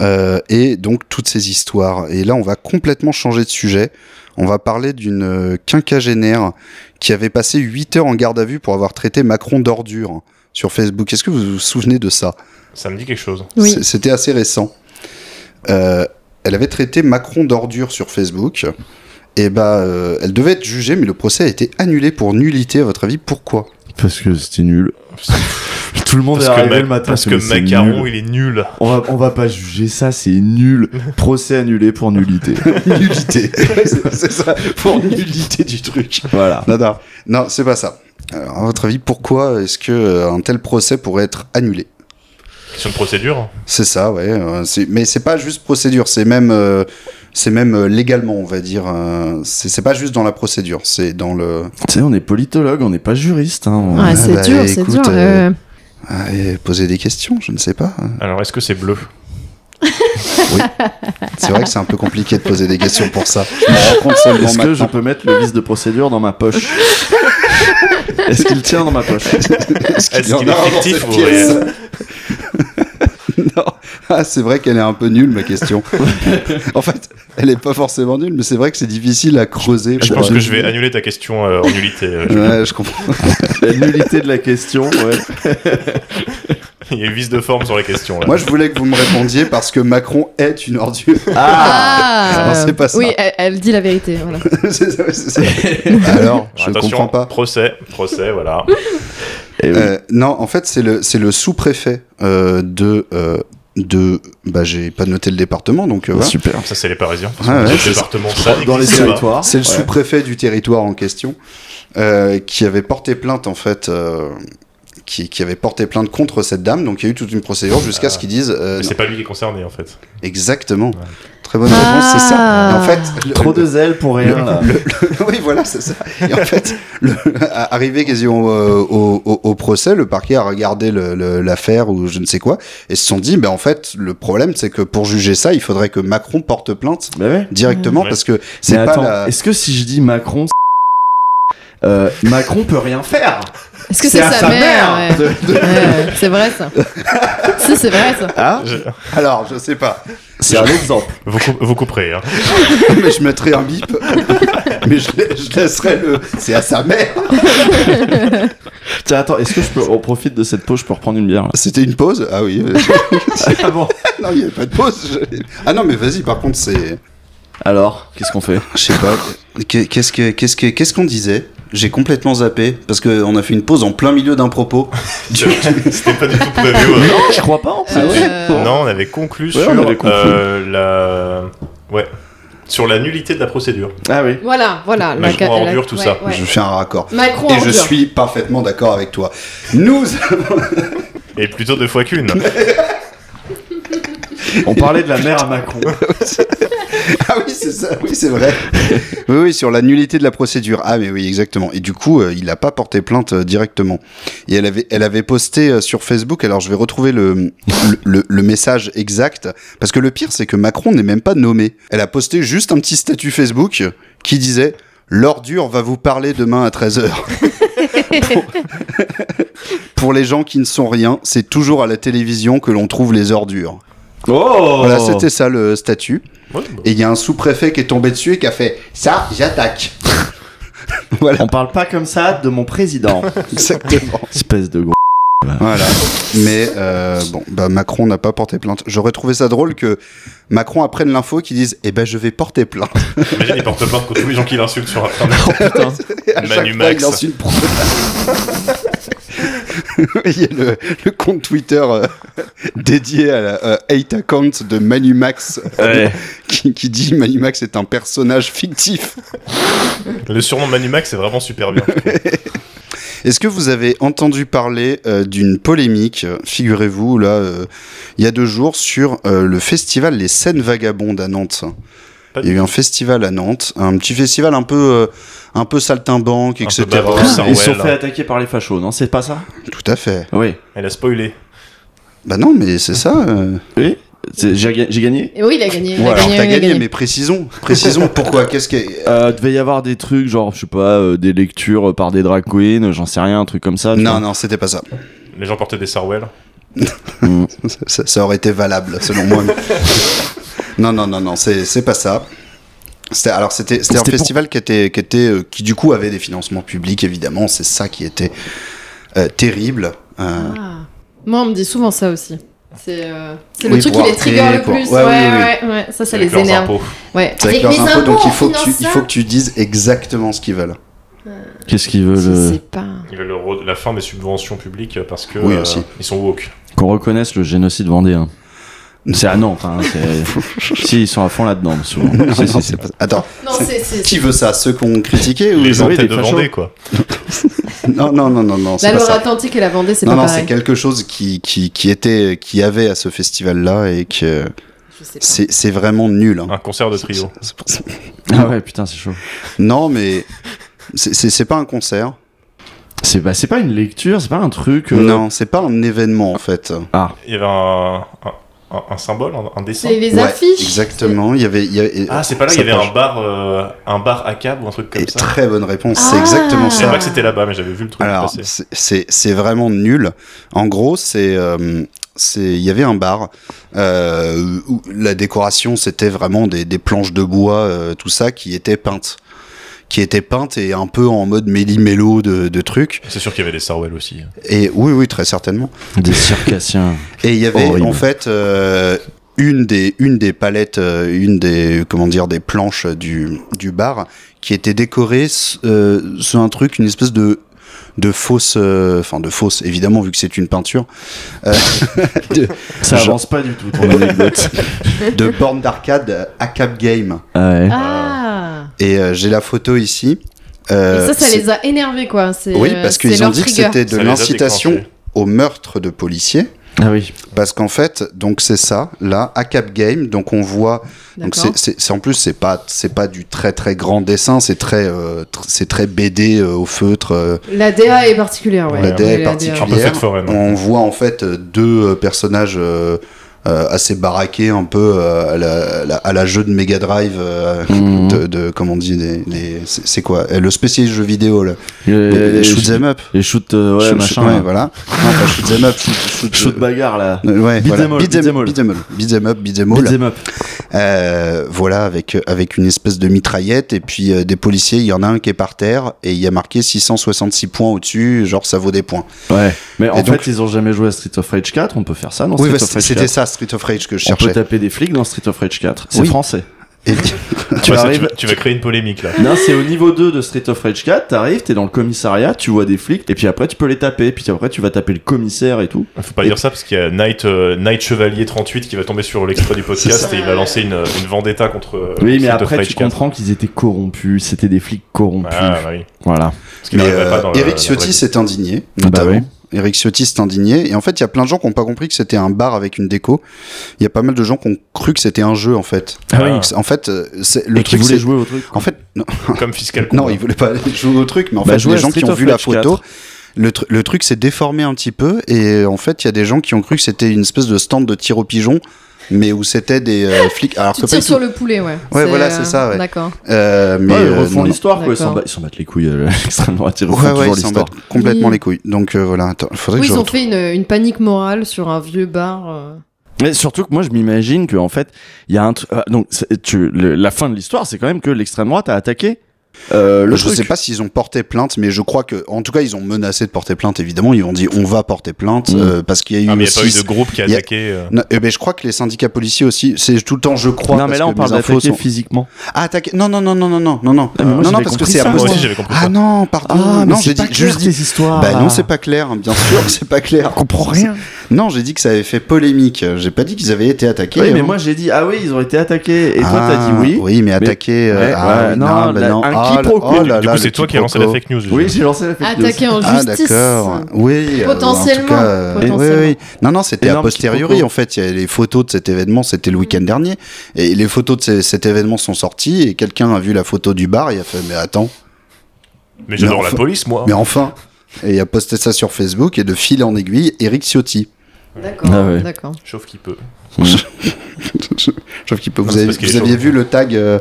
[SPEAKER 7] euh, et donc toutes ces histoires. Et là, on va complètement changer de sujet. On va parler d'une euh, quinquagénaire qui avait passé 8 heures en garde à vue pour avoir traité Macron d'ordure hein, sur Facebook. Est-ce que vous vous souvenez de ça
[SPEAKER 10] Ça me dit quelque chose.
[SPEAKER 8] Oui.
[SPEAKER 7] C- C'était assez récent. Euh, elle avait traité Macron d'ordure sur Facebook. Et bah, euh, elle devait être jugée, mais le procès a été annulé pour nullité. À votre avis, pourquoi
[SPEAKER 9] Parce que c'était [laughs] nul. Tout le monde
[SPEAKER 10] Parce
[SPEAKER 9] est
[SPEAKER 10] que,
[SPEAKER 9] arrivé
[SPEAKER 10] Ma-
[SPEAKER 9] le matin.
[SPEAKER 10] parce
[SPEAKER 9] c'est-
[SPEAKER 10] que
[SPEAKER 9] mais c'est
[SPEAKER 10] Macaron,
[SPEAKER 9] nul.
[SPEAKER 10] il est nul.
[SPEAKER 9] On va, on va pas juger ça, c'est nul. Procès annulé pour [laughs] nullité.
[SPEAKER 7] Nullité.
[SPEAKER 9] [laughs]
[SPEAKER 7] C'est- C'est ça, pour nullité du truc.
[SPEAKER 9] voilà.
[SPEAKER 7] Nada. Non, c'est pas ça. Alors, à votre avis, pourquoi est-ce que euh, un tel procès pourrait être annulé
[SPEAKER 10] Question de procédure.
[SPEAKER 7] C'est ça, ouais. euh, c'est- mais c'est pas juste procédure, c'est même, euh, c'est même euh, légalement, on va dire. euh, c'est c'est pas juste dans la procédure, c'est dans le.
[SPEAKER 9] Tu sais, on est politologue, on n'est pas juriste. Hein. on-
[SPEAKER 7] Ah,
[SPEAKER 8] Ouais, c'est
[SPEAKER 7] bah,
[SPEAKER 8] dur, c'est
[SPEAKER 7] écoute,
[SPEAKER 8] dur.
[SPEAKER 7] euh,
[SPEAKER 8] ouais.
[SPEAKER 7] Ah, et poser des questions, je ne sais pas.
[SPEAKER 10] Alors, est-ce que c'est bleu
[SPEAKER 7] C'est vrai que c'est un peu compliqué de poser des questions pour ça. [laughs] Je me rends compte seulement
[SPEAKER 9] Est-ce que je
[SPEAKER 7] maintenant.
[SPEAKER 9] peux mettre le vice de procédure dans ma [laughs] poche Est-ce qu'il tient dans ma poche
[SPEAKER 7] Est-ce
[SPEAKER 10] Est-ce
[SPEAKER 7] y en
[SPEAKER 10] qu'il
[SPEAKER 7] a
[SPEAKER 10] est
[SPEAKER 7] dans
[SPEAKER 10] fictif
[SPEAKER 7] cette
[SPEAKER 10] ou
[SPEAKER 7] pièce Non. Ah, c'est vrai qu'elle est un peu nulle, ma [laughs] question. en fait, elle est pas forcément nulle, mais c'est vrai que c'est difficile à creuser.
[SPEAKER 10] Je
[SPEAKER 7] pour-
[SPEAKER 10] pense que je vais annuler ta question euh, en
[SPEAKER 9] [laughs]
[SPEAKER 10] nullité. euh, je-
[SPEAKER 7] Ouais, je comprends.
[SPEAKER 9] La nullité de la question, ouais.
[SPEAKER 10] Il y a une vis de forme sur la question. là.
[SPEAKER 7] Moi, je voulais que vous me répondiez parce que Macron est une ordure.
[SPEAKER 8] Ah,
[SPEAKER 7] Non, c'est pas ça.
[SPEAKER 8] Oui, elle, elle dit la vérité.
[SPEAKER 7] [laughs]
[SPEAKER 8] Voilà.
[SPEAKER 7] C'est ça, c'est ça. [laughs] Alors, je
[SPEAKER 10] Attention,
[SPEAKER 7] comprends pas.
[SPEAKER 10] Procès, procès, voilà.
[SPEAKER 9] Et oui.
[SPEAKER 7] Euh, non, en fait, c'est le, c'est le sous-préfet euh, de. euh, de bah, j'ai pas noté le département, donc. euh, voilà.
[SPEAKER 9] Super.
[SPEAKER 10] Ça, c'est les Parisiens.
[SPEAKER 7] Ouais, ouais,
[SPEAKER 10] Le
[SPEAKER 7] je-
[SPEAKER 10] département, ça
[SPEAKER 9] Dans les
[SPEAKER 10] n'existe pas.
[SPEAKER 9] territoires.
[SPEAKER 7] C'est le
[SPEAKER 9] Ouais.
[SPEAKER 7] sous-préfet du territoire en question euh, qui avait porté plainte en fait. euh, qui, qui avait porté plainte contre cette dame, donc il y a eu toute une procédure jusqu'à ce qu'ils disent euh,
[SPEAKER 10] Mais
[SPEAKER 7] non.
[SPEAKER 10] c'est pas lui qui est concerné, en fait.
[SPEAKER 7] exactement. Très bonne réponse, c'est ça.
[SPEAKER 8] Ah.
[SPEAKER 7] Et en fait, le-
[SPEAKER 9] Trop de zèle pour rien, là.
[SPEAKER 7] [laughs] oui, voilà, c'est ça. Et en fait, le, à- arrivé quasiment euh, au, au- au procès, le parquet a regardé le- le- l'affaire ou je ne sais quoi et se sont dit, ben en fait, le problème, c'est que pour juger ça, il faudrait que Macron porte plainte
[SPEAKER 9] Bah ouais.
[SPEAKER 7] directement
[SPEAKER 10] Ouais.
[SPEAKER 7] parce que
[SPEAKER 9] Mais
[SPEAKER 7] c'est pas
[SPEAKER 9] attends,
[SPEAKER 7] la.
[SPEAKER 9] est-ce que si je dis Macron, c'est- euh, Macron peut rien faire
[SPEAKER 8] Est-ce que c'est
[SPEAKER 9] à
[SPEAKER 8] sa, mère, ouais.
[SPEAKER 9] de- [laughs] de-
[SPEAKER 8] Ouais, C'est vrai
[SPEAKER 7] [laughs]
[SPEAKER 8] ça. si, c'est vrai ça.
[SPEAKER 9] Hein
[SPEAKER 10] Je-
[SPEAKER 7] Alors, je sais pas.
[SPEAKER 9] C'est un exemple.
[SPEAKER 10] Vous, coup- vous couperez. hein.
[SPEAKER 7] mais je mettrai un bip. [laughs] mais je, je laisserai le. C'est à sa mère.
[SPEAKER 9] Tiens, attends, est-ce que je peux. On profite de cette pause, je peux reprendre une bière là
[SPEAKER 7] C'était une pause Ah oui. euh,
[SPEAKER 9] Ah bon
[SPEAKER 7] non, il n'y avait pas de pause. Je- Ah non, mais vas-y, par contre, c'est.
[SPEAKER 9] Alors, qu'est-ce qu'on fait
[SPEAKER 7] Je sais pas. Que- Qu'est-ce que qu'est-ce que qu'est-ce qu'on disait J'ai complètement zappé parce que on a fait une pause en plein milieu d'un propos.
[SPEAKER 10] C'était pas du tout prévu. euh.
[SPEAKER 9] Non, je crois pas en
[SPEAKER 8] Ah ouais
[SPEAKER 10] Non, on avait conclu
[SPEAKER 9] on
[SPEAKER 10] sur
[SPEAKER 9] avait conclu.
[SPEAKER 10] euh, la. Ouais. Sur la nullité de la procédure.
[SPEAKER 9] Ah oui.
[SPEAKER 8] Voilà, voilà.
[SPEAKER 10] Macron
[SPEAKER 8] ca-
[SPEAKER 10] en dur, tout ça.
[SPEAKER 7] Je fais un raccord.
[SPEAKER 8] Macron
[SPEAKER 7] Et
[SPEAKER 8] en
[SPEAKER 7] je
[SPEAKER 8] dur.
[SPEAKER 7] suis parfaitement d'accord avec toi. Nous
[SPEAKER 9] [laughs]
[SPEAKER 10] Et plutôt deux fois qu'une.
[SPEAKER 9] On parlait de la mère à Macron.
[SPEAKER 7] [laughs] Ah oui, c'est ça, oui, c'est vrai. [laughs] oui, oui, sur la nullité de la procédure. Ah, mais oui, exactement. Et du coup, euh, il n'a pas porté plainte euh, directement. Et elle avait, elle avait posté euh, sur Facebook, alors je vais retrouver le, le, le- le message exact, parce que le pire, c'est que Macron n'est même pas nommé. Elle a posté juste un petit statut Facebook qui disait L'ordure va vous parler demain à 13h. [laughs] pour, [laughs] pour les gens qui ne sont rien, c'est toujours à la télévision que l'on trouve les ordures.
[SPEAKER 9] [laughs] Oh
[SPEAKER 7] Voilà, c'était ça le statut.
[SPEAKER 10] Ouais, bah,
[SPEAKER 7] Et il y a un sous-préfet qui est tombé dessus et qui a fait ça, j'attaque. voilà,
[SPEAKER 9] On parle pas comme ça de mon président.
[SPEAKER 7] exactement.
[SPEAKER 9] [laughs] Espèce de gros.
[SPEAKER 7] [laughs] voilà. Mais euh, bon, bah Macron n'a pas porté plainte. J'aurais trouvé ça drôle que Macron apprenne l'info qu'ils disent eh ben je vais porter plainte.
[SPEAKER 10] Imagine, il porte plainte contre tous les gens qui l'insultent sur Internet.
[SPEAKER 9] Putain.
[SPEAKER 7] Et à
[SPEAKER 10] Manu
[SPEAKER 7] chaque fois,
[SPEAKER 10] Max.
[SPEAKER 7] il lance une pro- [laughs] Il y a le, le compte Twitter euh, [laughs] dédié à la euh, hate account de Manu Max
[SPEAKER 9] Ouais.
[SPEAKER 7] [laughs] qui, qui dit Manu Max est un personnage fictif.
[SPEAKER 10] Le surnom de Manimax, c'est vraiment super bien.
[SPEAKER 7] Est-ce que vous avez entendu parler euh, d'une polémique, euh, figurez-vous, là, euh, il y a deux jours, sur euh, le festival Les Scènes Vagabondes à Nantes
[SPEAKER 10] Pas
[SPEAKER 7] Il y a eu un festival à Nantes, un petit festival un peu, euh, un peu saltimbanque,
[SPEAKER 10] Un peu
[SPEAKER 7] etc.
[SPEAKER 10] baroque, ça.
[SPEAKER 9] Ils se sont
[SPEAKER 10] Orwell,
[SPEAKER 9] fait
[SPEAKER 10] hein.
[SPEAKER 9] attaquer par les fachos, non C'est pas ça
[SPEAKER 7] Tout à fait.
[SPEAKER 9] Oui.
[SPEAKER 10] Elle a spoilé.
[SPEAKER 7] Bah non, mais c'est ça. euh.
[SPEAKER 9] Oui J'ai ga- j'ai gagné
[SPEAKER 8] Et oui, il a gagné. Il
[SPEAKER 7] Bon,
[SPEAKER 8] a
[SPEAKER 7] alors
[SPEAKER 8] gagné,
[SPEAKER 7] t'as
[SPEAKER 8] il a
[SPEAKER 7] gagné,
[SPEAKER 8] gagné.
[SPEAKER 7] mais précisons. Précisons pourquoi. Qu'est-ce que.
[SPEAKER 9] euh, devait y avoir des trucs genre je sais pas euh, des lectures par des drag queens euh, j'en sais rien un truc comme ça tu
[SPEAKER 7] Non,
[SPEAKER 9] vois.
[SPEAKER 7] non, c'était pas ça.
[SPEAKER 10] Les gens portaient des Sarwell.
[SPEAKER 7] ça. ça aurait été valable,
[SPEAKER 9] [laughs]
[SPEAKER 7] selon moi. non, non, non, non, c'est c'est pas ça. C'était- alors c'était c'était un
[SPEAKER 9] C'était pour-
[SPEAKER 7] festival qui était qui était euh, qui du coup avait des financements publics évidemment c'est ça qui était euh, terrible Euh,
[SPEAKER 8] Ah. Moi, on me dit souvent ça aussi. C'est euh, c'est le
[SPEAKER 7] Oui,
[SPEAKER 8] truc
[SPEAKER 7] pour
[SPEAKER 8] qui les
[SPEAKER 7] Arte,
[SPEAKER 8] trigger le
[SPEAKER 7] pour-
[SPEAKER 8] plus.
[SPEAKER 7] Ouais,
[SPEAKER 8] Ouais,
[SPEAKER 7] oui,
[SPEAKER 8] ouais, ouais. Ça, ça
[SPEAKER 10] Avec
[SPEAKER 8] les
[SPEAKER 10] leurs
[SPEAKER 8] énerve.
[SPEAKER 10] impôts.
[SPEAKER 8] Ouais.
[SPEAKER 7] c'est avec
[SPEAKER 8] Avec
[SPEAKER 7] leurs
[SPEAKER 8] mes
[SPEAKER 7] impôts donc
[SPEAKER 8] impôts,
[SPEAKER 7] il
[SPEAKER 8] on
[SPEAKER 7] faut que tu
[SPEAKER 8] finance
[SPEAKER 7] il
[SPEAKER 8] ça.
[SPEAKER 7] faut que tu dises exactement ce qu'ils veulent
[SPEAKER 9] qu'est-ce qu'ils veulent
[SPEAKER 8] Je
[SPEAKER 9] euh,
[SPEAKER 8] sais pas.
[SPEAKER 10] Ils veulent le re- la fin des subventions publiques euh, parce que
[SPEAKER 7] Oui,
[SPEAKER 10] euh,
[SPEAKER 7] aussi.
[SPEAKER 10] ils sont woke.
[SPEAKER 9] qu'on reconnaisse le génocide vendéen c'est à Nantes hein,
[SPEAKER 7] [laughs]
[SPEAKER 9] c'est- si ils sont à fond là-dedans souvent Si, si,
[SPEAKER 7] Non,
[SPEAKER 9] si.
[SPEAKER 7] c'est pas- attends
[SPEAKER 8] Non, c'est- c'est.
[SPEAKER 7] qui veut ça ceux qu'on critiquait ou
[SPEAKER 10] Les
[SPEAKER 7] les
[SPEAKER 10] gens
[SPEAKER 9] oui,
[SPEAKER 10] tête
[SPEAKER 9] des
[SPEAKER 10] de
[SPEAKER 9] fachos.
[SPEAKER 10] Vendée, quoi.
[SPEAKER 7] non non non non non c'est
[SPEAKER 8] La
[SPEAKER 7] pas
[SPEAKER 8] Loire
[SPEAKER 7] ça.
[SPEAKER 8] Atlantique et la Vendée, Bah, c'est
[SPEAKER 7] non
[SPEAKER 8] pas
[SPEAKER 7] non c'est
[SPEAKER 8] pareil.
[SPEAKER 7] quelque chose qui qui qui était qui avait à ce festival là et que
[SPEAKER 8] Je sais pas.
[SPEAKER 7] c'est c'est vraiment nul hein.
[SPEAKER 10] Un concert de trio.
[SPEAKER 7] C'est- c'est pour ça.
[SPEAKER 9] ah ouais putain c'est chaud
[SPEAKER 7] Non, mais c'est- c'est c'est pas un concert.
[SPEAKER 9] c'est pas c'est pas une lecture c'est pas un truc euh,
[SPEAKER 7] Non, c'est pas un événement en fait.
[SPEAKER 9] ah
[SPEAKER 10] Il y avait un, un- un- un symbole, un, un dessin.
[SPEAKER 8] C'est les
[SPEAKER 7] Ouais,
[SPEAKER 8] affiches.
[SPEAKER 7] Exactement. Il y avait. il y avait-
[SPEAKER 10] Ah, c'est pas là, il y
[SPEAKER 7] ça
[SPEAKER 10] avait
[SPEAKER 7] page.
[SPEAKER 10] un bar, euh, un bar à câble ou un truc comme
[SPEAKER 7] Et
[SPEAKER 10] ça.
[SPEAKER 7] très bonne réponse. C'est
[SPEAKER 8] Ah.
[SPEAKER 7] exactement
[SPEAKER 10] Je savais
[SPEAKER 7] ça.
[SPEAKER 10] pas que c'était là-bas, mais j'avais vu le truc
[SPEAKER 7] Alors,
[SPEAKER 10] passer.
[SPEAKER 7] c'est- c'est c'est vraiment nul. En gros, c'est euh, c'est- il y avait un bar euh, où la décoration c'était vraiment des, des planches de bois, euh, tout ça qui étaient peintes, qui étaient peintes et un peu en mode méli-mélo de, de trucs.
[SPEAKER 10] C'est sûr qu'il y avait des Sarwell aussi. Bah,
[SPEAKER 7] Et oui, oui, très certainement.
[SPEAKER 9] des circassiens
[SPEAKER 7] Et il y avait
[SPEAKER 9] Horrible.
[SPEAKER 7] en fait euh, une des une des palettes, euh, une des comment dire des planches du du bar qui était décorée s- euh, sur un truc, une espèce de de fausse, euh, enfin de fausse évidemment vu que c'est une peinture, euh, de,
[SPEAKER 9] ça
[SPEAKER 7] Genre-
[SPEAKER 9] avance pas du tout ton
[SPEAKER 7] [laughs]
[SPEAKER 9] anecdote
[SPEAKER 8] [laughs]
[SPEAKER 7] de borne d'arcade euh, à Cap Game.
[SPEAKER 9] ouais.
[SPEAKER 8] Ah.
[SPEAKER 7] Et euh, j'ai la photo ici. Euh,
[SPEAKER 8] Et ça, ça
[SPEAKER 7] c'est-
[SPEAKER 8] les a énervés, quoi. C'est,
[SPEAKER 7] Oui,
[SPEAKER 8] euh,
[SPEAKER 7] parce
[SPEAKER 8] c'est
[SPEAKER 7] qu'ils ont
[SPEAKER 8] leur
[SPEAKER 7] dit que
[SPEAKER 8] trigger.
[SPEAKER 7] c'était de
[SPEAKER 10] Ça les a
[SPEAKER 7] l'incitation
[SPEAKER 10] déclenchés.
[SPEAKER 7] au meurtre de policiers.
[SPEAKER 9] ah oui
[SPEAKER 7] Parce qu'en fait, donc c'est ça, là, à Cap Game, donc on voit, donc
[SPEAKER 8] D'accord.
[SPEAKER 7] c'est- c'est c'est- en plus c'est pas c'est pas du très très grand dessin, c'est très euh, tr- c'est très BD euh, au feutre. euh,
[SPEAKER 8] La DA est particulière, ouais.
[SPEAKER 7] La DA est
[SPEAKER 8] Ouais,
[SPEAKER 7] particulière.
[SPEAKER 10] Un peu fête foraine.
[SPEAKER 7] on voit en fait euh, deux euh, personnages euh, euh, assez baraqués, un peu euh, à, la, à la- à la jeu de Mega Drive, euh,
[SPEAKER 9] Mhm.
[SPEAKER 7] de, de- comment on dit, les- les- c'est c'est quoi, euh, le spécialiste jeu vidéo, là.
[SPEAKER 9] les,
[SPEAKER 7] les, les shoot 'em
[SPEAKER 9] shoot-
[SPEAKER 7] up,
[SPEAKER 9] les shoot euh, ouais
[SPEAKER 7] Shoot-
[SPEAKER 9] machin
[SPEAKER 7] ouais,
[SPEAKER 9] là.
[SPEAKER 7] voilà, non pas shoot 'em up, shoot, shoot-
[SPEAKER 9] shoot bagarre là
[SPEAKER 7] euh, ouais,
[SPEAKER 9] Beat
[SPEAKER 7] voilà.
[SPEAKER 9] them all,
[SPEAKER 7] Beat
[SPEAKER 9] beat
[SPEAKER 7] them-
[SPEAKER 9] them all.
[SPEAKER 7] beat them all. Beat them up, beat them all.
[SPEAKER 9] Beat 'em up
[SPEAKER 7] Euh, voilà, avec, avec une espèce de mitraillette, et puis euh, des policiers, il y en a un qui est par terre, et il y a marqué 666 points au-dessus, genre ça vaut des points.
[SPEAKER 9] Ouais, mais en
[SPEAKER 7] donc-
[SPEAKER 9] fait, ils ont jamais joué à Street of Rage 4, on peut faire ça dans
[SPEAKER 7] oui,
[SPEAKER 9] Street
[SPEAKER 7] bah,
[SPEAKER 9] of Rage 4.
[SPEAKER 7] c'était ça, Street of Rage que je
[SPEAKER 9] On peut
[SPEAKER 7] cherchais.
[SPEAKER 9] taper des flics dans Street of Rage 4. C'est
[SPEAKER 7] Oui.
[SPEAKER 9] français.
[SPEAKER 7] Et-
[SPEAKER 10] Tu,
[SPEAKER 9] Tu
[SPEAKER 10] vois, ça, tu,
[SPEAKER 9] arrives-
[SPEAKER 10] vas, tu vas créer une polémique là.
[SPEAKER 9] Non, c'est au niveau 2 de Street of Rage 4, t'arrives, t'es dans le commissariat, tu vois des flics, et puis après tu peux les taper, puis après tu vas taper le commissaire et tout.
[SPEAKER 10] Faut pas
[SPEAKER 9] Et-
[SPEAKER 10] dire ça parce qu'il y a Night, euh, Night Chevalier 38 qui va tomber sur l'extrait du podcast
[SPEAKER 8] ça.
[SPEAKER 10] et il va lancer une, une vendetta contre. euh,
[SPEAKER 9] Oui, mais
[SPEAKER 10] Street of
[SPEAKER 9] après
[SPEAKER 10] Rage
[SPEAKER 9] tu
[SPEAKER 10] 4.
[SPEAKER 9] comprends qu'ils étaient corrompus, c'était des flics corrompus.
[SPEAKER 10] Ah, bah oui.
[SPEAKER 9] Voilà.
[SPEAKER 10] Parce qu'il
[SPEAKER 7] Mais,
[SPEAKER 10] n'arriverait
[SPEAKER 7] euh,
[SPEAKER 10] pas dans la-
[SPEAKER 7] Eric
[SPEAKER 10] la vraie
[SPEAKER 7] Ciotti
[SPEAKER 10] vie.
[SPEAKER 7] s'est indigné,
[SPEAKER 9] Ah bah
[SPEAKER 7] notamment.
[SPEAKER 9] oui.
[SPEAKER 7] Eric Ciotti s'est indigné. Et en fait, il y a plein de gens qui n'ont pas compris que c'était un bar avec une déco. Il y a pas mal de gens qui ont cru que c'était un jeu, en fait.
[SPEAKER 10] Ah oui.
[SPEAKER 7] Donc, c'est- En fait, euh, c'est-
[SPEAKER 9] Le
[SPEAKER 7] le
[SPEAKER 9] et qui
[SPEAKER 7] truc,
[SPEAKER 9] voulait
[SPEAKER 7] c'est...
[SPEAKER 9] jouer au truc.
[SPEAKER 7] En fait, non,
[SPEAKER 10] Comme Fiscal
[SPEAKER 7] non,
[SPEAKER 10] Combat.
[SPEAKER 7] ils voulaient pas aller jouer au truc, mais en
[SPEAKER 9] Bah,
[SPEAKER 7] fait,
[SPEAKER 9] jouer
[SPEAKER 7] les
[SPEAKER 9] à
[SPEAKER 7] gens qui
[SPEAKER 9] Street
[SPEAKER 7] ont
[SPEAKER 9] of
[SPEAKER 7] vu la
[SPEAKER 9] Rage
[SPEAKER 7] photo, le, tru- le truc s'est déformé un petit peu, et euh, en fait, il y a des gens qui ont cru que c'était une espèce de stand de tir au pigeon, mais où c'était des euh,
[SPEAKER 8] [laughs]
[SPEAKER 7] flics. Alors
[SPEAKER 8] Tu
[SPEAKER 7] que pas
[SPEAKER 8] tires
[SPEAKER 7] du
[SPEAKER 8] sur
[SPEAKER 7] tout.
[SPEAKER 8] le poulet, ouais.
[SPEAKER 7] Ouais, voilà, c'est ça, ouais.
[SPEAKER 8] D'accord.
[SPEAKER 7] Euh, mais
[SPEAKER 9] Mais ils
[SPEAKER 7] euh,
[SPEAKER 9] refont
[SPEAKER 7] non, non.
[SPEAKER 9] l'histoire, quoi. Ils s'en
[SPEAKER 8] D'accord.
[SPEAKER 9] battent- ils s'en battent les couilles, euh, [laughs] l'extrême droite. Ils refont
[SPEAKER 7] Ouais, ouais,
[SPEAKER 9] toujours
[SPEAKER 7] ils s'en
[SPEAKER 9] l'histoire.
[SPEAKER 7] battent complètement
[SPEAKER 8] Oui.
[SPEAKER 7] les couilles. Donc euh, voilà, attends, faudrait
[SPEAKER 8] Oui,
[SPEAKER 7] que
[SPEAKER 8] ils
[SPEAKER 7] je
[SPEAKER 8] ont fait une, une panique morale sur un vieux bar. euh.
[SPEAKER 9] Mais surtout que moi, je m'imagine que en fait, il y a un tru- euh, donc c'est- tu, le- la fin de l'histoire, c'est quand même que l'extrême droite a attaqué. euh, le
[SPEAKER 7] je
[SPEAKER 9] truc.
[SPEAKER 7] sais pas s'ils ont porté plainte, mais je crois que, en tout cas, ils ont menacé de porter plainte. Évidemment, ils ont dit on va porter plainte
[SPEAKER 9] Mm.
[SPEAKER 7] euh, parce qu'il y a eu.
[SPEAKER 10] Ah, mais il n'y a
[SPEAKER 7] aussi-
[SPEAKER 10] pas eu de groupe qui a
[SPEAKER 7] il y a-
[SPEAKER 10] attaqué. euh.
[SPEAKER 7] Non, eh ben, je crois que les syndicats policiers aussi. C'est tout le temps, je crois.
[SPEAKER 9] non mais
[SPEAKER 7] parce
[SPEAKER 9] là on
[SPEAKER 7] que
[SPEAKER 9] parle
[SPEAKER 7] mes infos
[SPEAKER 9] d'attaquer
[SPEAKER 7] sont-
[SPEAKER 9] physiquement.
[SPEAKER 7] Ah, attaquer Non, non, non, non, non, non, non, non.
[SPEAKER 9] Ah, mais moi,
[SPEAKER 7] non, non,
[SPEAKER 9] j'avais
[SPEAKER 7] parce que
[SPEAKER 9] compris
[SPEAKER 7] c'est
[SPEAKER 9] ça,
[SPEAKER 7] à
[SPEAKER 9] moi.
[SPEAKER 10] Moi
[SPEAKER 7] posteriori.
[SPEAKER 10] aussi, j'avais compris
[SPEAKER 7] Ah
[SPEAKER 10] ça.
[SPEAKER 7] non, pardon. non, j'ai dit, juste dit.
[SPEAKER 9] histoires.
[SPEAKER 7] Bah non, c'est pas clair, bien sûr, c'est pas clair.
[SPEAKER 9] comprend rien.
[SPEAKER 7] Non, j'ai dit que ça avait fait polémique. J'ai pas dit qu'ils avaient été attaqués.
[SPEAKER 9] Oui, mais
[SPEAKER 7] hein.
[SPEAKER 9] moi j'ai dit ah oui, ils ont été attaqués et toi
[SPEAKER 7] Ah,
[SPEAKER 9] t'as dit oui.
[SPEAKER 7] Oui, mais euh, ah attaqué.
[SPEAKER 9] ouais, ouais, non, la- un quiproquo.
[SPEAKER 7] bah Oh là
[SPEAKER 10] Du
[SPEAKER 7] là,
[SPEAKER 10] coup,
[SPEAKER 7] le
[SPEAKER 10] c'est toi qui as lancé la
[SPEAKER 7] quiproquo.
[SPEAKER 10] fake news.
[SPEAKER 9] Oui,
[SPEAKER 10] Jésus.
[SPEAKER 9] j'ai lancé la fake news.
[SPEAKER 8] Attaqué en
[SPEAKER 7] Ah
[SPEAKER 8] justice.
[SPEAKER 7] d'accord, oui. euh,
[SPEAKER 8] Potentiellement,
[SPEAKER 7] en tout cas, euh,
[SPEAKER 8] potentiellement.
[SPEAKER 7] oui, oui. Non, non, c'était à
[SPEAKER 9] Énorme
[SPEAKER 7] posteriori
[SPEAKER 9] quiproquo.
[SPEAKER 7] en fait. Il y a les photos de cet événement, c'était le week-end dernier, et les photos de ces- cet événement sont sorties et quelqu'un a vu la photo du bar et a fait mais attends,
[SPEAKER 10] Mais j'adore
[SPEAKER 7] Mais
[SPEAKER 10] la
[SPEAKER 7] enfin-
[SPEAKER 10] police, moi.
[SPEAKER 7] mais enfin, et il a posté ça sur Facebook et de fil en aiguille, Eric Ciotti.
[SPEAKER 8] D'accord.
[SPEAKER 9] Ah ouais.
[SPEAKER 8] D'accord.
[SPEAKER 10] Chauffe qui peut.
[SPEAKER 7] [laughs] Je trouve qu'il peut.
[SPEAKER 10] c'est
[SPEAKER 7] Vous, avez-
[SPEAKER 10] parce qu'il
[SPEAKER 7] vous
[SPEAKER 10] est
[SPEAKER 7] aviez
[SPEAKER 10] chaud.
[SPEAKER 7] vu le tag [laughs] euh,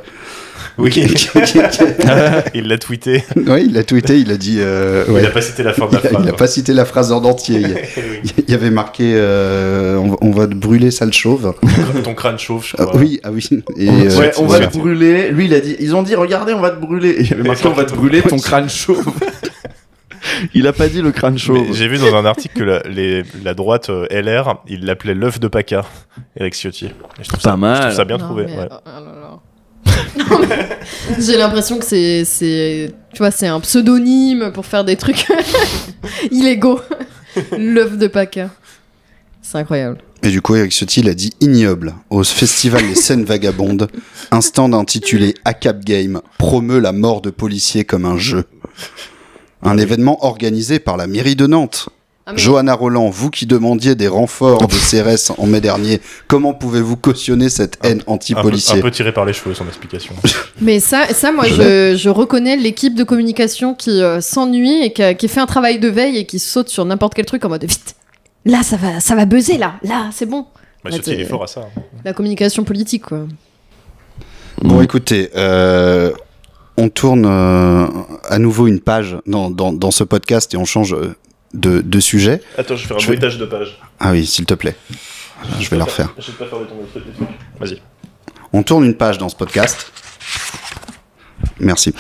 [SPEAKER 10] Oui.
[SPEAKER 7] qui- qui- [laughs]
[SPEAKER 10] Il l'a tweeté.
[SPEAKER 7] Ouais, il a tweeté, il a dit. euh, [laughs] ouais.
[SPEAKER 10] Il n'a pas cité la fin de
[SPEAKER 7] Il
[SPEAKER 10] la
[SPEAKER 7] a,
[SPEAKER 10] phrase.
[SPEAKER 7] il a pas cité la phrase en entier. [laughs]
[SPEAKER 10] Oui.
[SPEAKER 7] Il, il y avait marqué euh, on, va- on va te brûler, sale chauve.
[SPEAKER 10] Ton crâne chauffe, je
[SPEAKER 7] Ah,
[SPEAKER 10] crois.
[SPEAKER 7] oui, ah oui. Et,
[SPEAKER 9] Ouais,
[SPEAKER 7] euh,
[SPEAKER 9] on va
[SPEAKER 7] voilà.
[SPEAKER 9] te brûler. Lui, il a dit, ils ont dit, regardez, on va te brûler. Et il y avait marqué, on va te brûler
[SPEAKER 7] [laughs]
[SPEAKER 9] ton crâne chauve. il a pas dit le crâne chauve.
[SPEAKER 10] Mais J'ai vu dans un article que la, les- la droite euh, LR, il l'appelait l'œuf de Paca, Eric Ciotti. Et Je trouve
[SPEAKER 9] Pas
[SPEAKER 10] ça, je trouve
[SPEAKER 9] mal.
[SPEAKER 10] ça bien
[SPEAKER 8] Non,
[SPEAKER 10] trouvé.
[SPEAKER 8] mais-
[SPEAKER 10] ouais.
[SPEAKER 8] oh, oh là là. [laughs] Non, mais J'ai l'impression que c'est, c'est, tu vois, c'est un pseudonyme pour faire des trucs [laughs]
[SPEAKER 10] [laughs]
[SPEAKER 8] illégaux. L'œuf de Paca. C'est incroyable.
[SPEAKER 7] Et du coup, Eric Ciotti, il a dit ignoble au festival des scènes vagabondes. Un stand intitulé ACAP Game promeut la mort de policiers comme un jeu. Un événement organisé par la mairie de Nantes.
[SPEAKER 8] Ah, mais-
[SPEAKER 7] Johanna Roland, vous qui demandiez des renforts de CRS en mai dernier, comment pouvez-vous cautionner
[SPEAKER 9] Ah,
[SPEAKER 7] cette haine
[SPEAKER 10] Un, peu, un
[SPEAKER 7] anti-policier
[SPEAKER 10] peu tiré par les cheveux, son explication.
[SPEAKER 8] Mais ça, ça moi, je, je reconnais l'équipe de communication qui euh, s'ennuie et qui, a- qui fait un travail de veille et qui saute sur n'importe quel truc en mode vite. Là, ça va, ça va buzzer, là. Là, c'est bon.
[SPEAKER 10] Mais
[SPEAKER 8] Bah,
[SPEAKER 10] Ciotti, il est
[SPEAKER 8] t'es-
[SPEAKER 10] fort à ça. hein.
[SPEAKER 8] La communication politique, quoi.
[SPEAKER 7] Bon, écoutez, euh, on tourne euh, à nouveau une page dans, dans, dans ce podcast et on change euh, de, de sujet.
[SPEAKER 10] Attends, je vais faire un
[SPEAKER 7] Je-
[SPEAKER 10] bruitage de page.
[SPEAKER 7] Ah oui, s'il te plaît. Je vais la refaire.
[SPEAKER 10] Je vais pas faire des tomber des trucs. Vas-y.
[SPEAKER 7] On tourne une page dans ce podcast. Merci.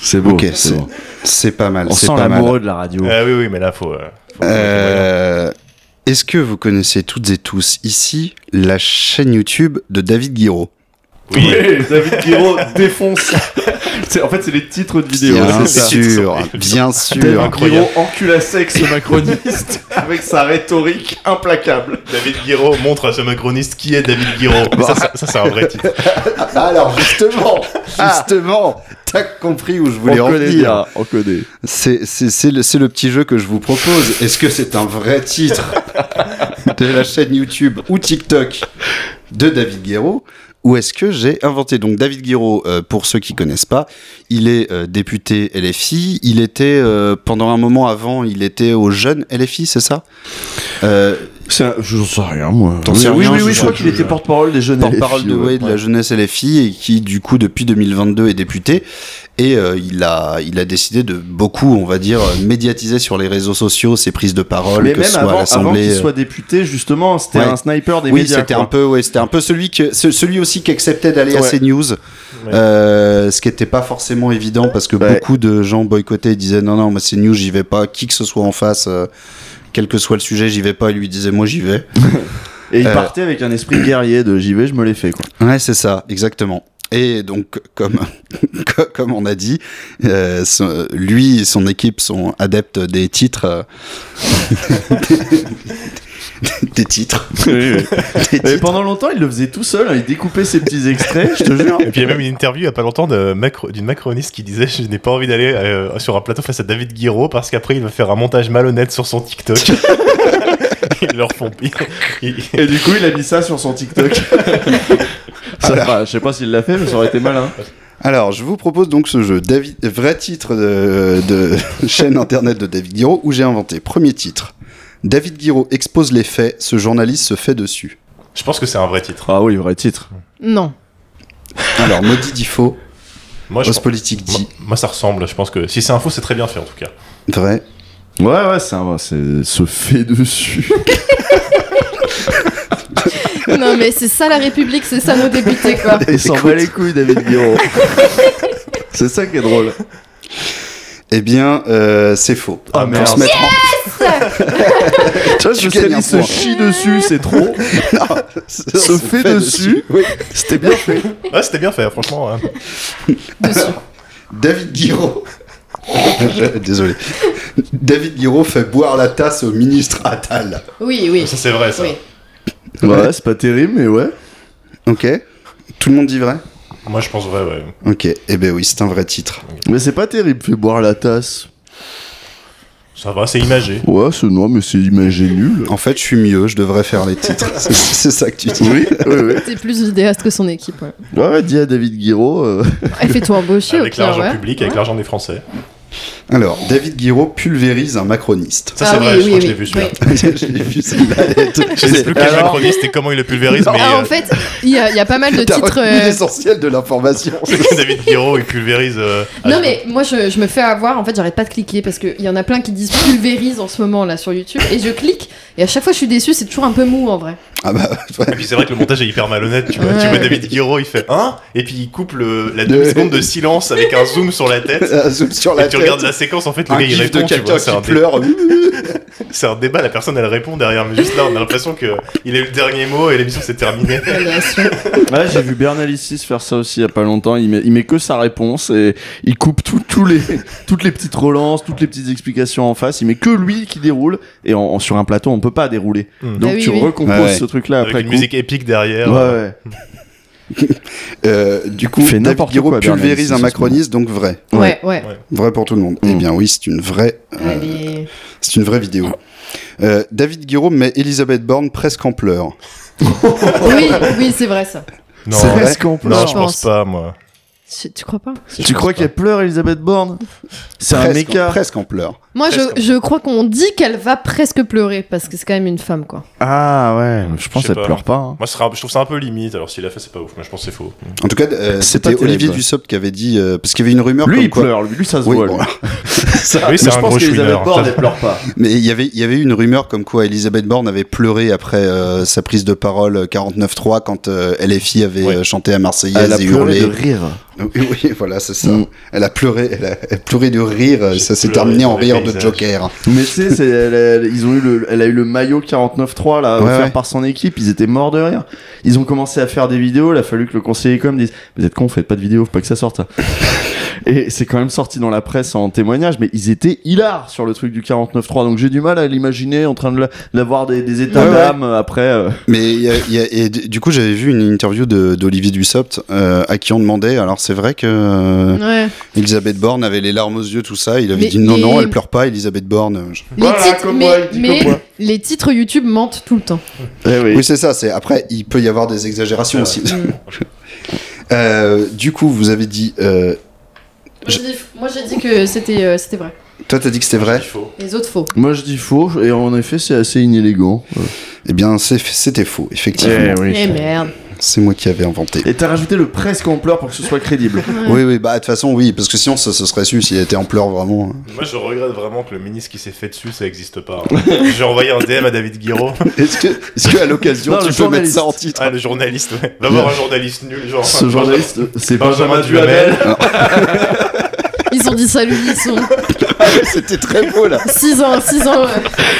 [SPEAKER 9] C'est beau.
[SPEAKER 7] Ok,
[SPEAKER 9] c'est
[SPEAKER 7] c'est-
[SPEAKER 9] beau.
[SPEAKER 7] C'est pas mal.
[SPEAKER 9] On sent
[SPEAKER 7] c'est pas mal.
[SPEAKER 9] l'amoureux de la radio.
[SPEAKER 7] [laughs]
[SPEAKER 10] Ah oui, oui, mais là, faut. euh, faut-
[SPEAKER 7] Euh, Est-ce que vous connaissez toutes et tous ici la chaîne YouTube de David Guiraud
[SPEAKER 10] Oui.
[SPEAKER 9] David Guiraud défonce. [laughs] C'est- en fait, c'est les titres de vidéos.
[SPEAKER 7] Bien
[SPEAKER 9] c'est ça.
[SPEAKER 7] [laughs] sûr, bien sûr.
[SPEAKER 9] David Guiraud encule à sexe le
[SPEAKER 7] [laughs]
[SPEAKER 9] macroniste avec sa rhétorique implacable.
[SPEAKER 10] David Guiraud montre à ce macroniste qui est David Guiraud. Ça, ça, ça, c'est un vrai titre.
[SPEAKER 7] Alors justement, Ah. justement, t'as compris où je voulais en venir.
[SPEAKER 9] bien, on connaît.
[SPEAKER 7] C'est c'est- c'est le, c'est le petit jeu que je vous propose. Est-ce que c'est un vrai [laughs] titre de la chaîne YouTube ou TikTok de David Guiraud ou est-ce que j'ai inventé Donc David Guiraud, euh, pour ceux qui connaissent pas, il est euh, député LFI. Il était euh, pendant un moment avant, il était au jeune LFI, c'est ça Euh,
[SPEAKER 9] C'est un- Je sais rien, moi.
[SPEAKER 7] T'en sais
[SPEAKER 9] oui,
[SPEAKER 7] rien,
[SPEAKER 9] oui,
[SPEAKER 7] je
[SPEAKER 9] oui,
[SPEAKER 7] sais
[SPEAKER 9] je crois
[SPEAKER 7] pas,
[SPEAKER 9] qu'il était porte-parole des jeunes
[SPEAKER 7] porte-parole
[SPEAKER 9] LFI,
[SPEAKER 7] de,
[SPEAKER 9] euh, ouais.
[SPEAKER 7] ouais, de la jeunesse LFI et qui du coup depuis 2022 est député et euh, il a il a décidé de beaucoup on va dire euh, médiatiser sur les réseaux sociaux ses prises de parole
[SPEAKER 9] Mais
[SPEAKER 7] que ce
[SPEAKER 9] même
[SPEAKER 7] soit à
[SPEAKER 9] avant, avant
[SPEAKER 7] l'Assemblée
[SPEAKER 9] qu'il
[SPEAKER 7] euh,
[SPEAKER 9] soit député, justement, c'était
[SPEAKER 7] Ouais.
[SPEAKER 9] un sniper des
[SPEAKER 7] oui
[SPEAKER 9] médias.
[SPEAKER 7] c'était
[SPEAKER 9] quoi.
[SPEAKER 7] un peu ouais c'était un peu celui que ce- celui aussi qui acceptait d'aller à
[SPEAKER 9] Ouais.
[SPEAKER 7] CNews euh, ce qui était pas forcément évident parce que
[SPEAKER 9] Ouais.
[SPEAKER 7] beaucoup de gens boycottaient et disaient non non moi CNews j'y vais pas qui que ce soit en face euh, quel que soit le sujet j'y vais pas et lui disait moi j'y vais
[SPEAKER 9] Et il
[SPEAKER 7] Euh.
[SPEAKER 9] partait avec un esprit [coughs] guerrier de j'y vais, je me l'ai fait, quoi.
[SPEAKER 7] Ouais, c'est ça, exactement. Et donc, comme, [laughs] co- comme on a dit, euh, ce- lui et son équipe sont adeptes des titres. euh, [laughs] des titres. Des
[SPEAKER 9] Et
[SPEAKER 7] titres.
[SPEAKER 9] pendant longtemps, [laughs] il le faisait tout seul, hein, il découpait ses petits [laughs] extraits, je te jure.
[SPEAKER 10] Et puis il y a même une interview il y a pas longtemps de macro- d'une macroniste qui disait Je n'ai pas envie d'aller euh, sur un plateau face à David Guiraud parce qu'après il va faire un montage malhonnête sur son TikTok. ils leur font pire.
[SPEAKER 9] Et du coup, il a mis ça sur son [laughs] TikTok. Ça
[SPEAKER 7] Alors.
[SPEAKER 9] va, je sais pas s'il l'a fait, mais ça aurait été malin.
[SPEAKER 7] Alors, je vous propose donc ce jeu, David, vrai titre de, de [laughs] chaîne internet de David Guiraud, où j'ai inventé. Premier titre. David Guiraud expose les faits, ce journaliste se fait dessus.
[SPEAKER 10] Je pense que c'est un vrai titre.
[SPEAKER 9] Ah oui, vrai titre.
[SPEAKER 8] Non.
[SPEAKER 7] Alors, maudit dit faux,
[SPEAKER 10] Moi, je
[SPEAKER 7] Os
[SPEAKER 10] pense-
[SPEAKER 7] politique
[SPEAKER 10] moi,
[SPEAKER 7] dit
[SPEAKER 10] moi, ça ressemble. Je pense que si c'est un faux, c'est très bien fait en tout cas.
[SPEAKER 7] vrai.
[SPEAKER 9] Ouais, ouais, c'est un- c'est se fait dessus.
[SPEAKER 8] Non, mais c'est ça la République, c'est [laughs] ça nos députés, quoi.
[SPEAKER 9] [laughs] Il s'en bat les couilles, David Guiraud. [laughs] c'est ça qui est drôle.
[SPEAKER 7] Eh bien, euh, c'est faux.
[SPEAKER 9] Ah, merde.
[SPEAKER 7] Pour se mettre en-
[SPEAKER 9] Tu vois,
[SPEAKER 7] Tu gagnes un
[SPEAKER 9] il se
[SPEAKER 7] point.
[SPEAKER 9] chie dessus, c'est trop. se fait dessus.
[SPEAKER 7] Oui.
[SPEAKER 9] C'était bien fait.
[SPEAKER 10] Ouais, Ah, c'était bien fait, franchement. hein.
[SPEAKER 7] David Guiraud. [laughs] Désolé. David Guiraud fait boire la tasse au ministre Attal.
[SPEAKER 8] Oui, oui.
[SPEAKER 10] Ça, c'est vrai, ça.
[SPEAKER 8] Oui.
[SPEAKER 9] Ouais, c'est pas terrible, mais ouais.
[SPEAKER 7] Ok. Tout le monde dit vrai
[SPEAKER 10] Moi, je pense vrai, ouais.
[SPEAKER 7] Ok. Eh ben oui, c'est un vrai titre.
[SPEAKER 9] Mais c'est pas terrible, fait boire la tasse.
[SPEAKER 10] Ça va, c'est imagé.
[SPEAKER 9] Ouais, c'est non, mais c'est imagé
[SPEAKER 7] [laughs]
[SPEAKER 9] nul.
[SPEAKER 7] En fait, je suis mieux, je devrais faire
[SPEAKER 9] [laughs]
[SPEAKER 7] les titres. C'est- C'est ça que tu dis.
[SPEAKER 9] Oui, oui, oui.
[SPEAKER 8] T'es plus vidéaste que son équipe, ouais.
[SPEAKER 9] Ouais, ouais, dis à David Guiraud. euh,
[SPEAKER 8] Elle fait toi embaucher, au
[SPEAKER 10] Avec
[SPEAKER 8] pire,
[SPEAKER 10] l'argent
[SPEAKER 8] ouais.
[SPEAKER 10] public, avec l'argent des Français.
[SPEAKER 7] Alors, David Guiraud pulvérise un macroniste.
[SPEAKER 10] Ça,
[SPEAKER 8] Ah
[SPEAKER 10] c'est
[SPEAKER 8] oui,
[SPEAKER 10] vrai, je
[SPEAKER 8] oui,
[SPEAKER 10] crois que je
[SPEAKER 8] oui.
[SPEAKER 10] l'ai vu celui-là.
[SPEAKER 8] Oui.
[SPEAKER 7] je l'ai vu, celle-là, elle est-
[SPEAKER 10] Ah. Je sais plus quel
[SPEAKER 9] Alors-
[SPEAKER 10] macroniste et comment il le pulvérise, mais
[SPEAKER 8] Ah,
[SPEAKER 10] euh,
[SPEAKER 8] en fait, il y, a- il y a pas [laughs] mal de
[SPEAKER 7] T'as
[SPEAKER 8] titres.
[SPEAKER 7] retenu
[SPEAKER 8] euh,
[SPEAKER 7] l'essentiel de l'information.
[SPEAKER 10] David Guiraud, il pulvérise. euh,
[SPEAKER 8] Non
[SPEAKER 10] à-
[SPEAKER 8] mais moi je, je me fais avoir, en fait j'arrête pas de cliquer parce qu'il y en a plein qui disent pulvérise en ce moment là sur YouTube et je clique et à chaque fois je suis déçue, c'est toujours un peu mou en vrai.
[SPEAKER 7] Ah bah,
[SPEAKER 10] Et puis c'est vrai que le montage est hyper malhonnête. Tu vois, tu
[SPEAKER 8] Ouais.
[SPEAKER 10] vois David Guiraud, il fait un, et puis il coupe le- la
[SPEAKER 7] Ouais.
[SPEAKER 10] demi-seconde de silence avec un zoom sur la tête.
[SPEAKER 7] un zoom [laughs] sur
[SPEAKER 10] Et
[SPEAKER 7] la
[SPEAKER 10] tu
[SPEAKER 7] tête.
[SPEAKER 10] regardes la séquence, en fait, le
[SPEAKER 7] un
[SPEAKER 10] gars il
[SPEAKER 7] gif
[SPEAKER 10] répond,
[SPEAKER 7] de
[SPEAKER 10] tu vois,
[SPEAKER 7] quelqu'un
[SPEAKER 10] c'est
[SPEAKER 7] qui
[SPEAKER 10] un, dé-
[SPEAKER 7] pleure.
[SPEAKER 10] c'est un débat, la personne elle répond derrière, mais juste là on a l'impression que il a eu le dernier mot et l'émission s'est terminée.
[SPEAKER 9] Ouais, j'ai vu Bernalicis faire ça aussi il y a pas longtemps. Il met, il met que sa réponse et il coupe tout, tous les, [laughs] toutes les petites relances, toutes les petites explications en face. Il met que lui qui déroule et en, en- sur un plateau on peut pas dérouler.
[SPEAKER 10] Hmm.
[SPEAKER 9] Donc
[SPEAKER 8] Ah oui,
[SPEAKER 9] tu
[SPEAKER 8] oui.
[SPEAKER 9] recomposes
[SPEAKER 7] Ouais, ouais.
[SPEAKER 9] ce truc là
[SPEAKER 10] Avec
[SPEAKER 9] après
[SPEAKER 10] une
[SPEAKER 9] coup.
[SPEAKER 10] musique épique derrière.
[SPEAKER 9] Ouais, ouais.
[SPEAKER 7] Euh, du coup,
[SPEAKER 9] Fait
[SPEAKER 7] David
[SPEAKER 9] n'importe
[SPEAKER 7] Guiraud
[SPEAKER 9] quoi, Bernard
[SPEAKER 7] pulvérise
[SPEAKER 9] Lassie,
[SPEAKER 7] un
[SPEAKER 9] en ce
[SPEAKER 7] macroniste, donc vrai.
[SPEAKER 8] Ouais, ouais.
[SPEAKER 7] Vrai pour tout le monde. Eh
[SPEAKER 9] Mm.
[SPEAKER 7] bien oui, c'est une vraie, euh,
[SPEAKER 8] Allez.
[SPEAKER 7] c'est une vraie vidéo. Euh, David Guiraud met Elisabeth Borne presque en pleurs.
[SPEAKER 8] Oui, oui c'est vrai ça.
[SPEAKER 10] Non,
[SPEAKER 7] C'est vrai.
[SPEAKER 9] Presque en
[SPEAKER 10] non,
[SPEAKER 9] pleurs.
[SPEAKER 10] je pense pas, moi.
[SPEAKER 8] Tu, tu crois pas
[SPEAKER 9] Tu crois qu'elle pleure Elisabeth Borne C'est un
[SPEAKER 7] Presque-
[SPEAKER 9] méca.
[SPEAKER 7] Presque en pleurs.
[SPEAKER 8] Moi je,
[SPEAKER 10] Presque.
[SPEAKER 8] je crois qu'on dit qu'elle va presque pleurer parce que c'est quand même une femme quoi.
[SPEAKER 9] Ah ouais, je pense
[SPEAKER 10] Je sais
[SPEAKER 9] qu'elle
[SPEAKER 10] pas.
[SPEAKER 9] pleure pas. hein.
[SPEAKER 10] Moi, ce sera- je trouve ça un peu limite. Alors, s'il a fait, c'est pas ouf, mais je pense que c'est faux.
[SPEAKER 7] En tout cas, euh,
[SPEAKER 9] C'est pas
[SPEAKER 7] c'était
[SPEAKER 9] terrible,
[SPEAKER 7] Olivier
[SPEAKER 9] ouais.
[SPEAKER 7] Dussopt qui avait dit euh, parce qu'il y avait une rumeur
[SPEAKER 9] Lui
[SPEAKER 7] comme
[SPEAKER 9] il
[SPEAKER 7] quoi.
[SPEAKER 9] pleure, lui ça se
[SPEAKER 7] Oui,
[SPEAKER 9] voit. [laughs]
[SPEAKER 7] bon, [laughs]
[SPEAKER 9] lui.
[SPEAKER 7] Ça-
[SPEAKER 10] Oui,
[SPEAKER 9] Mais je
[SPEAKER 10] c'est un
[SPEAKER 9] pense
[SPEAKER 10] gros
[SPEAKER 9] qu'Elisabeth
[SPEAKER 10] chouineur.
[SPEAKER 9] Borne
[SPEAKER 10] Ça-
[SPEAKER 9] elle pleure pas.
[SPEAKER 7] Mais il y avait il y avait eu une rumeur comme quoi Elisabeth Borne avait pleuré après euh, sa prise de parole euh, 49.3 quand euh, LFI avait
[SPEAKER 10] Ouais.
[SPEAKER 7] euh, chanté à Marseillaise
[SPEAKER 9] Elle a
[SPEAKER 7] et
[SPEAKER 9] pleuré
[SPEAKER 7] hurlé. [laughs]
[SPEAKER 9] de rire.
[SPEAKER 7] Oui, oui, voilà, c'est ça.
[SPEAKER 9] Mm.
[SPEAKER 7] Elle a pleuré, elle a, elle a pleuré de rire. euh,
[SPEAKER 10] J'ai
[SPEAKER 7] Ça s'est
[SPEAKER 10] pleuré
[SPEAKER 7] terminé
[SPEAKER 10] dans
[SPEAKER 7] en
[SPEAKER 10] les
[SPEAKER 7] rire de
[SPEAKER 10] paysages.
[SPEAKER 7] Joker.
[SPEAKER 9] Mais tu sais, c'est- elle, elle- ils ont eu le, elle a eu le maillot 49-3 là,
[SPEAKER 7] Ouais,
[SPEAKER 9] offert
[SPEAKER 7] ouais.
[SPEAKER 9] par son équipe. Ils étaient morts de rire. Ils ont commencé à faire des vidéos. Il a fallu que le conseiller com dise "Vous êtes con, faites pas de vidéo, faut pas que ça [laughs] sorte." Et c'est quand même sorti dans la presse en témoignage. Mais ils étaient hilars sur le truc du 49-3. Donc j'ai du mal à l'imaginer en train de la- d'avoir des, des états
[SPEAKER 7] Ouais, ouais.
[SPEAKER 9] d'âme euh, après. euh.
[SPEAKER 7] Mais il y a- il y a- et d- du coup, j'avais vu une interview de- d'Olivier Dussopt euh, à qui on demandait. Alors, c'est vrai que euh,
[SPEAKER 8] Ouais.
[SPEAKER 7] Elisabeth Borne avait les larmes aux yeux, tout ça. Il avait
[SPEAKER 8] Mais-
[SPEAKER 7] dit non,
[SPEAKER 8] mais-
[SPEAKER 7] non, elle pleure pas, Elisabeth Borne. Je-
[SPEAKER 8] Les
[SPEAKER 9] Voilà,
[SPEAKER 8] titres,
[SPEAKER 9] comme
[SPEAKER 8] mais,
[SPEAKER 9] moi, il dit
[SPEAKER 8] mais
[SPEAKER 9] comme moi.
[SPEAKER 8] les titres YouTube mentent tout le temps.
[SPEAKER 9] Eh oui.
[SPEAKER 7] Oui, c'est ça. C'est après, il peut y avoir des exagérations aussi. [laughs] Euh, du coup, vous avez dit. euh, Je-
[SPEAKER 8] Moi j'ai dit que c'était euh, c'était vrai.
[SPEAKER 7] toi, t'as dit que c'était vrai.
[SPEAKER 10] Faux.
[SPEAKER 8] Les autres faux.
[SPEAKER 9] Moi je dis faux. Et en effet, c'est assez inélégant.
[SPEAKER 7] Eh bien, c'est- c'était faux, effectivement.
[SPEAKER 8] Eh merde.
[SPEAKER 7] C'est moi qui avais inventé.
[SPEAKER 9] Et t'as rajouté le presque en pleurs pour que ce soit [laughs] crédible.
[SPEAKER 7] Oui, oui, bah de toute façon, oui, parce que sinon, ça se serait su s'il était en pleurs vraiment. hein.
[SPEAKER 10] Moi, je regrette vraiment que le ministre qui s'est fait dessus, ça existe pas. hein. [laughs] J'ai envoyé un DM à David Guiraud.
[SPEAKER 7] Est-ce que, est-ce que à l'occasion,
[SPEAKER 9] Non,
[SPEAKER 7] tu
[SPEAKER 9] le
[SPEAKER 7] peux mettre
[SPEAKER 9] journaliste.
[SPEAKER 7] ça en titre
[SPEAKER 10] Ah, le journaliste, ouais. Va voir un journaliste nul, genre.
[SPEAKER 9] Ce journaliste, c'est
[SPEAKER 10] Benjamin
[SPEAKER 9] Benjamin
[SPEAKER 10] Duhamel.
[SPEAKER 9] Duhamel.
[SPEAKER 8] Ils ont dit salut, ils sont
[SPEAKER 7] C'était très beau là.
[SPEAKER 8] 6 ans, 6 ans, ouais.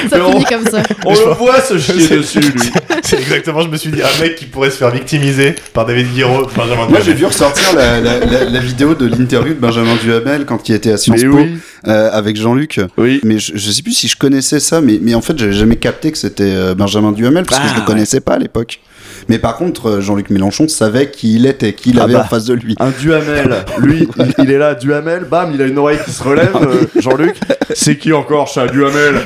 [SPEAKER 8] ça
[SPEAKER 9] Mais on-
[SPEAKER 8] finit comme ça.
[SPEAKER 9] On le voit [laughs] se chier dessus, lui.
[SPEAKER 10] [laughs] C'est exactement, je me suis dit, un mec qui pourrait se faire victimiser par David Guiraud, Benjamin
[SPEAKER 7] Moi, j'ai
[SPEAKER 10] Duhamel.
[SPEAKER 7] vu ressortir la, la- la- la vidéo de l'interview de Benjamin Duhamel quand il était à Sciences
[SPEAKER 9] Mais
[SPEAKER 7] Po
[SPEAKER 9] oui,
[SPEAKER 7] euh, avec Jean-Luc.
[SPEAKER 9] oui.
[SPEAKER 7] Mais je, je sais plus si je connaissais ça, mais, mais en fait, j'avais jamais capté que c'était euh, Benjamin Duhamel parce que
[SPEAKER 9] Ah,
[SPEAKER 7] je le
[SPEAKER 9] ouais.
[SPEAKER 7] connaissais pas à l'époque. Mais par contre, euh, Jean-Luc Mélenchon savait qui il était, qui il
[SPEAKER 9] Ah
[SPEAKER 7] avait
[SPEAKER 9] bah.
[SPEAKER 7] en face de lui.
[SPEAKER 9] Un Duhamel, lui, il, il est là, Duhamel, bam, il a une oreille qui se relève, euh, Jean-Luc. C'est qui encore, ça, Duhamel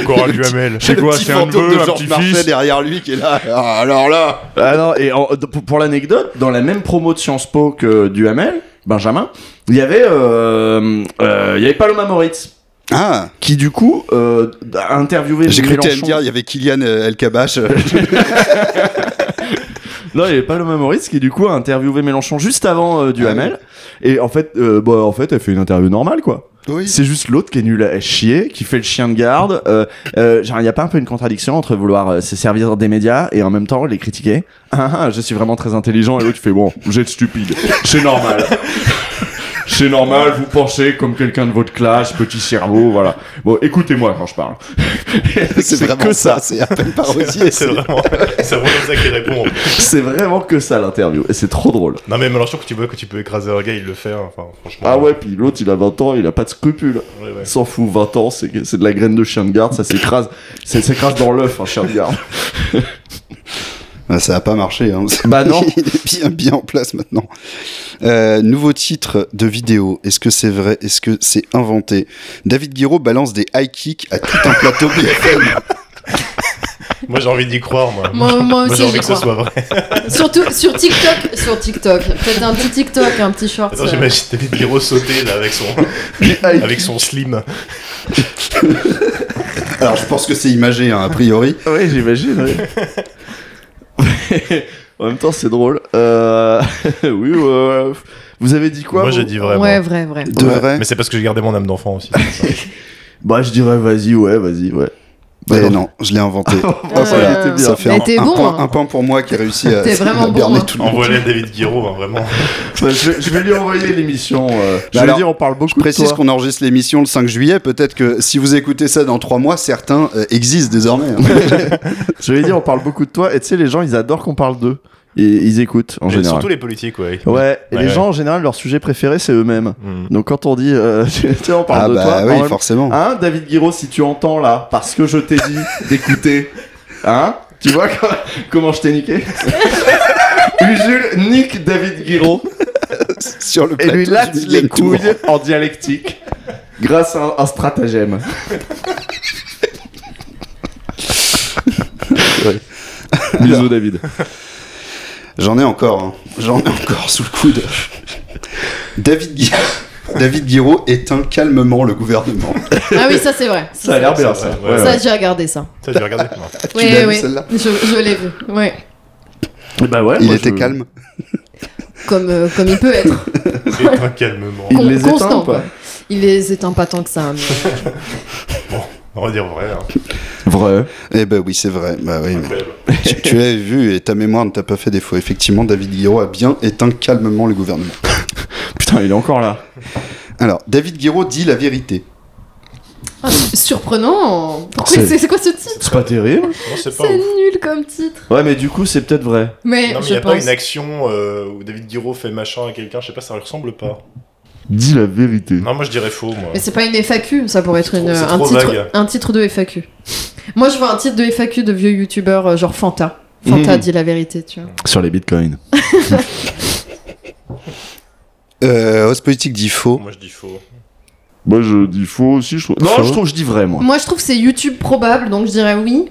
[SPEAKER 10] Encore un Duhamel.
[SPEAKER 9] C'est
[SPEAKER 7] Le
[SPEAKER 9] quoi,
[SPEAKER 7] petit
[SPEAKER 9] c'est un
[SPEAKER 7] fantôme
[SPEAKER 9] neveu,
[SPEAKER 7] de
[SPEAKER 9] un
[SPEAKER 7] Georges
[SPEAKER 9] petit
[SPEAKER 7] Marchais
[SPEAKER 9] fils
[SPEAKER 7] derrière lui qui est là. Ah, alors là
[SPEAKER 9] Ah non, et en- d- pour- pour l'anecdote, dans la même promo de Sciences Po que Duhamel, Benjamin, il y avait, euh, euh, il y avait Paloma Moritz,
[SPEAKER 7] Ah
[SPEAKER 9] qui du coup euh, a interviewé
[SPEAKER 7] J'ai cru que t'allais me
[SPEAKER 9] Mélenchon.
[SPEAKER 7] dire, il y avait Kylian euh,
[SPEAKER 9] [laughs]
[SPEAKER 7] El Kabash.
[SPEAKER 9] Non, il y avait Paloma Moritz qui du coup a interviewé Mélenchon juste avant euh, Duhamel. Et en fait, euh, bah, en fait, elle fait une interview normale quoi.
[SPEAKER 7] [laughs] Oui.
[SPEAKER 9] C'est juste l'autre qui est nul à chier, qui fait le chien de garde. Euh, euh, genre, il y a pas un peu une contradiction entre vouloir euh, se servir des médias et en même temps les critiquer [laughs] ah, ah, Je suis vraiment très intelligent et l'autre fait bon, vous êtes stupide. C'est [laughs] normal. C'est normal, vous pensez comme quelqu'un de votre classe, petit cerveau, voilà. Bon, écoutez-moi quand je parle.
[SPEAKER 7] C'est vraiment
[SPEAKER 9] que
[SPEAKER 7] ça, c'est à peine
[SPEAKER 9] [laughs]
[SPEAKER 7] parodié.
[SPEAKER 10] [laughs] C'est vraiment, c'est vraiment comme ça qu'il répond.
[SPEAKER 9] C'est vraiment que ça l'interview et c'est trop drôle.
[SPEAKER 10] Non, mais Mélenchon, que tu vois que tu peux écraser un gars, il le fait, hein. enfin, franchement.
[SPEAKER 9] Ah ouais, puis l'autre il a 20 ans, il a pas de scrupules.
[SPEAKER 10] Ouais, ouais.
[SPEAKER 9] S'en fout, 20 ans, c'est c'est de la graine de chien de garde, ça s'écrase, ça s'écrase dans l'œuf, un chien de
[SPEAKER 7] [laughs]
[SPEAKER 9] garde.
[SPEAKER 7] Ah, Ça a pas marché. Hein. [laughs]
[SPEAKER 9] Bah non.
[SPEAKER 7] Il est bien, bien en place maintenant. Euh, nouveau titre de vidéo. Est-ce que c'est vrai Est-ce que c'est inventé David Guiraud balance des high kicks à tout un plateau BFM.
[SPEAKER 10] Moi, j'ai envie d'y croire, moi.
[SPEAKER 8] Moi, moi
[SPEAKER 10] Moi,
[SPEAKER 8] aussi,
[SPEAKER 10] j'ai
[SPEAKER 8] j'y
[SPEAKER 10] envie que ce
[SPEAKER 8] crois.
[SPEAKER 10] soit vrai.
[SPEAKER 8] Surtout sur TikTok, sur TikTok. Peut-être un petit TikTok, un petit short.
[SPEAKER 10] Attends,
[SPEAKER 8] euh.
[SPEAKER 10] j'imagine David Guiraud sauter, là, avec son, avec son slim.
[SPEAKER 7] Alors je pense que c'est imagé hein, a priori.
[SPEAKER 9] Ouais, j'imagine, ouais. [laughs] en même temps, c'est drôle. Euh... [laughs] oui, ouais. Vous avez dit quoi
[SPEAKER 10] moi,
[SPEAKER 9] vous
[SPEAKER 10] j'ai dit vrai. moi.
[SPEAKER 8] Ouais, vrai, vrai.
[SPEAKER 7] De vrai.
[SPEAKER 10] Mais c'est parce que j'ai gardé mon âme d'enfant [laughs] aussi.
[SPEAKER 9] Bah, je dirais vas-y, ouais, vas-y, ouais.
[SPEAKER 7] Mais
[SPEAKER 9] Bah,
[SPEAKER 7] Ben non. je l'ai inventé.
[SPEAKER 9] [laughs] Ah, ça,
[SPEAKER 8] Euh,
[SPEAKER 9] il était bien.
[SPEAKER 7] Ça fait
[SPEAKER 8] Mais
[SPEAKER 7] un,
[SPEAKER 8] t'es
[SPEAKER 7] un
[SPEAKER 8] bon,
[SPEAKER 7] point,
[SPEAKER 8] hein.
[SPEAKER 7] un point pour moi qui a réussi à,
[SPEAKER 8] T'es vraiment
[SPEAKER 7] à berner
[SPEAKER 8] bon, hein.
[SPEAKER 7] tout le monde.
[SPEAKER 10] Envoie-les à David Guiraud, hein, vraiment.
[SPEAKER 9] Bah, je, vais- je vais lui envoyer l'émission. euh. Je vais lui
[SPEAKER 7] alors,
[SPEAKER 9] dire, on parle beaucoup
[SPEAKER 7] Je précise
[SPEAKER 9] de toi.
[SPEAKER 7] qu'on enregistre l'émission le 5 juillet. Peut-être que si vous écoutez ça dans trois mois, certains euh, existent désormais. hein.
[SPEAKER 9] Je vais lui dire, on parle beaucoup de toi. Et tu sais, les gens, ils adorent qu'on parle d'eux. Et ils écoutent, en
[SPEAKER 10] Et
[SPEAKER 9] général.
[SPEAKER 10] Surtout les politiques, ouais.
[SPEAKER 9] Ouais, et
[SPEAKER 10] Ouais,
[SPEAKER 9] les
[SPEAKER 10] ouais.
[SPEAKER 9] gens en général, leur sujet préféré c'est eux-mêmes.
[SPEAKER 10] Hmm.
[SPEAKER 9] Donc quand on dit, euh, [laughs] tiens, on parle
[SPEAKER 7] Ah
[SPEAKER 9] de
[SPEAKER 7] bah
[SPEAKER 9] toi, en
[SPEAKER 7] oui,
[SPEAKER 9] même-
[SPEAKER 7] forcément.
[SPEAKER 9] hein, David Guiraud, si tu entends là, parce que je t'ai [laughs] dit d'écouter, hein, tu vois co- comment je t'ai [laughs] niqué Usul nique David Guiraud
[SPEAKER 7] Sur le
[SPEAKER 9] et lui
[SPEAKER 7] plateau
[SPEAKER 9] latte
[SPEAKER 7] du
[SPEAKER 9] les
[SPEAKER 7] Game Tour.
[SPEAKER 9] couilles en dialectique grâce à un, un stratagème. Ouais. [laughs] Bisous David.
[SPEAKER 7] J'en ai encore, hein. j'en ai encore sous le coude.
[SPEAKER 9] [laughs]
[SPEAKER 7] David, Gui- David Guiraud éteint calmement le gouvernement.
[SPEAKER 8] Ah oui, ça c'est vrai.
[SPEAKER 9] Ça a l'air bien ça.
[SPEAKER 10] ouais,
[SPEAKER 9] Ouais, ouais.
[SPEAKER 8] Ça, j'ai regardé ça.
[SPEAKER 10] Ça,
[SPEAKER 9] [laughs]
[SPEAKER 10] j'ai regardé. Non.
[SPEAKER 8] Oui,
[SPEAKER 7] Ah, l'as vu,
[SPEAKER 8] oui.
[SPEAKER 7] celle-là
[SPEAKER 8] Je, je l'ai vu. Ouais.
[SPEAKER 9] Bah ouais,
[SPEAKER 7] Il
[SPEAKER 9] moi,
[SPEAKER 7] était
[SPEAKER 9] je-
[SPEAKER 7] calme.
[SPEAKER 8] Comme, euh, comme il peut être.
[SPEAKER 10] Éteins calmement.
[SPEAKER 9] Il
[SPEAKER 8] Con-
[SPEAKER 9] les éteint
[SPEAKER 8] constant,
[SPEAKER 9] ou pas
[SPEAKER 8] Il les éteint pas tant que ça. mais- euh.
[SPEAKER 10] On va dire vrai. hein.
[SPEAKER 9] Vrai.
[SPEAKER 7] Eh ben oui, c'est vrai. Bah oui, mais
[SPEAKER 10] Belle.
[SPEAKER 7] tu, tu as vu et ta mémoire ne t'a pas fait défaut. Effectivement, David Guiraud a bien éteint calmement le gouvernement.
[SPEAKER 9] Putain, il est encore là.
[SPEAKER 7] Alors, David Guiraud dit la vérité.
[SPEAKER 8] Ah, surprenant. Pourquoi
[SPEAKER 9] C'est-
[SPEAKER 8] c'est c'est quoi ce titre
[SPEAKER 9] C'est pas terrible.
[SPEAKER 10] Non, c'est pas
[SPEAKER 8] C'est
[SPEAKER 10] ouf.
[SPEAKER 8] nul comme titre.
[SPEAKER 9] Ouais, mais du coup, c'est peut-être vrai.
[SPEAKER 8] Mais
[SPEAKER 10] Non, mais il
[SPEAKER 8] je
[SPEAKER 10] n'y a pas
[SPEAKER 8] pense.
[SPEAKER 10] une action euh, où David Guiraud fait machin à quelqu'un, je sais pas, ça lui ressemble pas.
[SPEAKER 9] Dis la vérité.
[SPEAKER 10] Non, moi je dirais faux, moi.
[SPEAKER 8] Mais c'est pas une FAQ, ça pourrait être
[SPEAKER 10] C'est
[SPEAKER 8] une,
[SPEAKER 10] trop- c'est
[SPEAKER 8] un,
[SPEAKER 10] trop
[SPEAKER 8] titre,
[SPEAKER 10] vague.
[SPEAKER 8] un titre de FAQ. Moi, je vois un titre de FAQ de vieux youtubeur euh, genre Fanta. Fanta
[SPEAKER 9] Mhm.
[SPEAKER 8] dit la vérité, tu vois.
[SPEAKER 9] Sur les bitcoins.
[SPEAKER 7] Euh, Host Politique dit faux.
[SPEAKER 10] Moi je dis faux.
[SPEAKER 9] Moi, je dis faux aussi, je trouve. Non, je trouve, je dis vrai, moi.
[SPEAKER 8] Moi, je trouve que c'est YouTube probable, donc je dirais oui.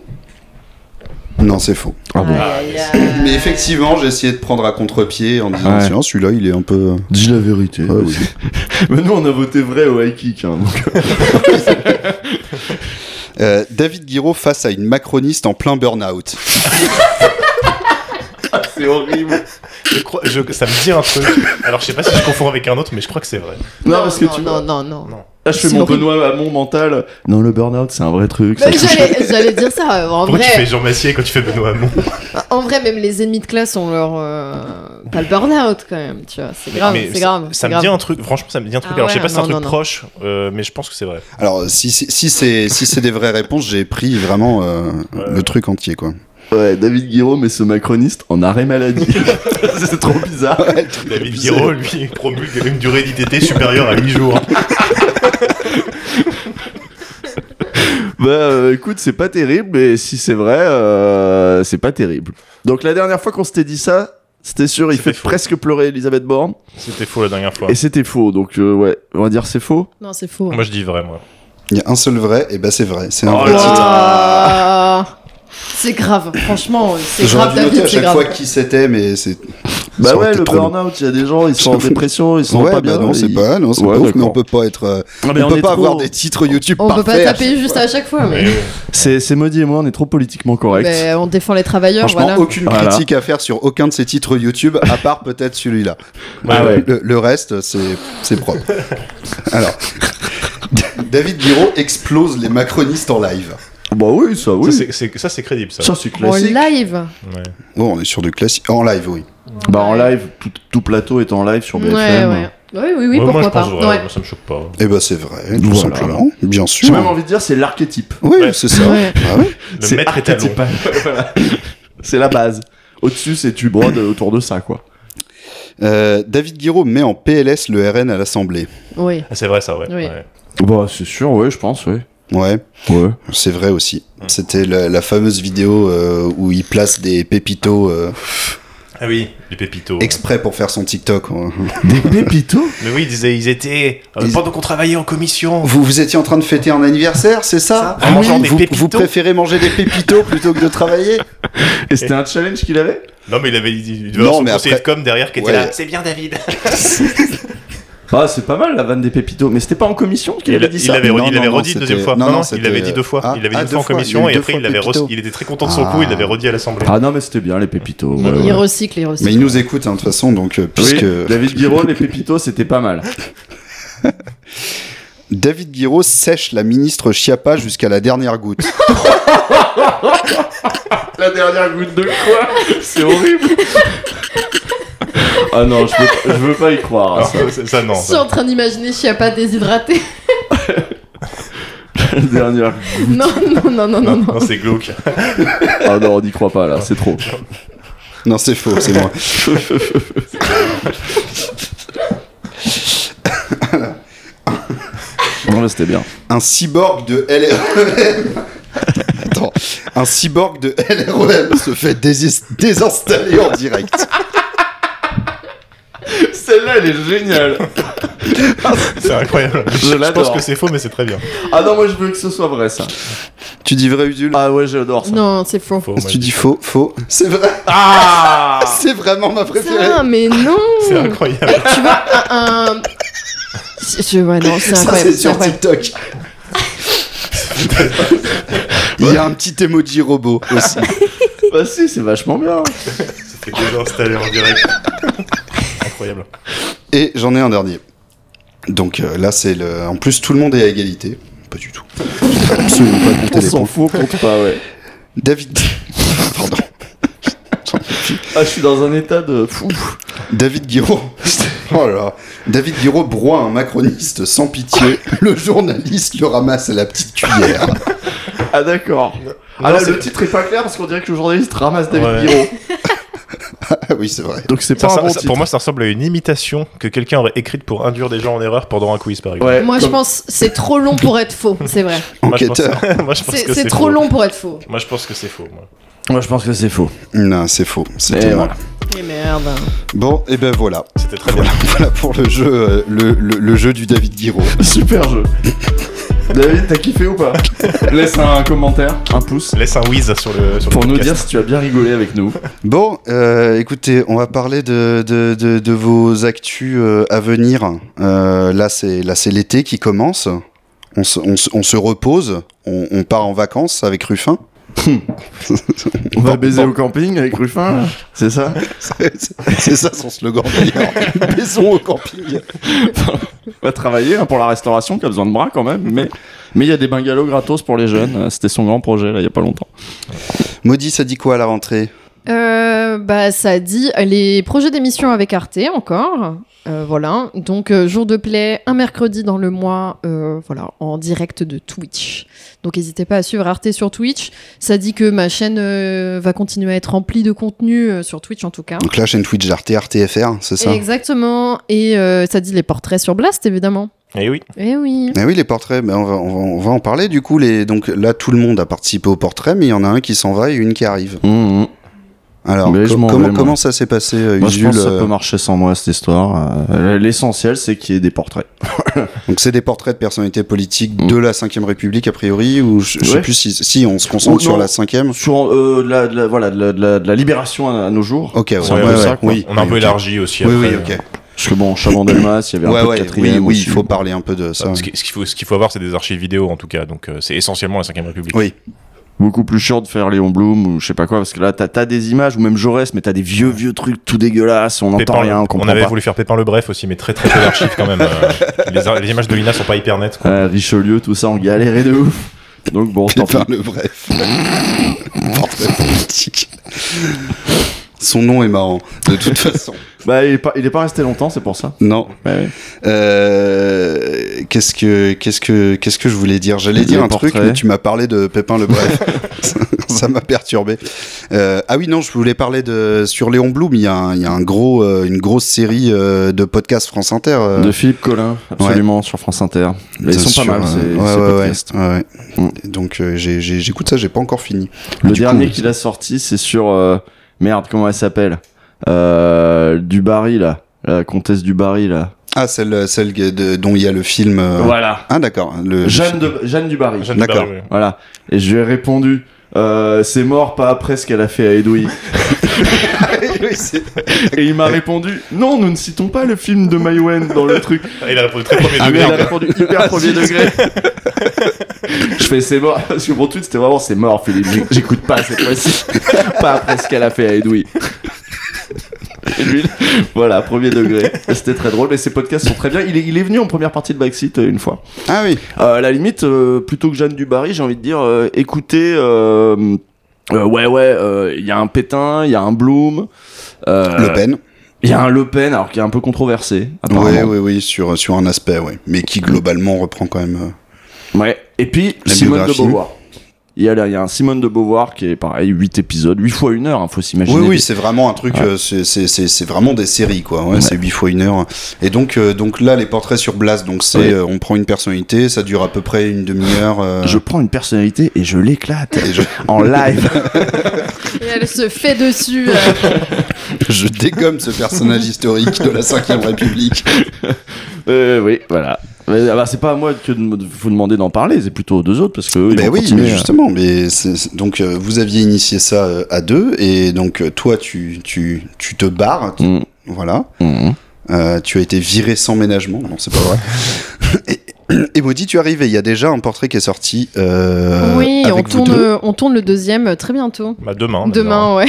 [SPEAKER 7] Non, c'est faux.
[SPEAKER 9] Ah bon.
[SPEAKER 8] Aïe, aïe.
[SPEAKER 7] [laughs] Mais effectivement, j'ai essayé de prendre à contre-pied en disant
[SPEAKER 9] Ouais.
[SPEAKER 7] tiens, celui-là, il est un peu. euh.
[SPEAKER 9] Dis la vérité.
[SPEAKER 7] Ouais, oui.
[SPEAKER 9] [laughs] mais nous, on a voté vrai au high kick. Hein,
[SPEAKER 7] Euh, David Guiraud face à une macroniste en plein burn-out.
[SPEAKER 9] c'est horrible.
[SPEAKER 10] Je crois, je- ça me dit un truc. Alors je sais pas si je confonds avec un autre, mais je crois que c'est vrai.
[SPEAKER 9] Non, parce que
[SPEAKER 8] non,
[SPEAKER 9] tu.
[SPEAKER 8] non, non, non.
[SPEAKER 9] Là, je fais
[SPEAKER 8] C'est
[SPEAKER 9] mon
[SPEAKER 8] horrible.
[SPEAKER 9] Benoît à mon mental. Non, le burn-out, c'est un vrai truc. ça
[SPEAKER 8] Bah,
[SPEAKER 9] touche-
[SPEAKER 8] J'allais j'allais dire ça, euh, en
[SPEAKER 10] Pourquoi tu fais
[SPEAKER 8] vrai.
[SPEAKER 10] Jean Massier quand tu fais Benoît Hamon
[SPEAKER 8] En vrai, même les ennemis de classe ont leur. euh, pas le burn-out quand même, tu vois. C'est
[SPEAKER 10] Mais-
[SPEAKER 8] grave,
[SPEAKER 10] mais
[SPEAKER 8] c'est
[SPEAKER 10] ça-
[SPEAKER 8] grave.
[SPEAKER 10] Ça
[SPEAKER 8] c'est
[SPEAKER 10] me dit
[SPEAKER 8] grave.
[SPEAKER 10] un truc, franchement, ça me dit un truc.
[SPEAKER 8] Ah
[SPEAKER 10] Alors, je sais
[SPEAKER 8] ouais,
[SPEAKER 10] pas si c'est un
[SPEAKER 8] non,
[SPEAKER 10] truc
[SPEAKER 8] non, non.
[SPEAKER 10] proche, euh, mais je pense que
[SPEAKER 8] [laughs]
[SPEAKER 10] c'est vrai.
[SPEAKER 7] Alors, si, si, si c'est si c'est des vraies réponses, j'ai pris vraiment euh, le truc entier, quoi.
[SPEAKER 9] Ouais, David Guillaume et ce macroniste en arrêt maladie. [laughs] c'est trop bizarre.
[SPEAKER 10] David Guiraud, lui, [laughs] promulgue une durée d'ITT supérieure à 8 jours.
[SPEAKER 9] Bah euh, écoute, c'est pas terrible, mais si c'est vrai, euh, c'est pas terrible. Donc la dernière fois qu'on s'était dit ça, c'était sûr, il fait
[SPEAKER 10] C'était faux.
[SPEAKER 9] presque pleurer Elisabeth Borne.
[SPEAKER 10] C'était faux la dernière fois.
[SPEAKER 9] Et c'était faux, donc euh, ouais, on va dire c'est faux.
[SPEAKER 8] Non, c'est faux.
[SPEAKER 10] Moi, je dis vrai, moi.
[SPEAKER 7] Il y a un seul vrai, et ben c'est vrai. C'est un
[SPEAKER 9] Oh
[SPEAKER 7] vrai
[SPEAKER 9] là
[SPEAKER 7] titre.
[SPEAKER 8] Ouah. C'est grave, franchement, c'est
[SPEAKER 7] J'aurais
[SPEAKER 8] grave
[SPEAKER 7] dû noter
[SPEAKER 8] David,
[SPEAKER 7] à
[SPEAKER 8] c'est
[SPEAKER 7] chaque
[SPEAKER 8] grave.
[SPEAKER 7] fois qui c'était, mais c'est. ça
[SPEAKER 9] Bah
[SPEAKER 7] aurait
[SPEAKER 9] ouais,
[SPEAKER 7] été
[SPEAKER 9] le
[SPEAKER 7] trop long.
[SPEAKER 9] burn-out, il y a des gens, ils sont en
[SPEAKER 7] Ils sont-
[SPEAKER 9] dépression, ils sont
[SPEAKER 7] ouais,
[SPEAKER 9] pas
[SPEAKER 7] bah
[SPEAKER 9] bien.
[SPEAKER 7] non, c'est
[SPEAKER 9] ils-
[SPEAKER 7] pas, non, c'est
[SPEAKER 9] Ouais,
[SPEAKER 7] pas ouf, mais
[SPEAKER 9] d'accord.
[SPEAKER 7] on peut pas être, euh,
[SPEAKER 9] Ah, mais
[SPEAKER 7] on, peut
[SPEAKER 9] est
[SPEAKER 7] pas
[SPEAKER 9] trop-
[SPEAKER 7] avoir des titres YouTube
[SPEAKER 8] On peut
[SPEAKER 7] parfaits.
[SPEAKER 8] pas taper juste à chaque
[SPEAKER 7] Ah,
[SPEAKER 8] fois, mais,
[SPEAKER 9] C'est c'est Maudit et moi, on est trop politiquement correct.
[SPEAKER 8] mais Ben, on défend les travailleurs,
[SPEAKER 7] Franchement,
[SPEAKER 8] voilà.
[SPEAKER 7] aucune
[SPEAKER 9] Voilà.
[SPEAKER 7] critique à faire sur aucun de ces titres YouTube, à part peut-être [laughs] celui-là.
[SPEAKER 9] Ah ouais.
[SPEAKER 7] le, le reste, c'est c'est propre. [laughs] Alors, David Guiraud explose les macronistes en live.
[SPEAKER 9] Bah oui, ça oui.
[SPEAKER 10] Ça, c'est- c'est- ça, c'est crédible, ça.
[SPEAKER 9] Ça c'est
[SPEAKER 8] euh, En
[SPEAKER 9] classique.
[SPEAKER 8] live
[SPEAKER 10] Ouais.
[SPEAKER 7] Bon, on est sur du classique. En live, oui.
[SPEAKER 9] Bah en live, tout, tout plateau est en live sur
[SPEAKER 8] Ouais,
[SPEAKER 9] BFM.
[SPEAKER 8] ouais. Oui, oui, oui,
[SPEAKER 10] Ouais, moi,
[SPEAKER 8] pourquoi
[SPEAKER 10] je
[SPEAKER 8] pas.
[SPEAKER 10] pense vrai,
[SPEAKER 8] Ouais.
[SPEAKER 10] moi, ça me choque pas.
[SPEAKER 7] Eh ben, c'est vrai, tout
[SPEAKER 9] Voilà.
[SPEAKER 7] simplement. Bien
[SPEAKER 9] J'ai
[SPEAKER 7] sûr.
[SPEAKER 9] même envie de dire, c'est l'archétype.
[SPEAKER 7] Oui,
[SPEAKER 10] Ouais.
[SPEAKER 7] c'est ça.
[SPEAKER 8] Ouais.
[SPEAKER 7] Ah ouais.
[SPEAKER 10] Le
[SPEAKER 9] C'est
[SPEAKER 10] maître est talon.
[SPEAKER 9] archétypal. [laughs] Voilà. C'est la base. Au-dessus, c'est tu brodes autour de ça, quoi.
[SPEAKER 7] Euh, David Guiraud met en PLS le RN à l'Assemblée.
[SPEAKER 8] Oui.
[SPEAKER 10] Ah, C'est vrai, ça, ouais.
[SPEAKER 8] Oui.
[SPEAKER 10] ouais.
[SPEAKER 9] Bah, c'est sûr, ouais, je pense, ouais.
[SPEAKER 7] Ouais,
[SPEAKER 9] Ouais.
[SPEAKER 7] c'est vrai aussi. C'était la, la fameuse vidéo euh, où il place des pépitos euh,
[SPEAKER 10] Ah oui, les pépitos.
[SPEAKER 7] exprès pour faire son TikTok. [laughs] ouais.
[SPEAKER 9] Des pépitos
[SPEAKER 10] Mais oui, ils disaient, ils étaient, euh,
[SPEAKER 7] Ils-
[SPEAKER 10] pendant qu'on travaillait en commission,
[SPEAKER 7] Vous, vous étiez en train de fêter un anniversaire, c'est ça,
[SPEAKER 9] Ah,
[SPEAKER 10] Ça, en mangeant des
[SPEAKER 7] vous,
[SPEAKER 10] pépitos
[SPEAKER 7] vous préférez manger des pépitos plutôt que de
[SPEAKER 9] [laughs]
[SPEAKER 7] travailler
[SPEAKER 9] Et c'était un challenge qu'il avait
[SPEAKER 10] Non, mais il avait il devait
[SPEAKER 7] Non,
[SPEAKER 10] avoir son
[SPEAKER 7] mais
[SPEAKER 10] conseiller
[SPEAKER 7] après-
[SPEAKER 10] de com derrière qui était
[SPEAKER 7] Ouais.
[SPEAKER 10] là. C'est bien, David.
[SPEAKER 9] Ah, c'est pas mal la vanne des pépitos, mais c'était pas en commission qu'il
[SPEAKER 10] Il
[SPEAKER 9] avait dit ça
[SPEAKER 10] l'avait
[SPEAKER 7] Non,
[SPEAKER 10] redit,
[SPEAKER 7] non,
[SPEAKER 10] il l'avait
[SPEAKER 7] non,
[SPEAKER 10] redit une deuxième
[SPEAKER 7] c'était-
[SPEAKER 10] fois.
[SPEAKER 7] non,
[SPEAKER 10] Non,
[SPEAKER 7] non,
[SPEAKER 10] non, il
[SPEAKER 7] c'était-
[SPEAKER 10] l'avait dit deux fois.
[SPEAKER 7] ah,
[SPEAKER 10] il l'avait
[SPEAKER 7] ah, deux
[SPEAKER 10] dit deux fois en
[SPEAKER 7] fois, il y a eu
[SPEAKER 10] commission et
[SPEAKER 7] deux
[SPEAKER 10] après
[SPEAKER 7] fois Ah.
[SPEAKER 10] il l'avait
[SPEAKER 7] Pépito.
[SPEAKER 10] re- il était très content de son coup, il l'avait redit à l'assemblée.
[SPEAKER 9] Ah non, mais c'était bien les pépitos.
[SPEAKER 8] Il,
[SPEAKER 9] ouais, ouais.
[SPEAKER 8] il recycle, il recycle.
[SPEAKER 7] Mais il nous écoute, hein, de toute façon, donc, euh,
[SPEAKER 9] Oui,
[SPEAKER 7] puisque
[SPEAKER 9] [laughs] David Guiraud, les pépitos, c'était pas mal.
[SPEAKER 7] David Guiraud sèche la ministre Chiappa jusqu'à la dernière goutte.
[SPEAKER 9] La dernière goutte de quoi C'est horrible Ah non, je veux, je veux pas y croire. hein, à
[SPEAKER 10] Alors,
[SPEAKER 9] ça.
[SPEAKER 10] ça, Ah, ça, non.
[SPEAKER 8] Je suis en
[SPEAKER 10] ça.
[SPEAKER 8] train d'imaginer Chiappa
[SPEAKER 10] [laughs]
[SPEAKER 8] déshydraté.
[SPEAKER 9] La dernière.
[SPEAKER 8] non, non, non, non, non,
[SPEAKER 10] Non,
[SPEAKER 8] non.
[SPEAKER 10] non,
[SPEAKER 7] [laughs]
[SPEAKER 10] c'est glauque.
[SPEAKER 9] Ah non, on n'y croit pas là, c'est trop.
[SPEAKER 7] non, c'est faux, c'est moi.
[SPEAKER 9] Non, mais c'était bien.
[SPEAKER 7] Un cyborg de LREM. Attends, un cyborg de LREM se fait désis- désinstaller en direct.
[SPEAKER 9] Celle-là, elle est géniale.
[SPEAKER 10] C'est incroyable. Je, je pense
[SPEAKER 9] l'adore.
[SPEAKER 10] que c'est faux, mais c'est très bien.
[SPEAKER 9] Ah non, moi je veux que ce soit vrai ça.
[SPEAKER 7] Tu dis vrai, Usul
[SPEAKER 9] Ah ouais, j'adore ça.
[SPEAKER 8] Non, c'est faux.
[SPEAKER 10] Faux, moi,
[SPEAKER 7] Ah, Tu dis faux, faux. C'est vrai.
[SPEAKER 9] Ah
[SPEAKER 7] [laughs] C'est vraiment ma préférée.
[SPEAKER 8] Putain, mais non
[SPEAKER 10] [laughs] C'est incroyable.
[SPEAKER 8] Tu vois, un... un- Je, ouais, non, c'est
[SPEAKER 7] Ça, c'est
[SPEAKER 8] incroyable. c'est
[SPEAKER 7] sur
[SPEAKER 8] incroyable.
[SPEAKER 7] TikTok. Il y a un petit emoji robot aussi.
[SPEAKER 9] Bah si, c'est vachement bien.
[SPEAKER 10] C'était déjà installé en direct. [laughs] Incroyable.
[SPEAKER 7] Et j'en ai un dernier. Donc euh, là, c'est le. En plus, tout le monde est à égalité. Pas du tout. Absolument pas compter
[SPEAKER 9] On
[SPEAKER 7] les
[SPEAKER 9] s'en
[SPEAKER 7] points.
[SPEAKER 9] fout, on compte pas, ouais.
[SPEAKER 7] David. Pardon.
[SPEAKER 9] Ah, je suis dans un état de. Fou.
[SPEAKER 7] David Guiraud. [laughs] Oh là là. David Guiraud broie un macroniste sans pitié. Le journaliste le ramasse à la petite cuillère.
[SPEAKER 9] Ah d'accord. Ah là,
[SPEAKER 10] Non,
[SPEAKER 9] le
[SPEAKER 10] c'est-
[SPEAKER 9] titre est pas clair parce qu'on dirait que le journaliste ramasse David
[SPEAKER 10] Ouais.
[SPEAKER 9] Guiraud.
[SPEAKER 7] Ah oui, c'est vrai.
[SPEAKER 9] Donc c'est
[SPEAKER 10] Ça,
[SPEAKER 9] pas un
[SPEAKER 10] ça-
[SPEAKER 9] bon
[SPEAKER 10] ça-
[SPEAKER 9] titre.
[SPEAKER 10] pour moi, ça ressemble à une imitation que quelqu'un aurait écrite pour induire des gens en erreur pendant un quiz, par exemple.
[SPEAKER 9] Ouais,
[SPEAKER 8] Moi, je
[SPEAKER 9] comme-
[SPEAKER 8] pense que c'est trop long pour être faux, c'est
[SPEAKER 10] [laughs]
[SPEAKER 8] vrai.
[SPEAKER 10] Moi, je pense-
[SPEAKER 7] Enquêteur.
[SPEAKER 10] Moi, je pense
[SPEAKER 8] C'est
[SPEAKER 10] que [laughs]
[SPEAKER 8] c'est
[SPEAKER 10] c'est
[SPEAKER 8] trop
[SPEAKER 10] faux.
[SPEAKER 8] long pour être faux.
[SPEAKER 10] Moi, je pense que c'est faux. moi.
[SPEAKER 9] moi, je pense que c'est faux.
[SPEAKER 7] Non, c'est faux. C'était
[SPEAKER 9] Et
[SPEAKER 7] moi.
[SPEAKER 9] voilà.
[SPEAKER 8] Et merde.
[SPEAKER 7] Bon, et ben voilà.
[SPEAKER 10] C'était Eh très bien.
[SPEAKER 7] Voilà, voilà pour le jeu, euh, le, le- le jeu du David Guiraud.
[SPEAKER 9] Super jeu. David, t'as kiffé ou pas Laisse un commentaire, un pouce.
[SPEAKER 10] Laisse un whiz sur le sur le
[SPEAKER 9] Pour nous
[SPEAKER 10] podcast.
[SPEAKER 9] dire si tu as bien rigolé avec nous.
[SPEAKER 7] Bon, euh, écoutez, on va parler de, de, de, de vos actus euh, à venir. Euh, là, c'est là, c'est l'été qui commence. On se, on se- on se repose. On, on part en vacances avec Ruffin.
[SPEAKER 9] On va baiser au camping avec Ruffin, là. c'est ça
[SPEAKER 7] C'est [laughs] c'est ça son slogan d'ailleurs. [laughs] Baisons au camping.
[SPEAKER 9] On va travailler hein, pour la restauration qui a besoin de bras quand même. Mais mais il y a des bungalows gratos pour les jeunes. Euh, C'était son grand projet là il y a pas longtemps.
[SPEAKER 7] Maudit, ça dit quoi à la rentrée
[SPEAKER 8] Euh, bah, ça dit les projets d'émission avec Arte encore. Euh, voilà. Donc, euh, jour de play, un mercredi dans le mois, euh, voilà, en direct de Twitch. Donc, n'hésitez pas à suivre Arte sur Twitch. Ça dit que ma chaîne euh, va continuer à être remplie de contenu euh, sur Twitch en tout cas.
[SPEAKER 7] Donc là, chaîne Twitch d'Arte, RTFR, c'est ça
[SPEAKER 8] Exactement. Et euh, ça dit les portraits sur Blast, évidemment.
[SPEAKER 10] Et oui.
[SPEAKER 8] Eh oui.
[SPEAKER 7] Eh oui, les portraits, ben, on, va, on va- on va en parler du coup. Les, donc là, tout le monde a participé au portrait, mais il y en a un qui s'en va et une qui arrive.
[SPEAKER 9] Mmh, mmh.
[SPEAKER 7] Alors,
[SPEAKER 9] Mais je
[SPEAKER 7] co-
[SPEAKER 9] m'en vais,
[SPEAKER 7] comment,
[SPEAKER 9] moi.
[SPEAKER 7] comment ça s'est passé, euh,
[SPEAKER 9] Moi, je
[SPEAKER 7] Usul
[SPEAKER 9] pense que ça
[SPEAKER 7] euh,
[SPEAKER 9] peut marcher sans moi cette histoire. Euh, L'essentiel, c'est qu'il y ait des portraits.
[SPEAKER 7] Donc, c'est des portraits de personnalités politiques
[SPEAKER 9] Mm.
[SPEAKER 7] de la 5ème République, a priori, ou je, je sais
[SPEAKER 9] Ouais.
[SPEAKER 7] plus si, si on se concentre
[SPEAKER 9] Oh,
[SPEAKER 7] sur
[SPEAKER 9] non.
[SPEAKER 7] la 5ème.
[SPEAKER 9] Sur euh, de la, de la- voilà, de la, de la- de la libération à, à nos jours.
[SPEAKER 7] Ok, ouais,
[SPEAKER 10] Ouais,
[SPEAKER 7] ouais,
[SPEAKER 10] ouais,
[SPEAKER 7] ouais,
[SPEAKER 9] ça, quoi.
[SPEAKER 7] oui.
[SPEAKER 10] On a un peu
[SPEAKER 7] oui, ok.
[SPEAKER 10] élargi aussi.
[SPEAKER 7] Oui,
[SPEAKER 10] après,
[SPEAKER 7] oui,
[SPEAKER 10] euh,
[SPEAKER 7] ok.
[SPEAKER 9] Parce que bon, Chabandelmas, il y avait
[SPEAKER 7] Ouais,
[SPEAKER 9] un peu
[SPEAKER 7] ouais,
[SPEAKER 9] de
[SPEAKER 7] oui,
[SPEAKER 9] quatrième
[SPEAKER 7] oui,
[SPEAKER 9] aussi.
[SPEAKER 7] il faut parler un peu de ça.
[SPEAKER 10] Ce qui- ce qu'il faut, ce qu'il faut avoir, c'est des archives vidéo en tout cas. Donc euh, c'est essentiellement la 5ème République.
[SPEAKER 7] Oui.
[SPEAKER 9] beaucoup plus chiant de faire Léon Blum ou je sais pas quoi parce que là t'as as des images ou même Jaurès mais t'as des vieux vieux trucs tout dégueulasses on n'entend
[SPEAKER 10] Pépin-
[SPEAKER 9] rien on
[SPEAKER 10] on
[SPEAKER 9] comprend
[SPEAKER 10] avait
[SPEAKER 9] pas
[SPEAKER 10] voulu faire Pépin le Bref aussi, mais très très peu d'archives quand même. euh, les, ar- les images de Lina sont pas hyper nettes. quoi.
[SPEAKER 9] Euh, Richelieu tout ça on galérait de ouf donc bon tant pis
[SPEAKER 7] Pépin le bref. Portrait politique. [laughs] Son nom est marrant, de [laughs] toute façon.
[SPEAKER 9] bah il est, pas, il est pas resté longtemps c'est pour ça
[SPEAKER 7] Non.
[SPEAKER 9] Ouais, ouais.
[SPEAKER 7] Euh, qu'est-ce que qu'est-ce que qu'est-ce que je voulais dire J'allais
[SPEAKER 9] Les
[SPEAKER 7] dire un
[SPEAKER 9] portraits.
[SPEAKER 7] truc, mais tu m'as parlé de Pépin le [laughs] Bref. Ça- ça m'a perturbé. Euh, ah oui, non, je voulais parler de sur Léon Blum. Il y a, un, il y a un gros, euh, une grosse série euh, de podcasts France Inter. euh,
[SPEAKER 9] de Philippe Collin absolument sur France Inter Mais ils
[SPEAKER 7] de-
[SPEAKER 9] sont
[SPEAKER 7] sur,
[SPEAKER 9] pas mal
[SPEAKER 7] euh,
[SPEAKER 9] ces,
[SPEAKER 7] ouais,
[SPEAKER 9] ces
[SPEAKER 7] ouais, ouais,
[SPEAKER 9] podcasts
[SPEAKER 7] ouais, ouais. Donc euh, j'ai- j'ai- j'écoute ça, j'ai pas encore fini.
[SPEAKER 9] le
[SPEAKER 7] Bah, Du coup,
[SPEAKER 9] dernier qu'il a sorti c'est sur euh, merde comment elle s'appelle euh, Dubarry là la comtesse du Barry là
[SPEAKER 7] Ah celle celle de- dont il y a le film. euh,
[SPEAKER 9] voilà
[SPEAKER 7] Ah d'accord. Le, le
[SPEAKER 9] Jeanne,
[SPEAKER 7] film.
[SPEAKER 9] de, Jeanne du Barry
[SPEAKER 10] Jeanne de
[SPEAKER 7] D'accord.
[SPEAKER 10] Barry, oui.
[SPEAKER 9] Voilà. Et je lui ai répondu, euh, c'est mort pas après ce qu'elle a fait à Edoui.
[SPEAKER 7] [laughs] Oui, c'est
[SPEAKER 9] Et [laughs] il m'a répondu, non, nous ne citons pas le film de Maïwen dans le truc.
[SPEAKER 10] Ah, Il a répondu très premier
[SPEAKER 9] Ah, mais
[SPEAKER 10] degré.
[SPEAKER 9] il a répondu hyper premier degré. [laughs] je fais c'est mort. [laughs] Parce que mon tweet c'était vraiment c'est mort, Philippe. J'éc- J'écoute pas cette fois-ci. [laughs] pas après ce qu'elle a fait à Edoui. Et lui, [laughs] voilà, premier degré. C'était très drôle, mais ses podcasts sont très bien. Il est, il est venu en première partie de Brexit euh, une fois.
[SPEAKER 7] ah oui.
[SPEAKER 9] Euh, à la limite, euh, plutôt que Jeanne Dubarry, j'ai envie de dire, euh, écoutez, euh, euh, ouais, ouais, euh, il y a un Pétain, il y a un Bloom, euh,
[SPEAKER 7] Le Pen.
[SPEAKER 9] il y a un Le Pen, alors qui est un peu controversé, apparemment.
[SPEAKER 7] Oui, oui, oui, sur, sur un aspect, oui. Mais qui globalement reprend quand même. euh,
[SPEAKER 9] Ouais. Et puis,
[SPEAKER 7] La
[SPEAKER 9] Simone de
[SPEAKER 7] biographie.
[SPEAKER 9] Beauvoir. Il y, a, là- il y a un Simone de Beauvoir qui est pareil, 8 épisodes, 8 fois 1 heure, hein, faut s'imaginer.
[SPEAKER 7] Oui, oui,
[SPEAKER 9] des-
[SPEAKER 7] c'est vraiment un truc, euh, c'est- c'est c'est- c'est vraiment des séries, quoi. Ouais, C'est 8 fois une heure. Et donc, euh, donc là, les portraits sur Blast, donc c'est,
[SPEAKER 9] Ouais.
[SPEAKER 7] euh, on prend une personnalité, ça dure à peu près une demi-heure. euh,
[SPEAKER 9] Je prends une personnalité et je l'éclate
[SPEAKER 7] et je, [laughs]
[SPEAKER 9] [laughs] en live.
[SPEAKER 8] Et elle se fait dessus. euh,
[SPEAKER 7] je dégomme ce personnage historique de la 5ème République.
[SPEAKER 9] Euh, oui, voilà. Mais, ah bah, c'est pas à moi que de me- vous demander d'en parler, c'est plutôt aux deux autres parce que. eux, ils
[SPEAKER 7] Ben
[SPEAKER 9] vont
[SPEAKER 7] oui,
[SPEAKER 9] continuer
[SPEAKER 7] mais
[SPEAKER 9] à-
[SPEAKER 7] justement, mais c'est- c'est- donc euh, vous aviez initié ça euh, à deux, et donc euh, toi, tu, tu, tu te barres, tu-
[SPEAKER 9] Mm,
[SPEAKER 7] voilà.
[SPEAKER 9] mm.
[SPEAKER 7] Euh, tu as été viré sans ménagement, non, c'est pas [laughs] vrai. et, et Maudit, tu arrives et il y a déjà un portrait qui est sorti. euh,
[SPEAKER 8] oui, on
[SPEAKER 7] avec vous deux.
[SPEAKER 8] tourne,
[SPEAKER 7] Oh,
[SPEAKER 8] euh, on tourne le deuxième euh, très bientôt.
[SPEAKER 10] Bah, demain. d'ailleurs,
[SPEAKER 8] Demain, ouais.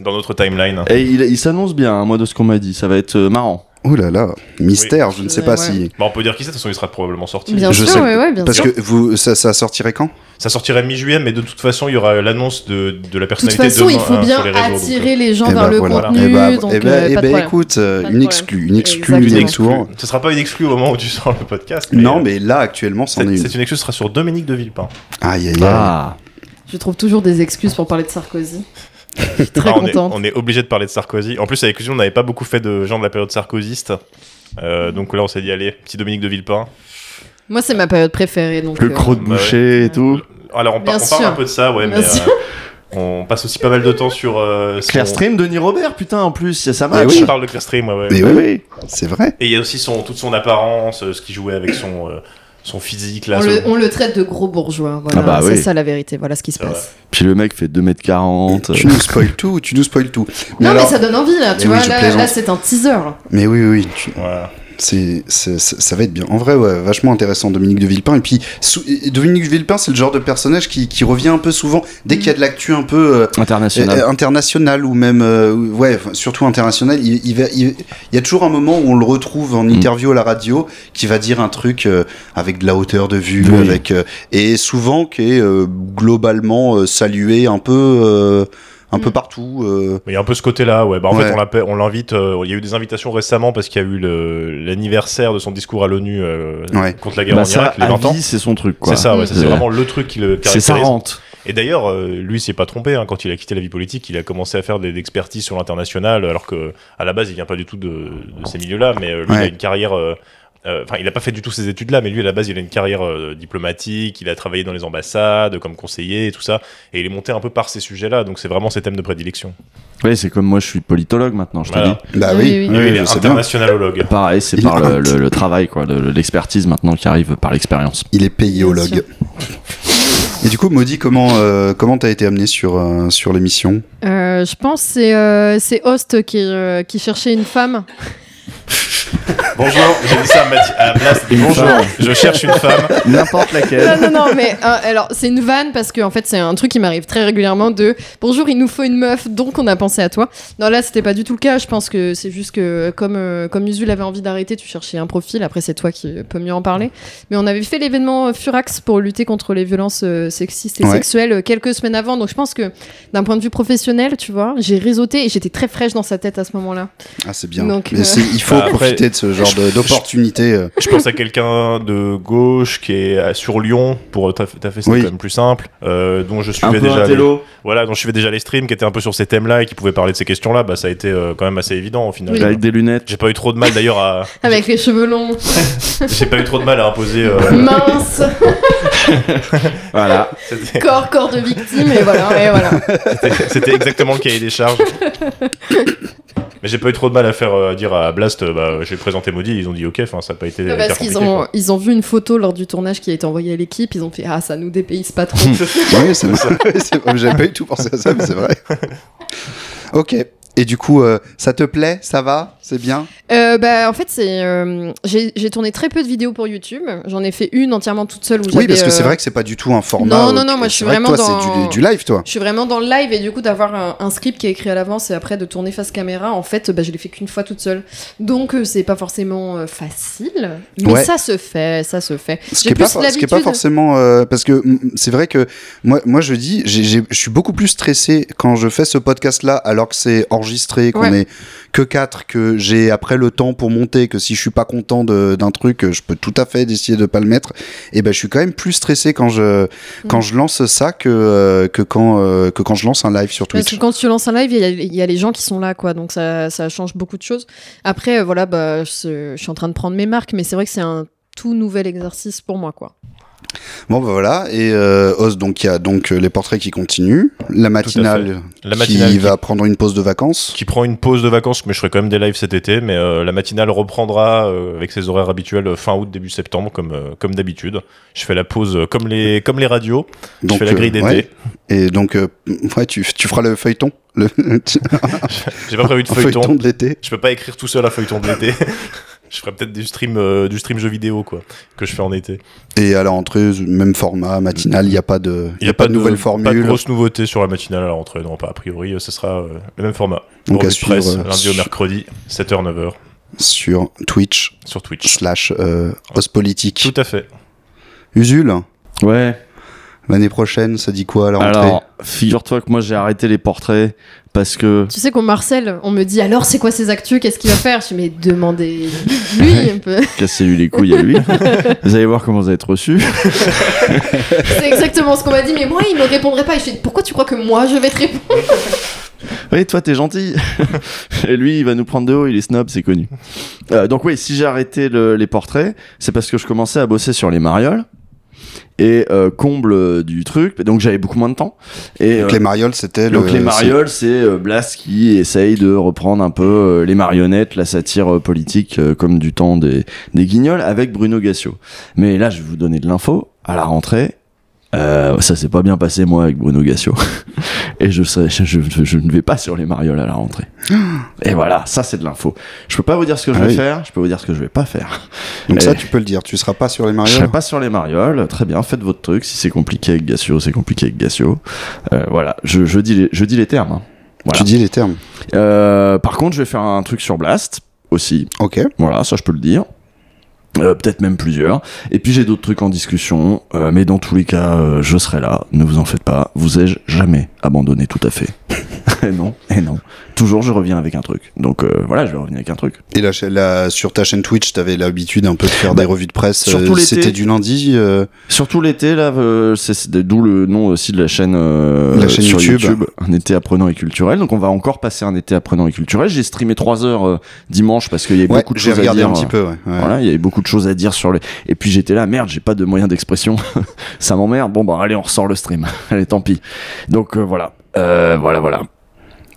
[SPEAKER 10] Dans notre timeline.
[SPEAKER 9] Et il, il s'annonce bien, hein, moi, de ce qu'on m'a dit. Ça va être euh, marrant.
[SPEAKER 7] Oh là là, mystère, je ne sais
[SPEAKER 8] Ouais,
[SPEAKER 7] pas
[SPEAKER 8] ouais.
[SPEAKER 7] si.
[SPEAKER 10] Bah, on peut dire qui c'est, de toute façon il sera probablement sorti.
[SPEAKER 8] Bien
[SPEAKER 7] Je
[SPEAKER 8] sûr,
[SPEAKER 7] sais-
[SPEAKER 8] ouais, ouais, bien
[SPEAKER 7] Parce
[SPEAKER 8] sûr.
[SPEAKER 7] que vous, ça, ça sortirait quand
[SPEAKER 10] Ça sortirait mi-juillet, mais de toute façon il y aura l'annonce de, de la
[SPEAKER 8] De toute
[SPEAKER 10] personnalité
[SPEAKER 8] façon,
[SPEAKER 10] demain,
[SPEAKER 8] il faut
[SPEAKER 10] hein,
[SPEAKER 8] bien
[SPEAKER 10] sur les réseaux, donc,
[SPEAKER 8] attirer les gens
[SPEAKER 7] Eh
[SPEAKER 8] vers
[SPEAKER 7] ben,
[SPEAKER 8] le
[SPEAKER 7] voilà.
[SPEAKER 8] contenu.
[SPEAKER 7] Eh ben,
[SPEAKER 8] donc,
[SPEAKER 7] eh ben,
[SPEAKER 8] euh,
[SPEAKER 7] eh
[SPEAKER 8] pas de
[SPEAKER 7] ben,
[SPEAKER 8] problème.
[SPEAKER 7] écoute, euh,
[SPEAKER 8] Pas de
[SPEAKER 7] une
[SPEAKER 8] problème.
[SPEAKER 7] exclue, une exclue,
[SPEAKER 10] euh,
[SPEAKER 7] une
[SPEAKER 10] une
[SPEAKER 8] Exactement.
[SPEAKER 7] exclue.
[SPEAKER 10] exclue. Ce sera pas une exclue au moment où tu [laughs] sors le podcast.
[SPEAKER 7] Non,
[SPEAKER 10] euh,
[SPEAKER 7] mais là, actuellement, c'en
[SPEAKER 10] Cette,
[SPEAKER 7] est une.
[SPEAKER 10] cette une exclue sera sur Dominique de Villepin.
[SPEAKER 7] Aïe, aïe, aïe.
[SPEAKER 9] Ah.
[SPEAKER 8] Je trouve toujours des excuses pour parler de Sarkozy. Je suis très
[SPEAKER 10] Ah, on, est,
[SPEAKER 8] contente.
[SPEAKER 10] on est obligé de parler de Sarkozy. En plus, avec Usul, on n'avait pas beaucoup fait de gens de la période sarkozyste. Euh, donc là, on s'est dit, allez, petit Dominique de Villepin.
[SPEAKER 8] Moi, c'est ma période préférée. Donc,
[SPEAKER 9] Le
[SPEAKER 8] euh,
[SPEAKER 9] croc de
[SPEAKER 10] Bah ouais.
[SPEAKER 9] boucher et tout.
[SPEAKER 10] Alors, on, par-
[SPEAKER 8] Bien
[SPEAKER 10] on parle
[SPEAKER 8] sûr.
[SPEAKER 10] un peu de ça, ouais,
[SPEAKER 8] Bien
[SPEAKER 10] mais
[SPEAKER 8] sûr.
[SPEAKER 10] euh, on passe aussi pas mal de temps sur. Euh, son-
[SPEAKER 9] Claire Stream, Denis Robert, putain, en plus, ça, ça
[SPEAKER 10] Ah,
[SPEAKER 9] match.
[SPEAKER 10] oui. Je parle de Claire Stream, ouais, ouais.
[SPEAKER 7] Mais
[SPEAKER 9] Oui,
[SPEAKER 7] oui,
[SPEAKER 9] Eh oui.
[SPEAKER 7] c'est vrai.
[SPEAKER 10] Et il y a aussi son, toute son apparence, euh, ce qu'il jouait avec son, euh, son physique, là.
[SPEAKER 8] on,
[SPEAKER 10] ce-
[SPEAKER 8] le, on le traite de gros bourgeois. Voilà,
[SPEAKER 9] Ah bah
[SPEAKER 8] c'est
[SPEAKER 9] oui.
[SPEAKER 8] ça la vérité. Voilà ce qui se
[SPEAKER 10] Ça
[SPEAKER 8] passe.
[SPEAKER 9] Puis le mec fait 2m40.
[SPEAKER 7] Tu nous spoil tout, tu nous spoil tout. Mais
[SPEAKER 8] non,
[SPEAKER 7] alors-
[SPEAKER 8] mais ça donne envie là. Tu
[SPEAKER 7] Mais oui,
[SPEAKER 8] vois,
[SPEAKER 7] je
[SPEAKER 8] là,
[SPEAKER 7] plaisante.
[SPEAKER 8] là, c'est un teaser.
[SPEAKER 7] mais oui, oui, oui, tu-
[SPEAKER 10] Voilà.
[SPEAKER 7] C'est, c'est- c'est- ça va être bien. En vrai, ouais, vachement intéressant, Dominique de Villepin. Et puis, sou- et Dominique de Villepin, c'est le genre de personnage qui, qui revient un peu souvent dès qu'il y a de l'actu un peu euh,
[SPEAKER 9] International.
[SPEAKER 7] euh, international ou même, euh, ouais, enfin, surtout international. Il, il va, il, il y a toujours un moment où on le retrouve
[SPEAKER 9] Mm.
[SPEAKER 7] en interview à la radio qui va dire un truc euh, avec de la hauteur de vue,
[SPEAKER 9] Oui.
[SPEAKER 7] avec euh, et souvent qui est euh, globalement euh, salué un peu. euh, un peu
[SPEAKER 8] Mm.
[SPEAKER 7] partout. euh,
[SPEAKER 10] Mais Il y a un peu ce côté-là, ouais. Bah, en
[SPEAKER 7] Ouais.
[SPEAKER 10] fait, on l'appelle- on l'invite. euh, il y a eu des invitations récemment parce qu'il y a eu le- l'anniversaire de son discours à l'ONU euh,
[SPEAKER 7] Ouais.
[SPEAKER 10] contre la guerre
[SPEAKER 9] Bah
[SPEAKER 10] en
[SPEAKER 9] ça,
[SPEAKER 10] Irak, les
[SPEAKER 9] à
[SPEAKER 10] 20 ans.
[SPEAKER 9] vie, c'est son truc, quoi.
[SPEAKER 10] C'est ça, ouais, ça,
[SPEAKER 9] Mm.
[SPEAKER 10] c'est vraiment le truc qui le
[SPEAKER 9] C'est
[SPEAKER 10] caractérise.
[SPEAKER 9] sa rente.
[SPEAKER 10] Et d'ailleurs, euh, lui, il s'est pas trompé. hein. quand il a quitté la vie politique, il a commencé à faire des expertises sur l'international, alors que à la base, il vient pas du tout de, de ces milieux-là. Mais euh, lui, il a
[SPEAKER 7] Ouais.
[SPEAKER 10] une carrière. euh, euh, Enfin, il n'a pas fait du tout ces études-là, mais lui, à la base, il a une carrière euh, diplomatique, il a travaillé dans les ambassades, comme conseiller et tout ça, et il est monté un peu par ces sujets-là, donc c'est vraiment ses thèmes de prédilection.
[SPEAKER 9] Oui, c'est comme moi, je suis politologue maintenant, je te
[SPEAKER 10] Voilà.
[SPEAKER 9] dis.
[SPEAKER 7] Bah
[SPEAKER 8] Oui, oui,
[SPEAKER 7] oui,
[SPEAKER 8] oui.
[SPEAKER 10] Lui,
[SPEAKER 7] oui,
[SPEAKER 10] il
[SPEAKER 7] je
[SPEAKER 10] est
[SPEAKER 7] sais bien.
[SPEAKER 10] internationalologue.
[SPEAKER 9] Pareil, c'est
[SPEAKER 7] Il
[SPEAKER 9] par
[SPEAKER 7] est
[SPEAKER 9] le,
[SPEAKER 7] un
[SPEAKER 9] le- le travail, quoi, le- l'expertise maintenant qui arrive par l'expérience.
[SPEAKER 7] Il est payéologue. Et du coup, Maudit, comment euh, comment t'as été amené sur euh, sur l'émission
[SPEAKER 8] Euh, je pense que c'est euh, c'est Host qui, euh, qui cherchait une femme.
[SPEAKER 10] Bonjour, j'ai dit ça à, Mathi- à Blas,
[SPEAKER 9] Une
[SPEAKER 10] bonjour,
[SPEAKER 9] femme.
[SPEAKER 10] je cherche une femme.
[SPEAKER 9] N'importe
[SPEAKER 8] Non,
[SPEAKER 9] laquelle.
[SPEAKER 8] non, non, mais euh, alors c'est une vanne parce que en fait c'est un truc qui m'arrive très régulièrement de bonjour, il nous faut une meuf, donc on a pensé à toi. Non, là c'était pas du tout le cas. Je pense que c'est juste que comme euh, comme Usul avait envie d'arrêter, tu cherchais un profil. Après c'est toi qui euh, peux mieux en parler. Mais on avait fait l'événement euh, Furax pour lutter contre les violences euh, sexistes et
[SPEAKER 7] Ouais.
[SPEAKER 8] sexuelles euh, quelques semaines avant. Donc je pense que d'un point de vue professionnel, tu vois, j'ai réseauté et j'étais très fraîche dans sa tête à ce moment-là.
[SPEAKER 7] Ah, c'est bien.
[SPEAKER 8] Donc,
[SPEAKER 7] Mais
[SPEAKER 8] euh,
[SPEAKER 7] c'est- il faut
[SPEAKER 10] Bah, après-
[SPEAKER 7] profiter de ce genre de- d'opportunité. euh.
[SPEAKER 10] Je pense à quelqu'un de gauche qui est à- sur Lyon, pour t'as fait, t'as fait, c'est
[SPEAKER 7] Oui.
[SPEAKER 10] quand même plus simple, euh, dont je
[SPEAKER 9] Un
[SPEAKER 10] suivais
[SPEAKER 9] peu
[SPEAKER 10] déjà.
[SPEAKER 9] un
[SPEAKER 10] les-
[SPEAKER 9] télo.
[SPEAKER 10] voilà, donc je suivais déjà les streams qui étaient un peu sur ces thèmes-là et qui pouvaient parler de ces questions-là, bah ça a été euh, quand même assez évident au final.
[SPEAKER 8] Oui.
[SPEAKER 9] Avec des lunettes.
[SPEAKER 10] J'ai pas eu trop de mal d'ailleurs à
[SPEAKER 8] Avec les cheveux longs,
[SPEAKER 10] j'ai pas eu trop de mal à imposer euh,
[SPEAKER 8] minces,
[SPEAKER 9] Voilà.
[SPEAKER 10] c'était
[SPEAKER 8] corps, corps de victime et voilà, et voilà.
[SPEAKER 10] c'était exactement le cahier des charges. Mais j'ai pas eu trop de mal à faire euh, à dire à Blast euh, bah j'ai présenté Maudit, ils ont dit OK, enfin ça a pas été
[SPEAKER 8] Ouais,
[SPEAKER 10] hyper
[SPEAKER 8] Parce qu'ils
[SPEAKER 10] compliqué,
[SPEAKER 8] ont,
[SPEAKER 10] quoi.
[SPEAKER 8] ils ont vu une photo lors du tournage qui a été envoyée à l'équipe, ils ont fait Ah, ça nous dépayse pas
[SPEAKER 7] [laughs]
[SPEAKER 8] trop.
[SPEAKER 7] oui, c'est [laughs] c'est- J'avais pas du tout pensé à ça, mais c'est [laughs] vrai. Ok. Et du coup, euh, ça te plaît Ça va C'est bien
[SPEAKER 8] Euh, bah, en fait, c'est, euh, j'ai j'ai tourné très peu de vidéos pour YouTube. J'en ai fait une entièrement toute seule. Où
[SPEAKER 7] Oui,
[SPEAKER 8] j'avais,
[SPEAKER 7] parce que
[SPEAKER 8] euh,
[SPEAKER 7] c'est vrai que c'est pas du tout un format.
[SPEAKER 8] Non, non,
[SPEAKER 7] euh,
[SPEAKER 8] non, moi,
[SPEAKER 7] que-
[SPEAKER 8] je
[SPEAKER 7] c'est
[SPEAKER 8] suis
[SPEAKER 7] vrai que
[SPEAKER 8] vraiment
[SPEAKER 7] toi,
[SPEAKER 8] dans-
[SPEAKER 7] C'est du, du live, toi.
[SPEAKER 8] Je suis vraiment dans le live et du coup d'avoir un, un script qui est écrit à l'avance et après de tourner face caméra, en fait, bah, je l'ai fait qu'une fois toute seule. Donc euh, c'est pas forcément euh, facile, mais
[SPEAKER 7] Ouais.
[SPEAKER 8] ça se fait, ça se fait.
[SPEAKER 7] Ce qui,
[SPEAKER 8] J'ai
[SPEAKER 7] est pas,
[SPEAKER 8] plus
[SPEAKER 7] for- ce qui est pas
[SPEAKER 8] l'habitude-
[SPEAKER 7] forcément euh, parce que mm, c'est vrai que moi moi je dis j'ai- j'ai- je suis beaucoup plus stressé quand je fais ce podcast là alors que c'est enregistré qu'on
[SPEAKER 8] Ouais.
[SPEAKER 7] est que quatre que j'ai après le temps pour monter que si je suis pas content de- d'un truc je peux tout à fait décider de pas le mettre et ben je suis quand même plus stressé quand je
[SPEAKER 8] Mm.
[SPEAKER 7] quand je lance ça que euh, que quand euh, que quand je lance un live sur
[SPEAKER 8] Parce que
[SPEAKER 7] Twitch.
[SPEAKER 8] quand tu lances un live, il y a- il y, a les gens qui sont là, quoi. Donc ça, ça change beaucoup de choses. Après, euh, voilà, bah, je, je suis en train de prendre mes marques, mais c'est vrai que c'est un tout nouvel exercice pour moi, quoi.
[SPEAKER 7] Bon bah voilà et euh, Oz donc il y a donc euh, les portraits qui continuent, la matinale,
[SPEAKER 10] La matinale
[SPEAKER 7] qui
[SPEAKER 10] qui-
[SPEAKER 7] va prendre une pause de vacances.
[SPEAKER 10] qui prend une pause de vacances, mais je ferai quand même des lives cet été. Mais euh, la matinale reprendra euh, avec ses horaires habituels euh, fin août, début septembre, comme, euh, comme d'habitude. Je fais la pause euh, comme, les, comme les radios. je fais la
[SPEAKER 7] euh,
[SPEAKER 10] grille d'été.
[SPEAKER 7] ouais. Et donc, euh, [laughs] ouais, tu, tu feras le feuilleton, le [laughs]
[SPEAKER 10] J'ai pas prévu de
[SPEAKER 7] un feuilleton.
[SPEAKER 10] feuilleton.
[SPEAKER 7] de l'été.
[SPEAKER 10] Je peux pas écrire tout seul un feuilleton de l'été. [laughs] je ferai peut-être du stream, euh, du stream jeu vidéo, quoi, que je fais en été.
[SPEAKER 7] Et à la rentrée, même format, matinal, il n'y a pas de, il y a pas de nouvelle
[SPEAKER 10] Pas de
[SPEAKER 7] formule.
[SPEAKER 10] grosse nouveauté sur la matinale à la rentrée. Non, pas a priori. euh, Ce sera euh, le même format.
[SPEAKER 7] Donc à
[SPEAKER 10] Revue de
[SPEAKER 7] suivre
[SPEAKER 10] presse,
[SPEAKER 7] euh,
[SPEAKER 10] lundi au mercredi, 7h, 9h,
[SPEAKER 7] sur Twitch
[SPEAKER 10] sur Twitch.
[SPEAKER 7] slash euh, Ospolitik.
[SPEAKER 10] Tout à fait.
[SPEAKER 7] Usul,
[SPEAKER 9] Ouais.
[SPEAKER 7] l'année prochaine, ça dit quoi à la rentrée
[SPEAKER 9] Alors, figure-toi que moi j'ai arrêté les portraits parce que
[SPEAKER 8] Tu sais qu'on marcelle, on me dit alors c'est quoi ses actus, qu'est-ce qu'il va faire Je dis
[SPEAKER 7] [laughs]
[SPEAKER 8] mais demandez lui un peu.
[SPEAKER 9] cassez-lui les couilles [laughs] à lui. vous allez voir comment vous allez être reçu.
[SPEAKER 8] C'est exactement ce qu'on m'a dit, mais moi il me répondrait pas. Et je dis pourquoi tu crois que moi je vais te répondre
[SPEAKER 9] Oui, toi t'es gentil. Et lui, il va nous prendre de haut, il est snob, c'est connu. Euh, donc oui, si j'ai arrêté le- les portraits, c'est parce que je commençais à bosser sur les marioles. Et euh, comble euh, du truc, donc j'avais beaucoup moins de temps. Et
[SPEAKER 7] Donc
[SPEAKER 9] euh,
[SPEAKER 7] les marioles, c'était le.
[SPEAKER 9] Donc les marioles, c'est euh, Blas qui essaye de reprendre un peu euh, les marionnettes, la satire euh, politique euh, comme du temps des, des guignols avec Bruno Gassio. Mais là, je vais vous donner de l'info à la rentrée. Euh, ça s'est pas bien passé moi avec Bruno Gassio [laughs] et je, serai- je, je- je ne vais pas sur les marioles à la rentrée. Et voilà, ça c'est de l'info. Je peux pas vous dire ce que je
[SPEAKER 7] Ah
[SPEAKER 9] vais
[SPEAKER 7] oui.
[SPEAKER 9] faire, je peux vous dire ce que je vais pas faire.
[SPEAKER 7] c'est- Donc ça,
[SPEAKER 9] Eh.
[SPEAKER 7] tu peux le dire. Tu seras pas sur les
[SPEAKER 9] Je serai
[SPEAKER 7] marioles.
[SPEAKER 9] pas sur les marioles, très bien, faites votre truc. Si c'est compliqué avec Gassio, c'est compliqué avec Gassio. Euh, voilà, je, je dis les, je dis les termes. hein. Voilà.
[SPEAKER 7] Tu dis les termes.
[SPEAKER 9] Euh, par contre, je vais faire un truc sur Blast aussi.
[SPEAKER 7] Ok.
[SPEAKER 9] Voilà, ça je peux le dire. Euh, Peut-être même plusieurs. Et puis j'ai d'autres trucs en discussion. euh, mais dans tous les cas, euh, je serai là. Ne vous en faites pas. Vous ai-je jamais abandonné tout à fait [laughs] Eh non, eh non. Toujours, je reviens avec un truc. Donc euh, voilà, je vais revenir avec un truc.
[SPEAKER 7] Et la, cha- la- sur ta chaîne Twitch, t'avais l'habitude un peu de faire
[SPEAKER 9] Bah,
[SPEAKER 7] des revues de presse. euh,
[SPEAKER 9] surtout l'été.
[SPEAKER 7] C'était du lundi. euh,
[SPEAKER 9] Surtout l'été, là, euh, c'est c'est d'où le nom aussi de la chaîne, euh,
[SPEAKER 7] La chaîne
[SPEAKER 9] sur
[SPEAKER 7] YouTube.
[SPEAKER 9] Un été apprenant et culturel. Donc on va encore passer un été apprenant et culturel. J'ai streamé trois heures euh, dimanche parce qu'il y a
[SPEAKER 7] ouais,
[SPEAKER 9] beaucoup de
[SPEAKER 7] j'ai
[SPEAKER 9] choses à
[SPEAKER 7] regardé
[SPEAKER 9] dire. euh,
[SPEAKER 7] un petit peu. ouais, ouais.
[SPEAKER 9] Voilà, il y avait beaucoup de choses à dire sur les. Et puis j'étais là, merde, j'ai pas de moyen d'expression, [laughs] ça m'emmerde. Bon bah allez, on ressort le stream. [laughs] allez, tant pis. Donc euh, voilà, Euh, voilà, voilà.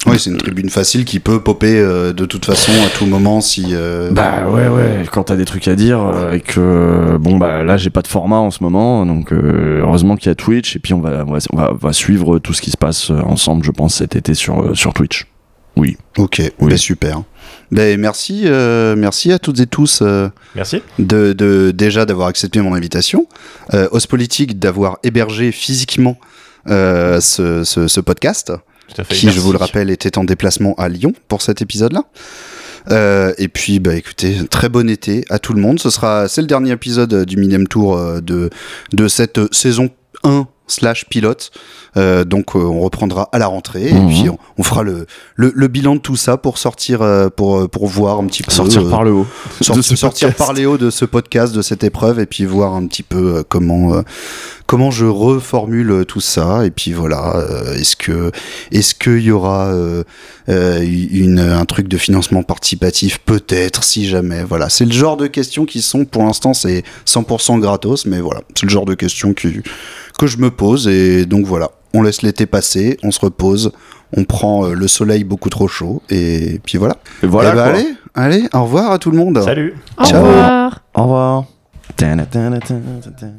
[SPEAKER 7] Oui, c'est une
[SPEAKER 9] Euh,
[SPEAKER 7] tribune facile qui peut popper euh, de toute façon à tout moment si. euh,
[SPEAKER 9] Bah ouais, ouais. Quand t'as des trucs à dire euh, et que bon bah là j'ai pas de format en ce moment, donc euh, heureusement qu'il y a Twitch et puis on va on va, on va- on va suivre tout ce qui se passe euh, ensemble, je pense cet été sur euh, sur Twitch. Oui.
[SPEAKER 7] Ok,
[SPEAKER 9] Oui.
[SPEAKER 7] bah, super. Ben merci, euh, merci à toutes et tous euh,
[SPEAKER 10] Merci.
[SPEAKER 7] de, de- déjà d'avoir accepté mon invitation, euh, Os Politique d'avoir hébergé physiquement euh, ce, ce- ce podcast,
[SPEAKER 10] Tout à fait.
[SPEAKER 7] qui,
[SPEAKER 10] Merci.
[SPEAKER 7] je vous le rappelle, était en déplacement à Lyon pour cet épisode-là. Euh, et puis, bah écoutez, très bon été à tout le monde. Ce sera, c'est le dernier épisode euh, du Minem Tour euh, de de cette euh, saison 1 slash pilote. Euh, donc, euh, on reprendra à la rentrée et
[SPEAKER 9] Mhm.
[SPEAKER 7] puis on, on fera le, le le bilan de tout ça pour sortir euh, pour euh, pour voir un petit peu
[SPEAKER 9] Sortir
[SPEAKER 7] euh,
[SPEAKER 9] par le haut.
[SPEAKER 7] sort-
[SPEAKER 9] de ce
[SPEAKER 7] sortir
[SPEAKER 9] podcast.
[SPEAKER 7] par les hauts de ce podcast, de cette épreuve, et puis voir un petit peu euh, comment euh, comment je reformule euh, tout ça. Et puis voilà, euh, est-ce que est-ce qu'il y aura euh, euh, une un truc de financement participatif peut-être, si jamais. Voilà, c'est le genre de questions qui sont pour l'instant c'est 100% gratos, mais voilà, c'est le genre de questions qui- que je me pose. Et donc voilà, on laisse l'été passer, on se repose. On prend euh, le soleil beaucoup trop chaud et puis voilà.
[SPEAKER 9] Et voilà.
[SPEAKER 7] Eh ben,
[SPEAKER 9] quoi.
[SPEAKER 7] allez, allez, au revoir à tout le monde.
[SPEAKER 10] Salut.
[SPEAKER 8] Au
[SPEAKER 7] Ciao.
[SPEAKER 8] revoir.
[SPEAKER 9] Au revoir. Tana, tana, tana, tana.